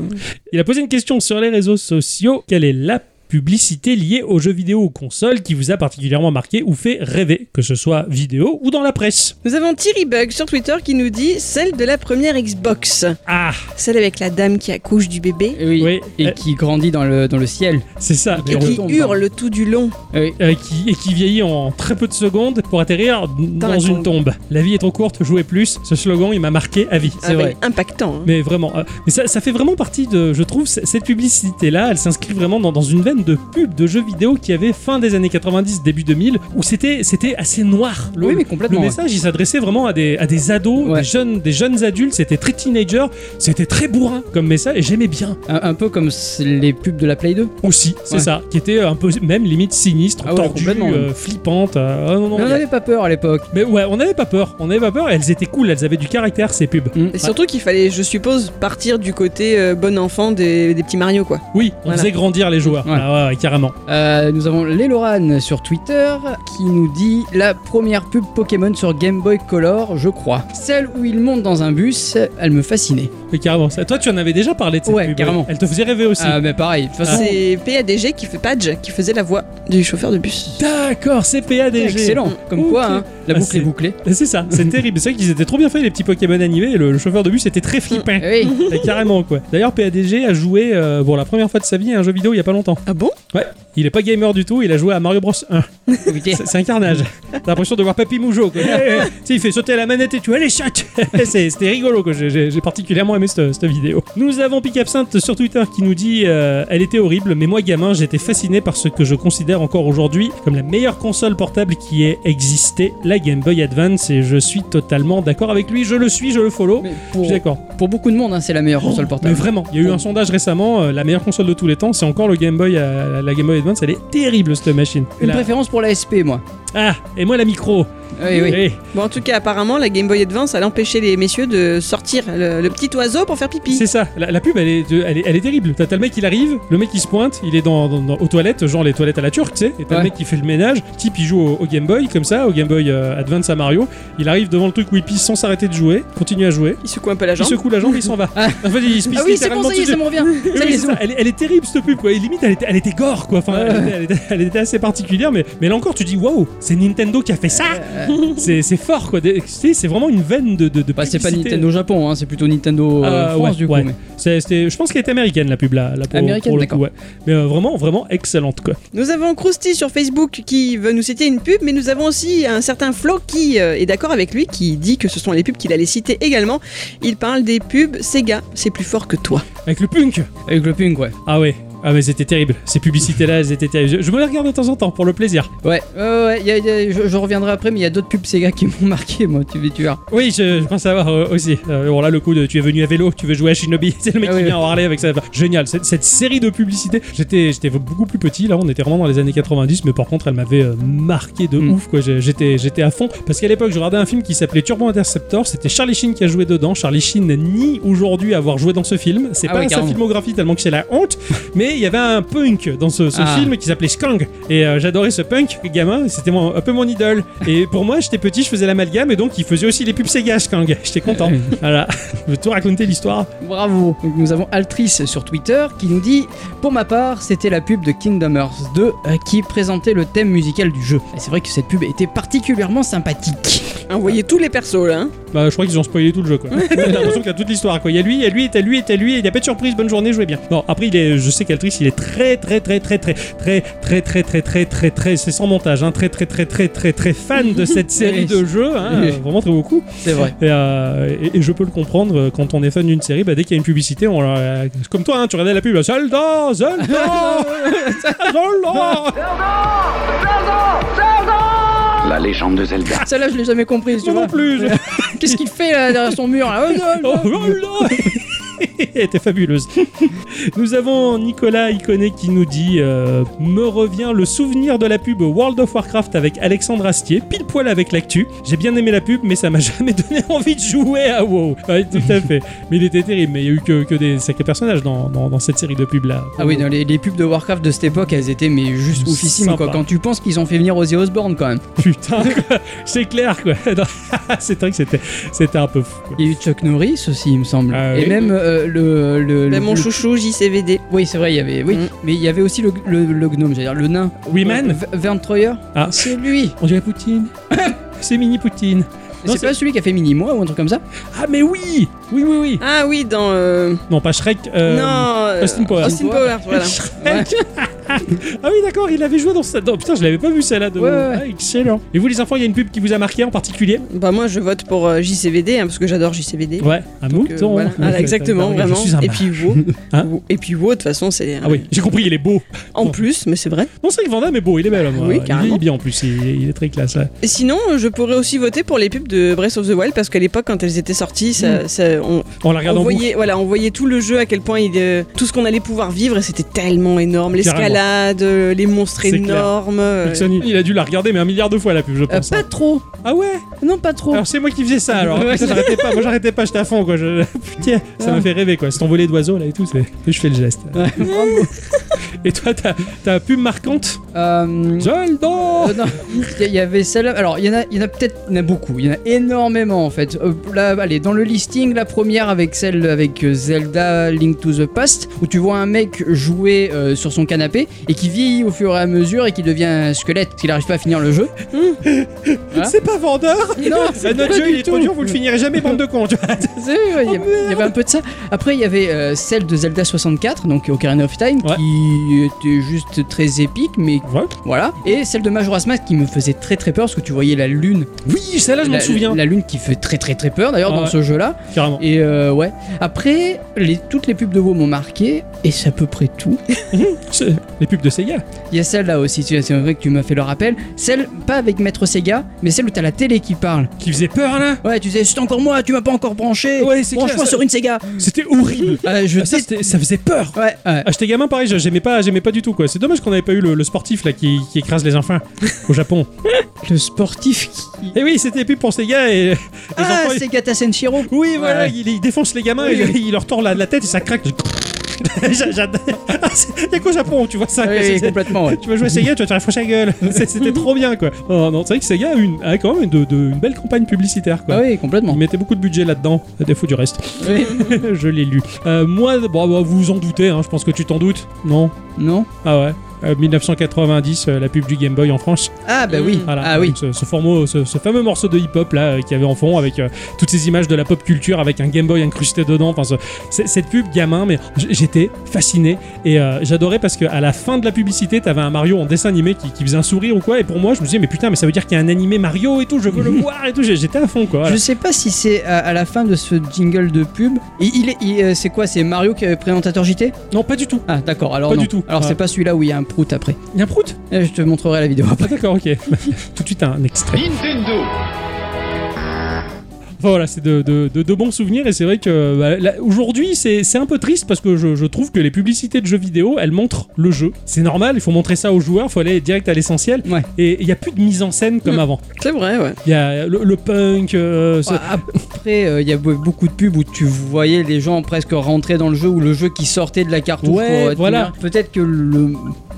S2: Il a posé une question sur les réseaux sociaux. Quelle est la publicité liée aux jeux vidéo ou consoles qui vous a particulièrement marqué ou fait rêver, que ce soit vidéo ou dans la presse
S3: Nous avons Thierry Bug sur Twitter qui nous dit celle de la première Xbox.
S2: Ah,
S3: Celle avec la dame qui accouche du bébé
S1: Oui.
S2: Oui,
S1: Et
S2: euh,
S1: qui grandit dans le, dans le ciel.
S2: c'est ça.
S1: Et
S3: et
S1: on
S3: qui
S1: retombe,
S3: hurle tout du long.
S1: Oui.
S2: Euh, qui, et qui vieillit en très peu de secondes pour atterrir dans,
S3: la
S2: une
S3: tombe.
S2: tombe. La vie est trop courte, jouez plus. Ce slogan, il m'a marqué à vie.
S1: C'est
S3: Ah bah,
S1: vrai.
S3: Impactant. hein.
S2: Mais vraiment, euh, mais ça, ça fait vraiment partie de, je trouve, c- cette publicité-là, elle s'inscrit vraiment dans, dans une veine de pub de jeux vidéo qui avait fin des années 90, début 2000, où c'était c'était assez noir. Le,
S1: Oui, mais
S2: le
S1: complètement.
S2: message, il s'adressait vraiment à des, à des ados,
S1: Ouais.
S2: des, jeunes, des jeunes adultes, c'était très teenager, c'était très bourrin comme message, et j'aimais bien
S1: Un, un peu comme c- les pubs de la Play 2.
S2: aussi, c'est
S1: Ouais.
S2: ça, qui était un peu même limite sinistre,
S1: Ah ouais,
S2: tordue,
S1: complètement.
S2: euh, flippante. euh, ah non, non,
S1: Mais on
S2: il y a-
S1: n'avait pas peur à l'époque.
S2: mais ouais, on n'avait pas peur, on n'avait pas peur, elles étaient cool, elles avaient du caractère ces pubs.
S3: Et surtout qu'il fallait, je suppose, partir du côté euh, bon enfant des, des petits Mario, quoi.
S2: Oui, on
S3: Voilà.
S2: faisait grandir les joueurs,
S1: Ouais.
S2: Ah ouais, carrément.
S1: Euh, nous avons Leloran sur Twitter qui nous dit la première pub Pokémon sur Game Boy Color, je crois. Celle où il monte dans un bus, elle me fascinait.
S2: Oui, carrément. Ça, Toi, tu en avais déjà parlé de cette
S1: Ouais,
S2: pub.
S1: carrément.
S2: Elle te faisait rêver aussi.
S1: Ah, mais pareil, de toute façon.
S3: C'est PADG qui fait Padge, qui faisait la voix du chauffeur de bus.
S2: D'accord, c'est PADG.
S1: Excellent, comme
S2: Ok.
S1: quoi hein, la
S2: Ah,
S1: boucle
S2: c'est-
S1: est bouclée.
S2: C'est ça, c'est terrible. C'est vrai qu'ils étaient trop bien faits, les petits Pokémon animés. Le, le chauffeur de bus était très flippant.
S1: Eh Oui,
S2: Ah, carrément, quoi. D'ailleurs, PADG a joué euh, pour la première fois de sa vie à un jeu vidéo il y a pas longtemps.
S3: Ah bon
S2: Ouais, il est pas gamer du tout, il a joué à Mario Bros 1.
S1: putain.
S2: C'est c'est un carnage. T'as l'impression de voir Papy Mougeot, quoi. Eh, eh, tu sais, il fait sauter la manette et tu vois les chats. C'est- C'était rigolo, quoi. J'ai- J'ai j'ai particulièrement aimé cette, cette vidéo. Nous avons Pic Absinthe sur Twitter qui nous dit euh, Elle était horrible, mais moi, gamin, j'étais fasciné par ce que je considère encore aujourd'hui comme la meilleure console portable qui ait existé, la Game Boy Advance, et je suis totalement d'accord avec lui. Je le suis, je le follow.
S1: Mais
S2: Je
S1: pour,
S2: suis d'accord.
S1: pour beaucoup de monde, hein, c'est la meilleure console
S2: Mais
S1: portable.
S2: vraiment, il y a eu
S1: Bon.
S2: un sondage récemment, euh, la meilleure console de tous les temps, c'est encore le Game Boy, euh, la Game Boy Advance, elle est terrible cette machine.
S1: Une
S2: La-
S1: préférence pour la SP, moi.
S2: Ah, et moi la micro.
S1: Oui, oui.
S2: Eh,
S3: Bon, en tout cas, apparemment, la Game Boy Advance, elle empêchait les messieurs de sortir le, le petit oiseau pour faire pipi.
S2: C'est ça, la, la pub elle est, elle est, elle est terrible. T'as t'as le mec il arrive, le mec il se pointe, il est dans, dans- dans- aux toilettes, genre les toilettes à la turque, tu sais, et t'as
S1: Ouais.
S2: le mec qui fait le ménage, Le type il joue au, au Game Boy comme ça, au Game Boy euh, Advance à Mario, il arrive devant le truc où il pisse sans s'arrêter de jouer, continue à jouer,
S3: Il secoue un peu la
S2: il
S3: jambe.
S2: secoue la jambe, il s'en va.
S1: Ah.
S2: En fait, il se pisse
S1: Ah oui, c'est
S2: littéralement
S1: bon, ça y est,
S2: dessus.
S1: ça me revient.
S2: Oui,
S1: Ça y
S2: c'est
S1: est,
S2: ça. Elle, est- elle est terrible cette pub quoi. Et limite elle était, elle était gore quoi. Enfin, elle, était, elle était- elle était assez particulière, mais, mais là encore tu dis waouh, c'est Nintendo qui a fait ça. C'est c'est fort quoi. Des- tu sais, C'est vraiment une veine de. de, de
S1: Bah, c'est pas
S2: publicité.
S1: Nintendo Japon, hein, c'est plutôt Nintendo euh,
S2: Ah,
S1: France
S2: ouais,
S1: du coup.
S2: ouais.
S1: mais-
S2: C'est- c'était- je pense qu'elle était américaine la pub là. là, pour,
S1: Américaine,
S2: pour le
S1: d'accord.
S2: coup, ouais. Mais euh, vraiment, vraiment excellente quoi.
S3: Nous avons Krusty sur Facebook qui veut nous citer une pub, mais nous avons aussi un certain Flo qui euh, est d'accord avec lui, qui dit que ce sont les pubs qu'il allait citer également. Il parle des pubs Sega, c'est plus fort que toi.
S2: Avec le punk.
S1: Avec le ping, ouais.
S2: Ah ouais. Ah mais c'était terrible. Ces publicités là, elles étaient terribles. Je, je me les regarde de temps en temps pour le plaisir.
S1: Ouais, ouais, ouais, y a- y a- je, je reviendrai après, mais il y a d'autres pubs Sega qui m'ont marqué, moi, tu, tu verras.
S2: Oui, je, je pense savoir euh, aussi. Euh, bon, là, le coup de tu es venu à vélo, tu veux jouer à Shinobi, c'est le mec
S1: Ah
S2: qui
S1: oui.
S2: vient en Harley avec sa. Génial, cette, cette série de publicités. J'étais j'étais beaucoup plus petit, là, on était vraiment dans les années 90, mais par contre, elle m'avait euh, marqué de
S1: Mm.
S2: ouf, quoi. J'ai- J'étais j'étais à fond. Parce qu'à l'époque, je regardais un film qui s'appelait Turbo Interceptor, c'était Charlie Sheen qui a joué dedans. Charlie Sheen nie aujourd'hui avoir joué dans ce film. C'est
S1: Ah
S2: pas
S1: oui,
S2: sa
S1: carrément.
S2: filmographie tellement que c'est la honte, mais il y avait un punk dans ce, ce
S1: Ah.
S2: film qui s'appelait Skang. Et euh, j'adorais ce punk, gamin, c'était mon- un peu mon idole. Et pour moi, j'étais petit, je faisais l'amalgame, et donc il faisait aussi les pubs Sega, Skang. J'étais content. voilà, je veux tout raconter l'histoire.
S1: Bravo. Donc, nous avons Altrice sur Twitter qui nous dit Pour ma part, c'était la pub de Kingdom Hearts 2 euh, qui présentait le thème musical du jeu. Et c'est vrai que cette pub était particulièrement sympathique.
S3: Ah, Vous voyez tous les persos là. hein.
S2: Bah, je crois qu'ils ont spoilé tout le jeu, quoi. J'ai l'impression qu'il y a toute l'histoire, quoi. Il y a lui, il y a lui, et t'as lui, et t'as lui, et il n'y a pas de surprise, bonne journée, jouez bien. Non, après, il est, je sais qu'Altrice, il est très, très, très, très, très, très, très, très, très, très, très, très, c'est sans montage, hein, très, très, très, très, très, très fan de cette série de jeux, hein, euh, vraiment très beaucoup.
S1: C'est vrai.
S2: Et, euh, et- et je peux le comprendre, euh, quand on est fan d'une série, bah, dès qu'il y a une publicité, on la- euh, comme toi, hein, tu regardais la pub, Zelda, Zelda, Zelda.
S9: La légende de Zelda.
S1: Celle-là, je l'ai jamais comprise, tu
S2: Moi non
S1: vois.
S2: plus. je-
S1: Qu'est-ce qu'il fait là derrière son mur là Oh, non,
S2: Oh,
S1: non.
S2: Zelda. Elle était fabuleuse. Nous avons Nicolas Iconé qui nous dit euh, Me revient le souvenir de la pub World of Warcraft avec Alexandre Astier, pile poil avec l'actu. J'ai bien aimé la pub, mais ça m'a jamais donné envie de jouer à WoW. Ouais, tout à fait. Mais il était terrible, mais il y a eu que, que des sacrés personnages dans, dans- dans cette série de pubs là.
S1: Ah oui, non, les, les pubs de Warcraft de cette époque, elles étaient mais juste oufissimes
S2: Sympa.
S1: quoi. Quand tu penses qu'ils ont fait venir Ozzy Osbourne quand même.
S2: Putain, quoi. c'est clair quoi. Non, c'est vrai que c'était, c'était un peu fou. quoi.
S1: Il y a eu Chuck Norris aussi, il me semble.
S2: Ah
S1: Et
S2: oui.
S1: même euh, le, le,
S3: Bah,
S1: le-
S3: mon chouchou JCVD.
S1: Oui, c'est vrai, il y avait. Oui,
S3: Mm.
S1: mais il y avait aussi le, le, le gnome, j'allais dire le nain.
S2: Oui, man.
S1: V- Vern Troyer.
S2: Ah.
S1: C'est lui.
S2: On dirait Poutine. c'est mini Poutine. Non,
S1: C'est
S2: c'est-
S1: pas celui qui a fait Mini Moi ou un truc comme ça.
S2: Ah mais oui Oui, oui, oui.
S3: Ah oui, dans. euh,
S2: Non, pas Shrek. euh,
S3: non. euh,
S2: Austin Powers.
S3: Austin Powers, voilà.
S2: Shrek. ah oui, d'accord, il avait joué dans ça. Non, putain, je l'avais pas vu celle-là. De...
S1: Ouais, ouais.
S2: Ah, excellent. Et vous, les enfants, il y a une pub qui vous a marqué en particulier
S3: Bah moi je vote pour euh, JCVD hein, parce que j'adore JCVD.
S2: Ouais, un
S3: Que,
S2: mouton.
S3: voilà. Ah, là, exactement,
S2: Je
S3: vraiment.
S2: suis un
S3: Et
S2: bar.
S3: puis WoW.
S2: Hein
S3: Wo- Et puis WoW, de toute façon, c'est
S2: Ah oui, j'ai compris, il est beau.
S3: en plus, mais c'est vrai.
S2: Non, c'est Van Damme est beau, il est bel. homme.
S3: Oui,
S2: Ouais, il
S3: carrément.
S2: est bien en plus, il, il est très classe. ouais.
S3: Et sinon, je pourrais aussi voter pour les pubs de Breath of the Wild parce qu'à l'époque, quand elles étaient sorties, ça, ça- on,
S2: On la Mm. regarde
S3: on
S2: en boucle.
S3: voyait, voilà, on voyait tout le jeu à quel point il, euh, tout ce qu'on allait pouvoir vivre et c'était tellement énorme.
S2: Carrément.
S3: L'escalade, euh, les monstres
S2: C'est clair.
S3: énormes. euh,
S2: Nixon, il a dû la regarder, mais un milliard de fois la pub, je
S1: Euh,
S2: pense.
S1: pas trop.
S2: Ah ouais
S1: Non, pas trop.
S2: Alors c'est moi qui faisais ça alors. Putain, j'arrêtais pas, moi j'arrêtais pas, j'étais à fond quoi. Je- Putain, ça m'a
S1: Ah.
S2: fait rêver quoi. Cet envolé d'oiseaux là et tout, c'est... je fais le geste. et toi, t'as, t'as pub marquante
S1: Euh,
S2: Zelda
S1: Euh, non, il y- il y avait celle-là. Alors, il y en a, il y en a peut-être, il y en a beaucoup, il y en a énormément en fait. Euh, là, allez, dans le listing, la première avec celle avec euh, Zelda Link to the Past, où tu vois un mec jouer euh, sur son canapé et qui vieillit au fur et à mesure et qui devient un squelette parce qu'il n'arrive pas à finir le jeu. Hein
S2: C'est pas vendeur
S1: Non,
S2: Ah, Notre
S1: pas
S2: jeu
S1: du
S2: il est trop
S1: tout.
S2: dur, vous le finirez jamais, bande de cons. tu vois.
S1: C'est- ouais, Il y, a- il y avait un peu de ça. Après, il y avait euh, celle de Zelda 64, donc Ocarina of Time,
S2: Ouais.
S1: qui était juste très épique, mais
S2: Ouais.
S1: voilà. Et celle de Majora's Mask qui me faisait très très peur parce que tu voyais la lune
S2: Oui, celle-là je m'en
S1: la,
S2: souviens.
S1: la lune qui fait très très très peur d'ailleurs
S2: Ah
S1: dans
S2: ouais.
S1: ce jeu-là.
S2: Carrément.
S1: Et euh, ouais. Après, les, toutes les pubs de WoW m'ont marqué et c'est à peu près tout.
S2: C'est- Les pubs de Sega.
S1: Il y a celle-là aussi, tu- c'est vrai que tu m'as fait le rappel. Celle, pas avec Maître Sega, mais celle où t'as la télé qui parle.
S2: Qui faisait peur là
S1: Ouais, tu disais, c'est encore moi, tu m'as pas encore branché.
S2: Ouais, c'est
S1: Branche-moi
S2: clair, ça-
S1: sur une Sega.
S2: C'était horrible.
S1: Ah, je
S2: Ah, ça,
S1: déteste-
S2: c'était- ça faisait peur.
S1: Ouais, ouais.
S2: Ah, j'étais gamin pareil, je- j'aimais pas, j'aimais pas du tout quoi. C'est dommage qu'on avait pas eu le, le sportif là qui, qui écrase les enfants au Japon.
S1: Le sportif qui.
S2: Et Eh oui, c'était plus pour Sega et les
S1: Ah,
S2: enfants, ils-
S1: Sega Tassenshiro.
S2: Oui, voilà,
S1: Ouais.
S2: il, il défonce les gamins,
S1: Oui,
S2: il,
S1: oui.
S2: il leur tord la, la tête et ça craque. J'a- J'adore. Ah, c'est- Y'a qu'au Japon où tu vois ça. quoi, Ah c'est-
S1: Oui, complètement, ouais.
S2: Tu vas jouer à Sega, tu vas te faire froisser la gueule. C'est- C'était trop bien, quoi. Oh, non, c'est vrai que Sega a, une, a quand même de- de- une belle campagne publicitaire, quoi.
S1: Ah oui,
S2: Il
S1: complètement.
S2: mettait beaucoup de budget là-dedans, à défaut du reste.
S1: Oui.
S2: je l'ai lu. Euh, moi, bon, bah, vous vous en doutez, hein, je pense que tu t'en doutes. Non
S1: Non
S2: Ah ouais Euh, 1990, euh, la pub du Game Boy en France.
S1: Ah, bah oui.
S2: Voilà,
S1: Ah oui.
S2: donc ce, ce formeau- ce- ce fameux morceau de hip-hop là qui avait en fond avec euh, toutes ces images de la pop culture avec un Game Boy incrusté dedans. Enfin, ce- c'est- cette pub gamin, mais j- j'étais fasciné et euh, j'adorais parce que à la fin de la publicité, t'avais un Mario en dessin animé qui, qui faisait un sourire ou quoi. Et pour moi, je me disais mais putain, mais ça veut dire qu'il y a un animé Mario et tout. Je veux le voir et tout. J'ai- J'étais à fond quoi. Voilà.
S1: Je sais pas si c'est à, à la fin de ce jingle de pub. Il, il est, il- euh, c'est quoi C'est Mario qui est présentateur JT
S2: Non, pas du tout.
S1: Ah d'accord. Alors
S2: Pas
S1: non.
S2: du tout.
S1: Alors
S2: Ouais.
S1: c'est pas celui-là où il y a un prout après.
S2: Il y a un prout.
S1: Euh, Je te montrerai la vidéo
S2: Ah
S1: après.
S2: d'accord, ok. tout de suite un extrait.
S4: Nintendo
S2: Enfin, voilà, c'est de, de- de- de bons souvenirs et c'est vrai que bah, là, aujourd'hui c'est c'est un peu triste parce que je, je trouve que les publicités de jeux vidéo elles montrent le jeu. C'est normal, il faut montrer ça aux joueurs, il faut aller direct à l'essentiel.
S1: Ouais.
S2: Et il n'y a plus de mise en scène comme
S3: Mm.
S2: avant.
S3: C'est vrai, ouais.
S2: Il y a le, le punk, euh, ça-
S1: Ouais, Après, euh, il y a be- beaucoup de pubs où tu voyais les gens presque rentrer dans le jeu ou le jeu qui sortait de la cartouche.
S2: Ouais,
S1: pour, euh, tenir.
S2: voilà.
S1: Peut-être que le,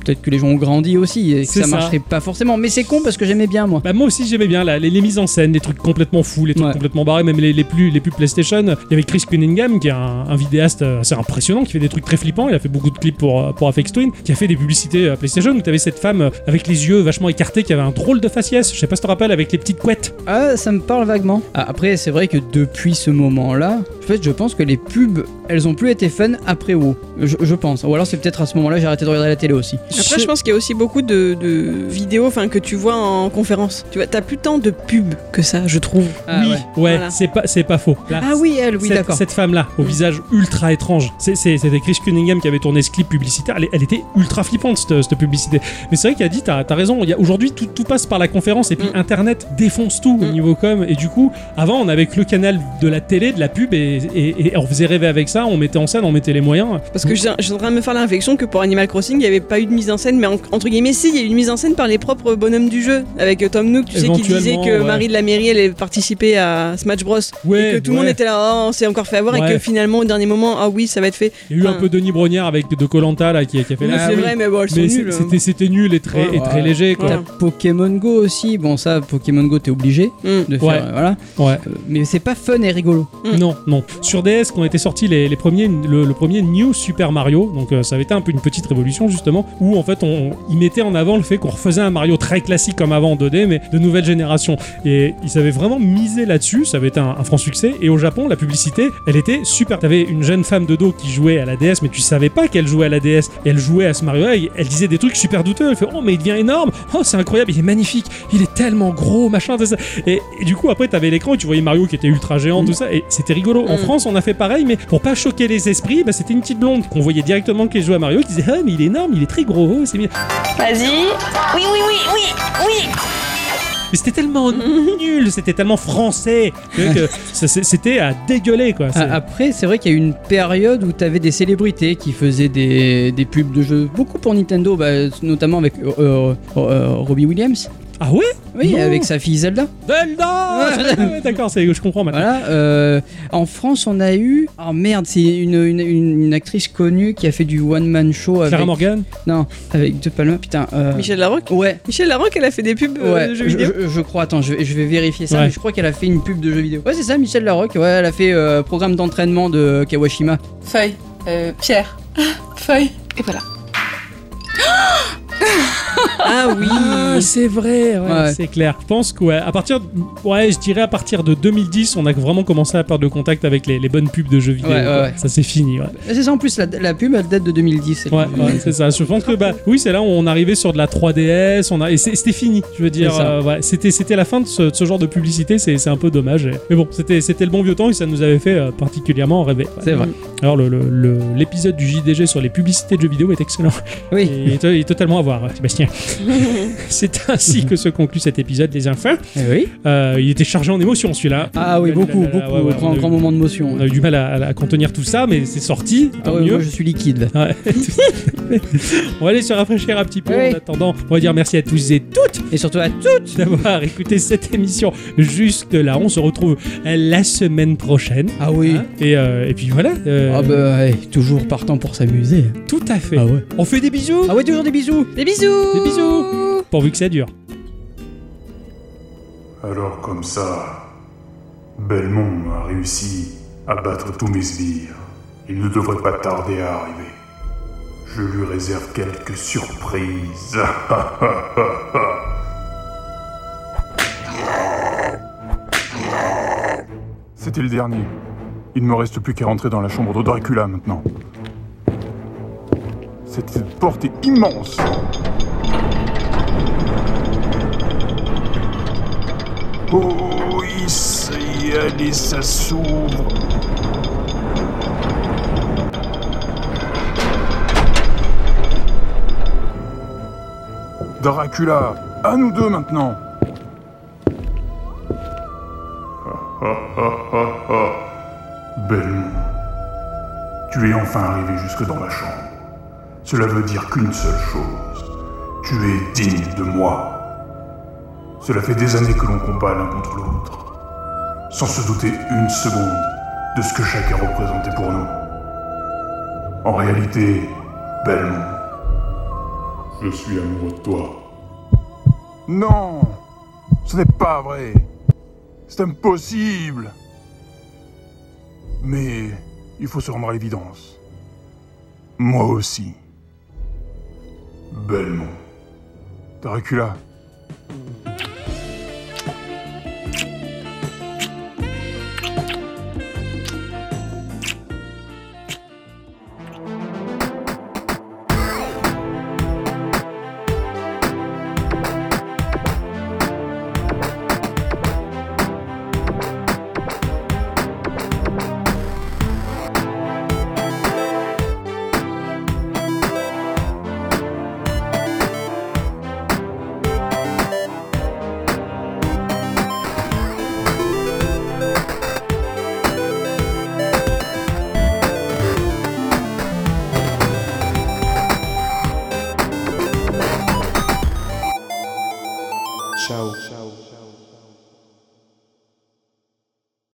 S1: peut-être que les gens ont grandi aussi et que
S2: C'est
S1: ça
S2: ça.
S1: marcherait pas forcément. Mais c'est con parce que j'aimais bien moi.
S2: Bah moi aussi j'aimais bien là, les, les mises en scène, les trucs complètement fous, les trucs
S1: Ouais.
S2: complètement barrés, même les, les plus les plus PlayStation. Il y avait Chris Cunningham qui est un, un vidéaste euh, assez impressionnant, qui fait des trucs très flippants. Il a fait beaucoup de clips pour euh, pour Aphex Twin, qui a fait des publicités euh, PlayStation où t'avais cette femme euh, avec les yeux vachement écartés, qui avait un drôle de faciès. Je sais pas si tu te rappelles avec les petites couettes.
S1: Ah, ça me parle vaguement. Ah, après, c'est vrai que depuis ce moment-là, en fait, je pense que les pubs, elles ont plus été fun après WoW. Je, je pense. Ou alors c'est peut-être à ce moment-là j'ai arrêté de regarder la télé aussi.
S3: Après, je pense qu'il y a aussi beaucoup de, de vidéos enfin, que tu vois en conférence. Tu vois, t'as plus tant de pubs que ça, je trouve.
S1: Ah,
S2: oui,
S1: ouais.
S2: ouais,
S3: Voilà.
S2: c'est pas, c'est pas faux. Là,
S3: Ah oui, elle, oui,
S2: cette-
S3: d'accord. Mm.
S2: Cette femme-là, au visage ultra étrange, c'est- c'est- c'était Chris Cunningham qui avait tourné ce clip publicitaire. Elle, elle était ultra flippante, cette, cette publicité. Mais c'est vrai qu'il a dit, t'as as raison, il y a- aujourd'hui tout, tout passe par la conférence et puis
S3: Mm.
S2: Internet défonce tout au
S3: Mm.
S2: niveau com. Et du coup, avant, on avait que le canal de la télé, de la pub et, et- et on faisait rêver avec ça, on mettait en scène, on mettait les moyens.
S3: Parce que je je suis en train de me faire la réflexion que pour Animal Crossing, il n'y avait pas eu de mise en scène, mais en- entre guillemets, si, il y a eu une mise en scène par les propres bonhommes du jeu. Avec euh, Tom Nook, tu sais, qui disait
S2: Éventuellement,
S3: que
S2: ouais.
S3: Marie de la Mairie, elle avait participé à Smash Bros.
S2: Ouais,
S3: et que tout le
S2: ouais.
S3: monde était là, oh, on s'est encore fait avoir,
S2: Ouais.
S3: et que finalement, au dernier moment, ah oui, ça va être fait.
S2: Il y a eu un
S3: Enfin.
S2: peu Denis Brognard avec de Colanta là qui, qui a fait
S3: Oui,
S2: la.
S3: c'est vrai, mais bon, elles sont hein.
S2: Mais c'est-
S3: nulles.
S2: c'était c'était nul et très,
S3: Ouais.
S2: et très léger quoi.
S1: T'as Pokémon Go aussi. Bon, ça, Pokémon Go, t'es obligé
S3: Mm.
S1: de faire.
S2: Ouais.
S1: euh, voilà.
S2: Ouais.
S1: Euh, Mais c'est pas fun et rigolo.
S3: Mm.
S2: Non, non. Sur DS, quand étaient sortis les, les premiers, le, le premier New Super Mario, donc euh, ça avait été un peu une petite révolution justement, où en fait on, ils mettaient en avant le fait qu'on refaisait un Mario très classique comme avant en 2D, mais de nouvelle génération. Et ils avaient vraiment misé là-dessus, ça avait été un, un franc succès. Et au Japon, la publicité, elle était super. T'avais une jeune femme de dos qui jouait à la DS, mais tu savais pas qu'elle jouait à la DS. Et elle jouait à ce Mario-là, et elle disait des trucs super douteux. Elle fait Oh, mais il devient énorme Oh, c'est incroyable, il est magnifique Il est tellement gros, machin, tout ça. Et, et du coup, après, t'avais l'écran et tu voyais Mario qui était ultra géant, tout ça, et c'était rigolo. En
S3: Mm.
S2: France, on a fait pareil, mais pour pas choquer les esprits, bah, c'était une petite blonde qu'on voyait directement qu'elle jouait à Mario, qui disait Ah, mais il est énorme, il est très gros, oh, c'est bien.
S7: Vas-y. Oui, oui, oui, oui, oui.
S2: Mais c'était tellement nul, c'était tellement français que, que ça- c'est- c'était à dégueuler, quoi. C'est-
S1: Ah, Après, c'est vrai qu'il y a eu une période où t'avais des célébrités qui faisaient des, des pubs de jeux. Beaucoup pour Nintendo, bah, notamment avec euh, euh, euh, Robbie Williams.
S2: Ah ouais
S1: Oui,
S2: Non.
S1: avec sa fille Zelda.
S2: Zelda
S1: Ouais.
S2: Ouais, D'accord, c'est- je comprends maintenant.
S1: Voilà. euh, en France, on a eu. Oh merde, c'est une, une- une- une actrice connue qui a fait du one man show avec.
S2: Clara Morgan
S1: Non, avec De Palma. Putain. euh,
S3: Michel Larocque
S1: Ouais.
S3: Michel Larocque, elle a fait des pubs euh,
S1: Ouais,
S3: de
S1: je,
S3: jeux vidéo.
S1: je- je crois, attends, je vais, je vais vérifier ça,
S2: Ouais.
S1: mais je crois qu'elle a fait une pub de jeux vidéo. Ouais, c'est ça, Michel Larocque, ouais, elle a fait euh, programme d'entraînement de Kawashima.
S10: Feuille. Euh, Pierre. Feuille. Et voilà.
S3: Ah oui
S2: Ah, c'est vrai, ouais,
S1: Ouais.
S2: c'est clair. Je pense que ouais, à partir, de- ouais, je dirais à partir de 2010, on a vraiment commencé à perdre le contact avec les, les bonnes pubs de jeux vidéo.
S1: Ouais, ouais,
S2: quoi.
S1: ouais.
S2: Ça c'est fini. Ouais,
S1: C'est ça, en plus, la, la pub, elle date de 2010. c'est-
S2: ouais, ouais, c'est ça. Je pense que bah, oui, c'est là où on arrivait sur de la 3DS, on a et c'est- c'était fini. Je veux dire,
S1: C'est ça.
S2: euh, ouais, c'était c'était la fin de ce, de ce genre de publicité. C'est c'est un peu dommage. et- Mais bon, c'était c'était le bon vieux temps et ça nous avait fait euh, particulièrement rêver. Ouais.
S1: C'est vrai.
S2: Alors le- le- le- l'épisode du JDG sur les publicités de jeux vidéo est excellent.
S1: Oui.
S2: Il est, il est totalement à voir, Sébastien. c'est ainsi que se conclut cet épisode, les enfants.
S1: Eh oui.
S2: Euh, il était chargé en émotions celui-là.
S1: Ah oui,
S2: Là, là,
S1: beaucoup,
S2: là, là,
S1: beaucoup,
S2: ouais, ouais,
S1: grand,
S2: on a eu-
S1: grand moment de motion.
S2: On a eu du mal à, à- à contenir tout ça, mais c'est sorti.
S1: Ah
S2: Tant
S1: ouais,
S2: mieux.
S1: moi, je suis liquide.
S2: Ouais. on va aller se rafraîchir un petit peu
S1: Oui.
S2: en attendant. On va dire merci à tous et toutes
S1: Et surtout, à
S2: d'avoir écouté cette émission jusque-là. On se retrouve la semaine prochaine.
S1: Ah oui.
S2: Hein et, euh, et puis voilà. euh,
S1: Ah bah, ouais, toujours partant pour s'amuser.
S2: Tout à fait.
S1: Ah ouais.
S2: On fait des bisous.
S1: Ah ouais, toujours des bisous.
S3: Des bisous
S2: Des bisous. Pourvu que ça dure.
S11: Alors comme ça, Belmont a réussi à battre tous mes sbires. Il ne devrait pas tarder à arriver. Je lui réserve quelques surprises. C'était le dernier. Il ne me reste plus qu'à rentrer dans la chambre de Dracula maintenant. Cette porte est immense. Oh, ici, allez, ça s'ouvre. Dracula, à nous deux maintenant. Belmont, tu es enfin arrivé jusque dans ma chambre. Cela veut dire qu'une seule chose. Tu es digne de moi. Cela fait des années que l'on combat l'un contre l'autre, sans se douter une seconde de ce que chacun représentait pour nous. En réalité, Belmont. Je suis amoureux de toi. Non Ce n'est pas vrai C'est impossible Mais il faut se rendre à l'évidence. Moi aussi. Belmont. Dracula.
S12: Ciao. Ciao.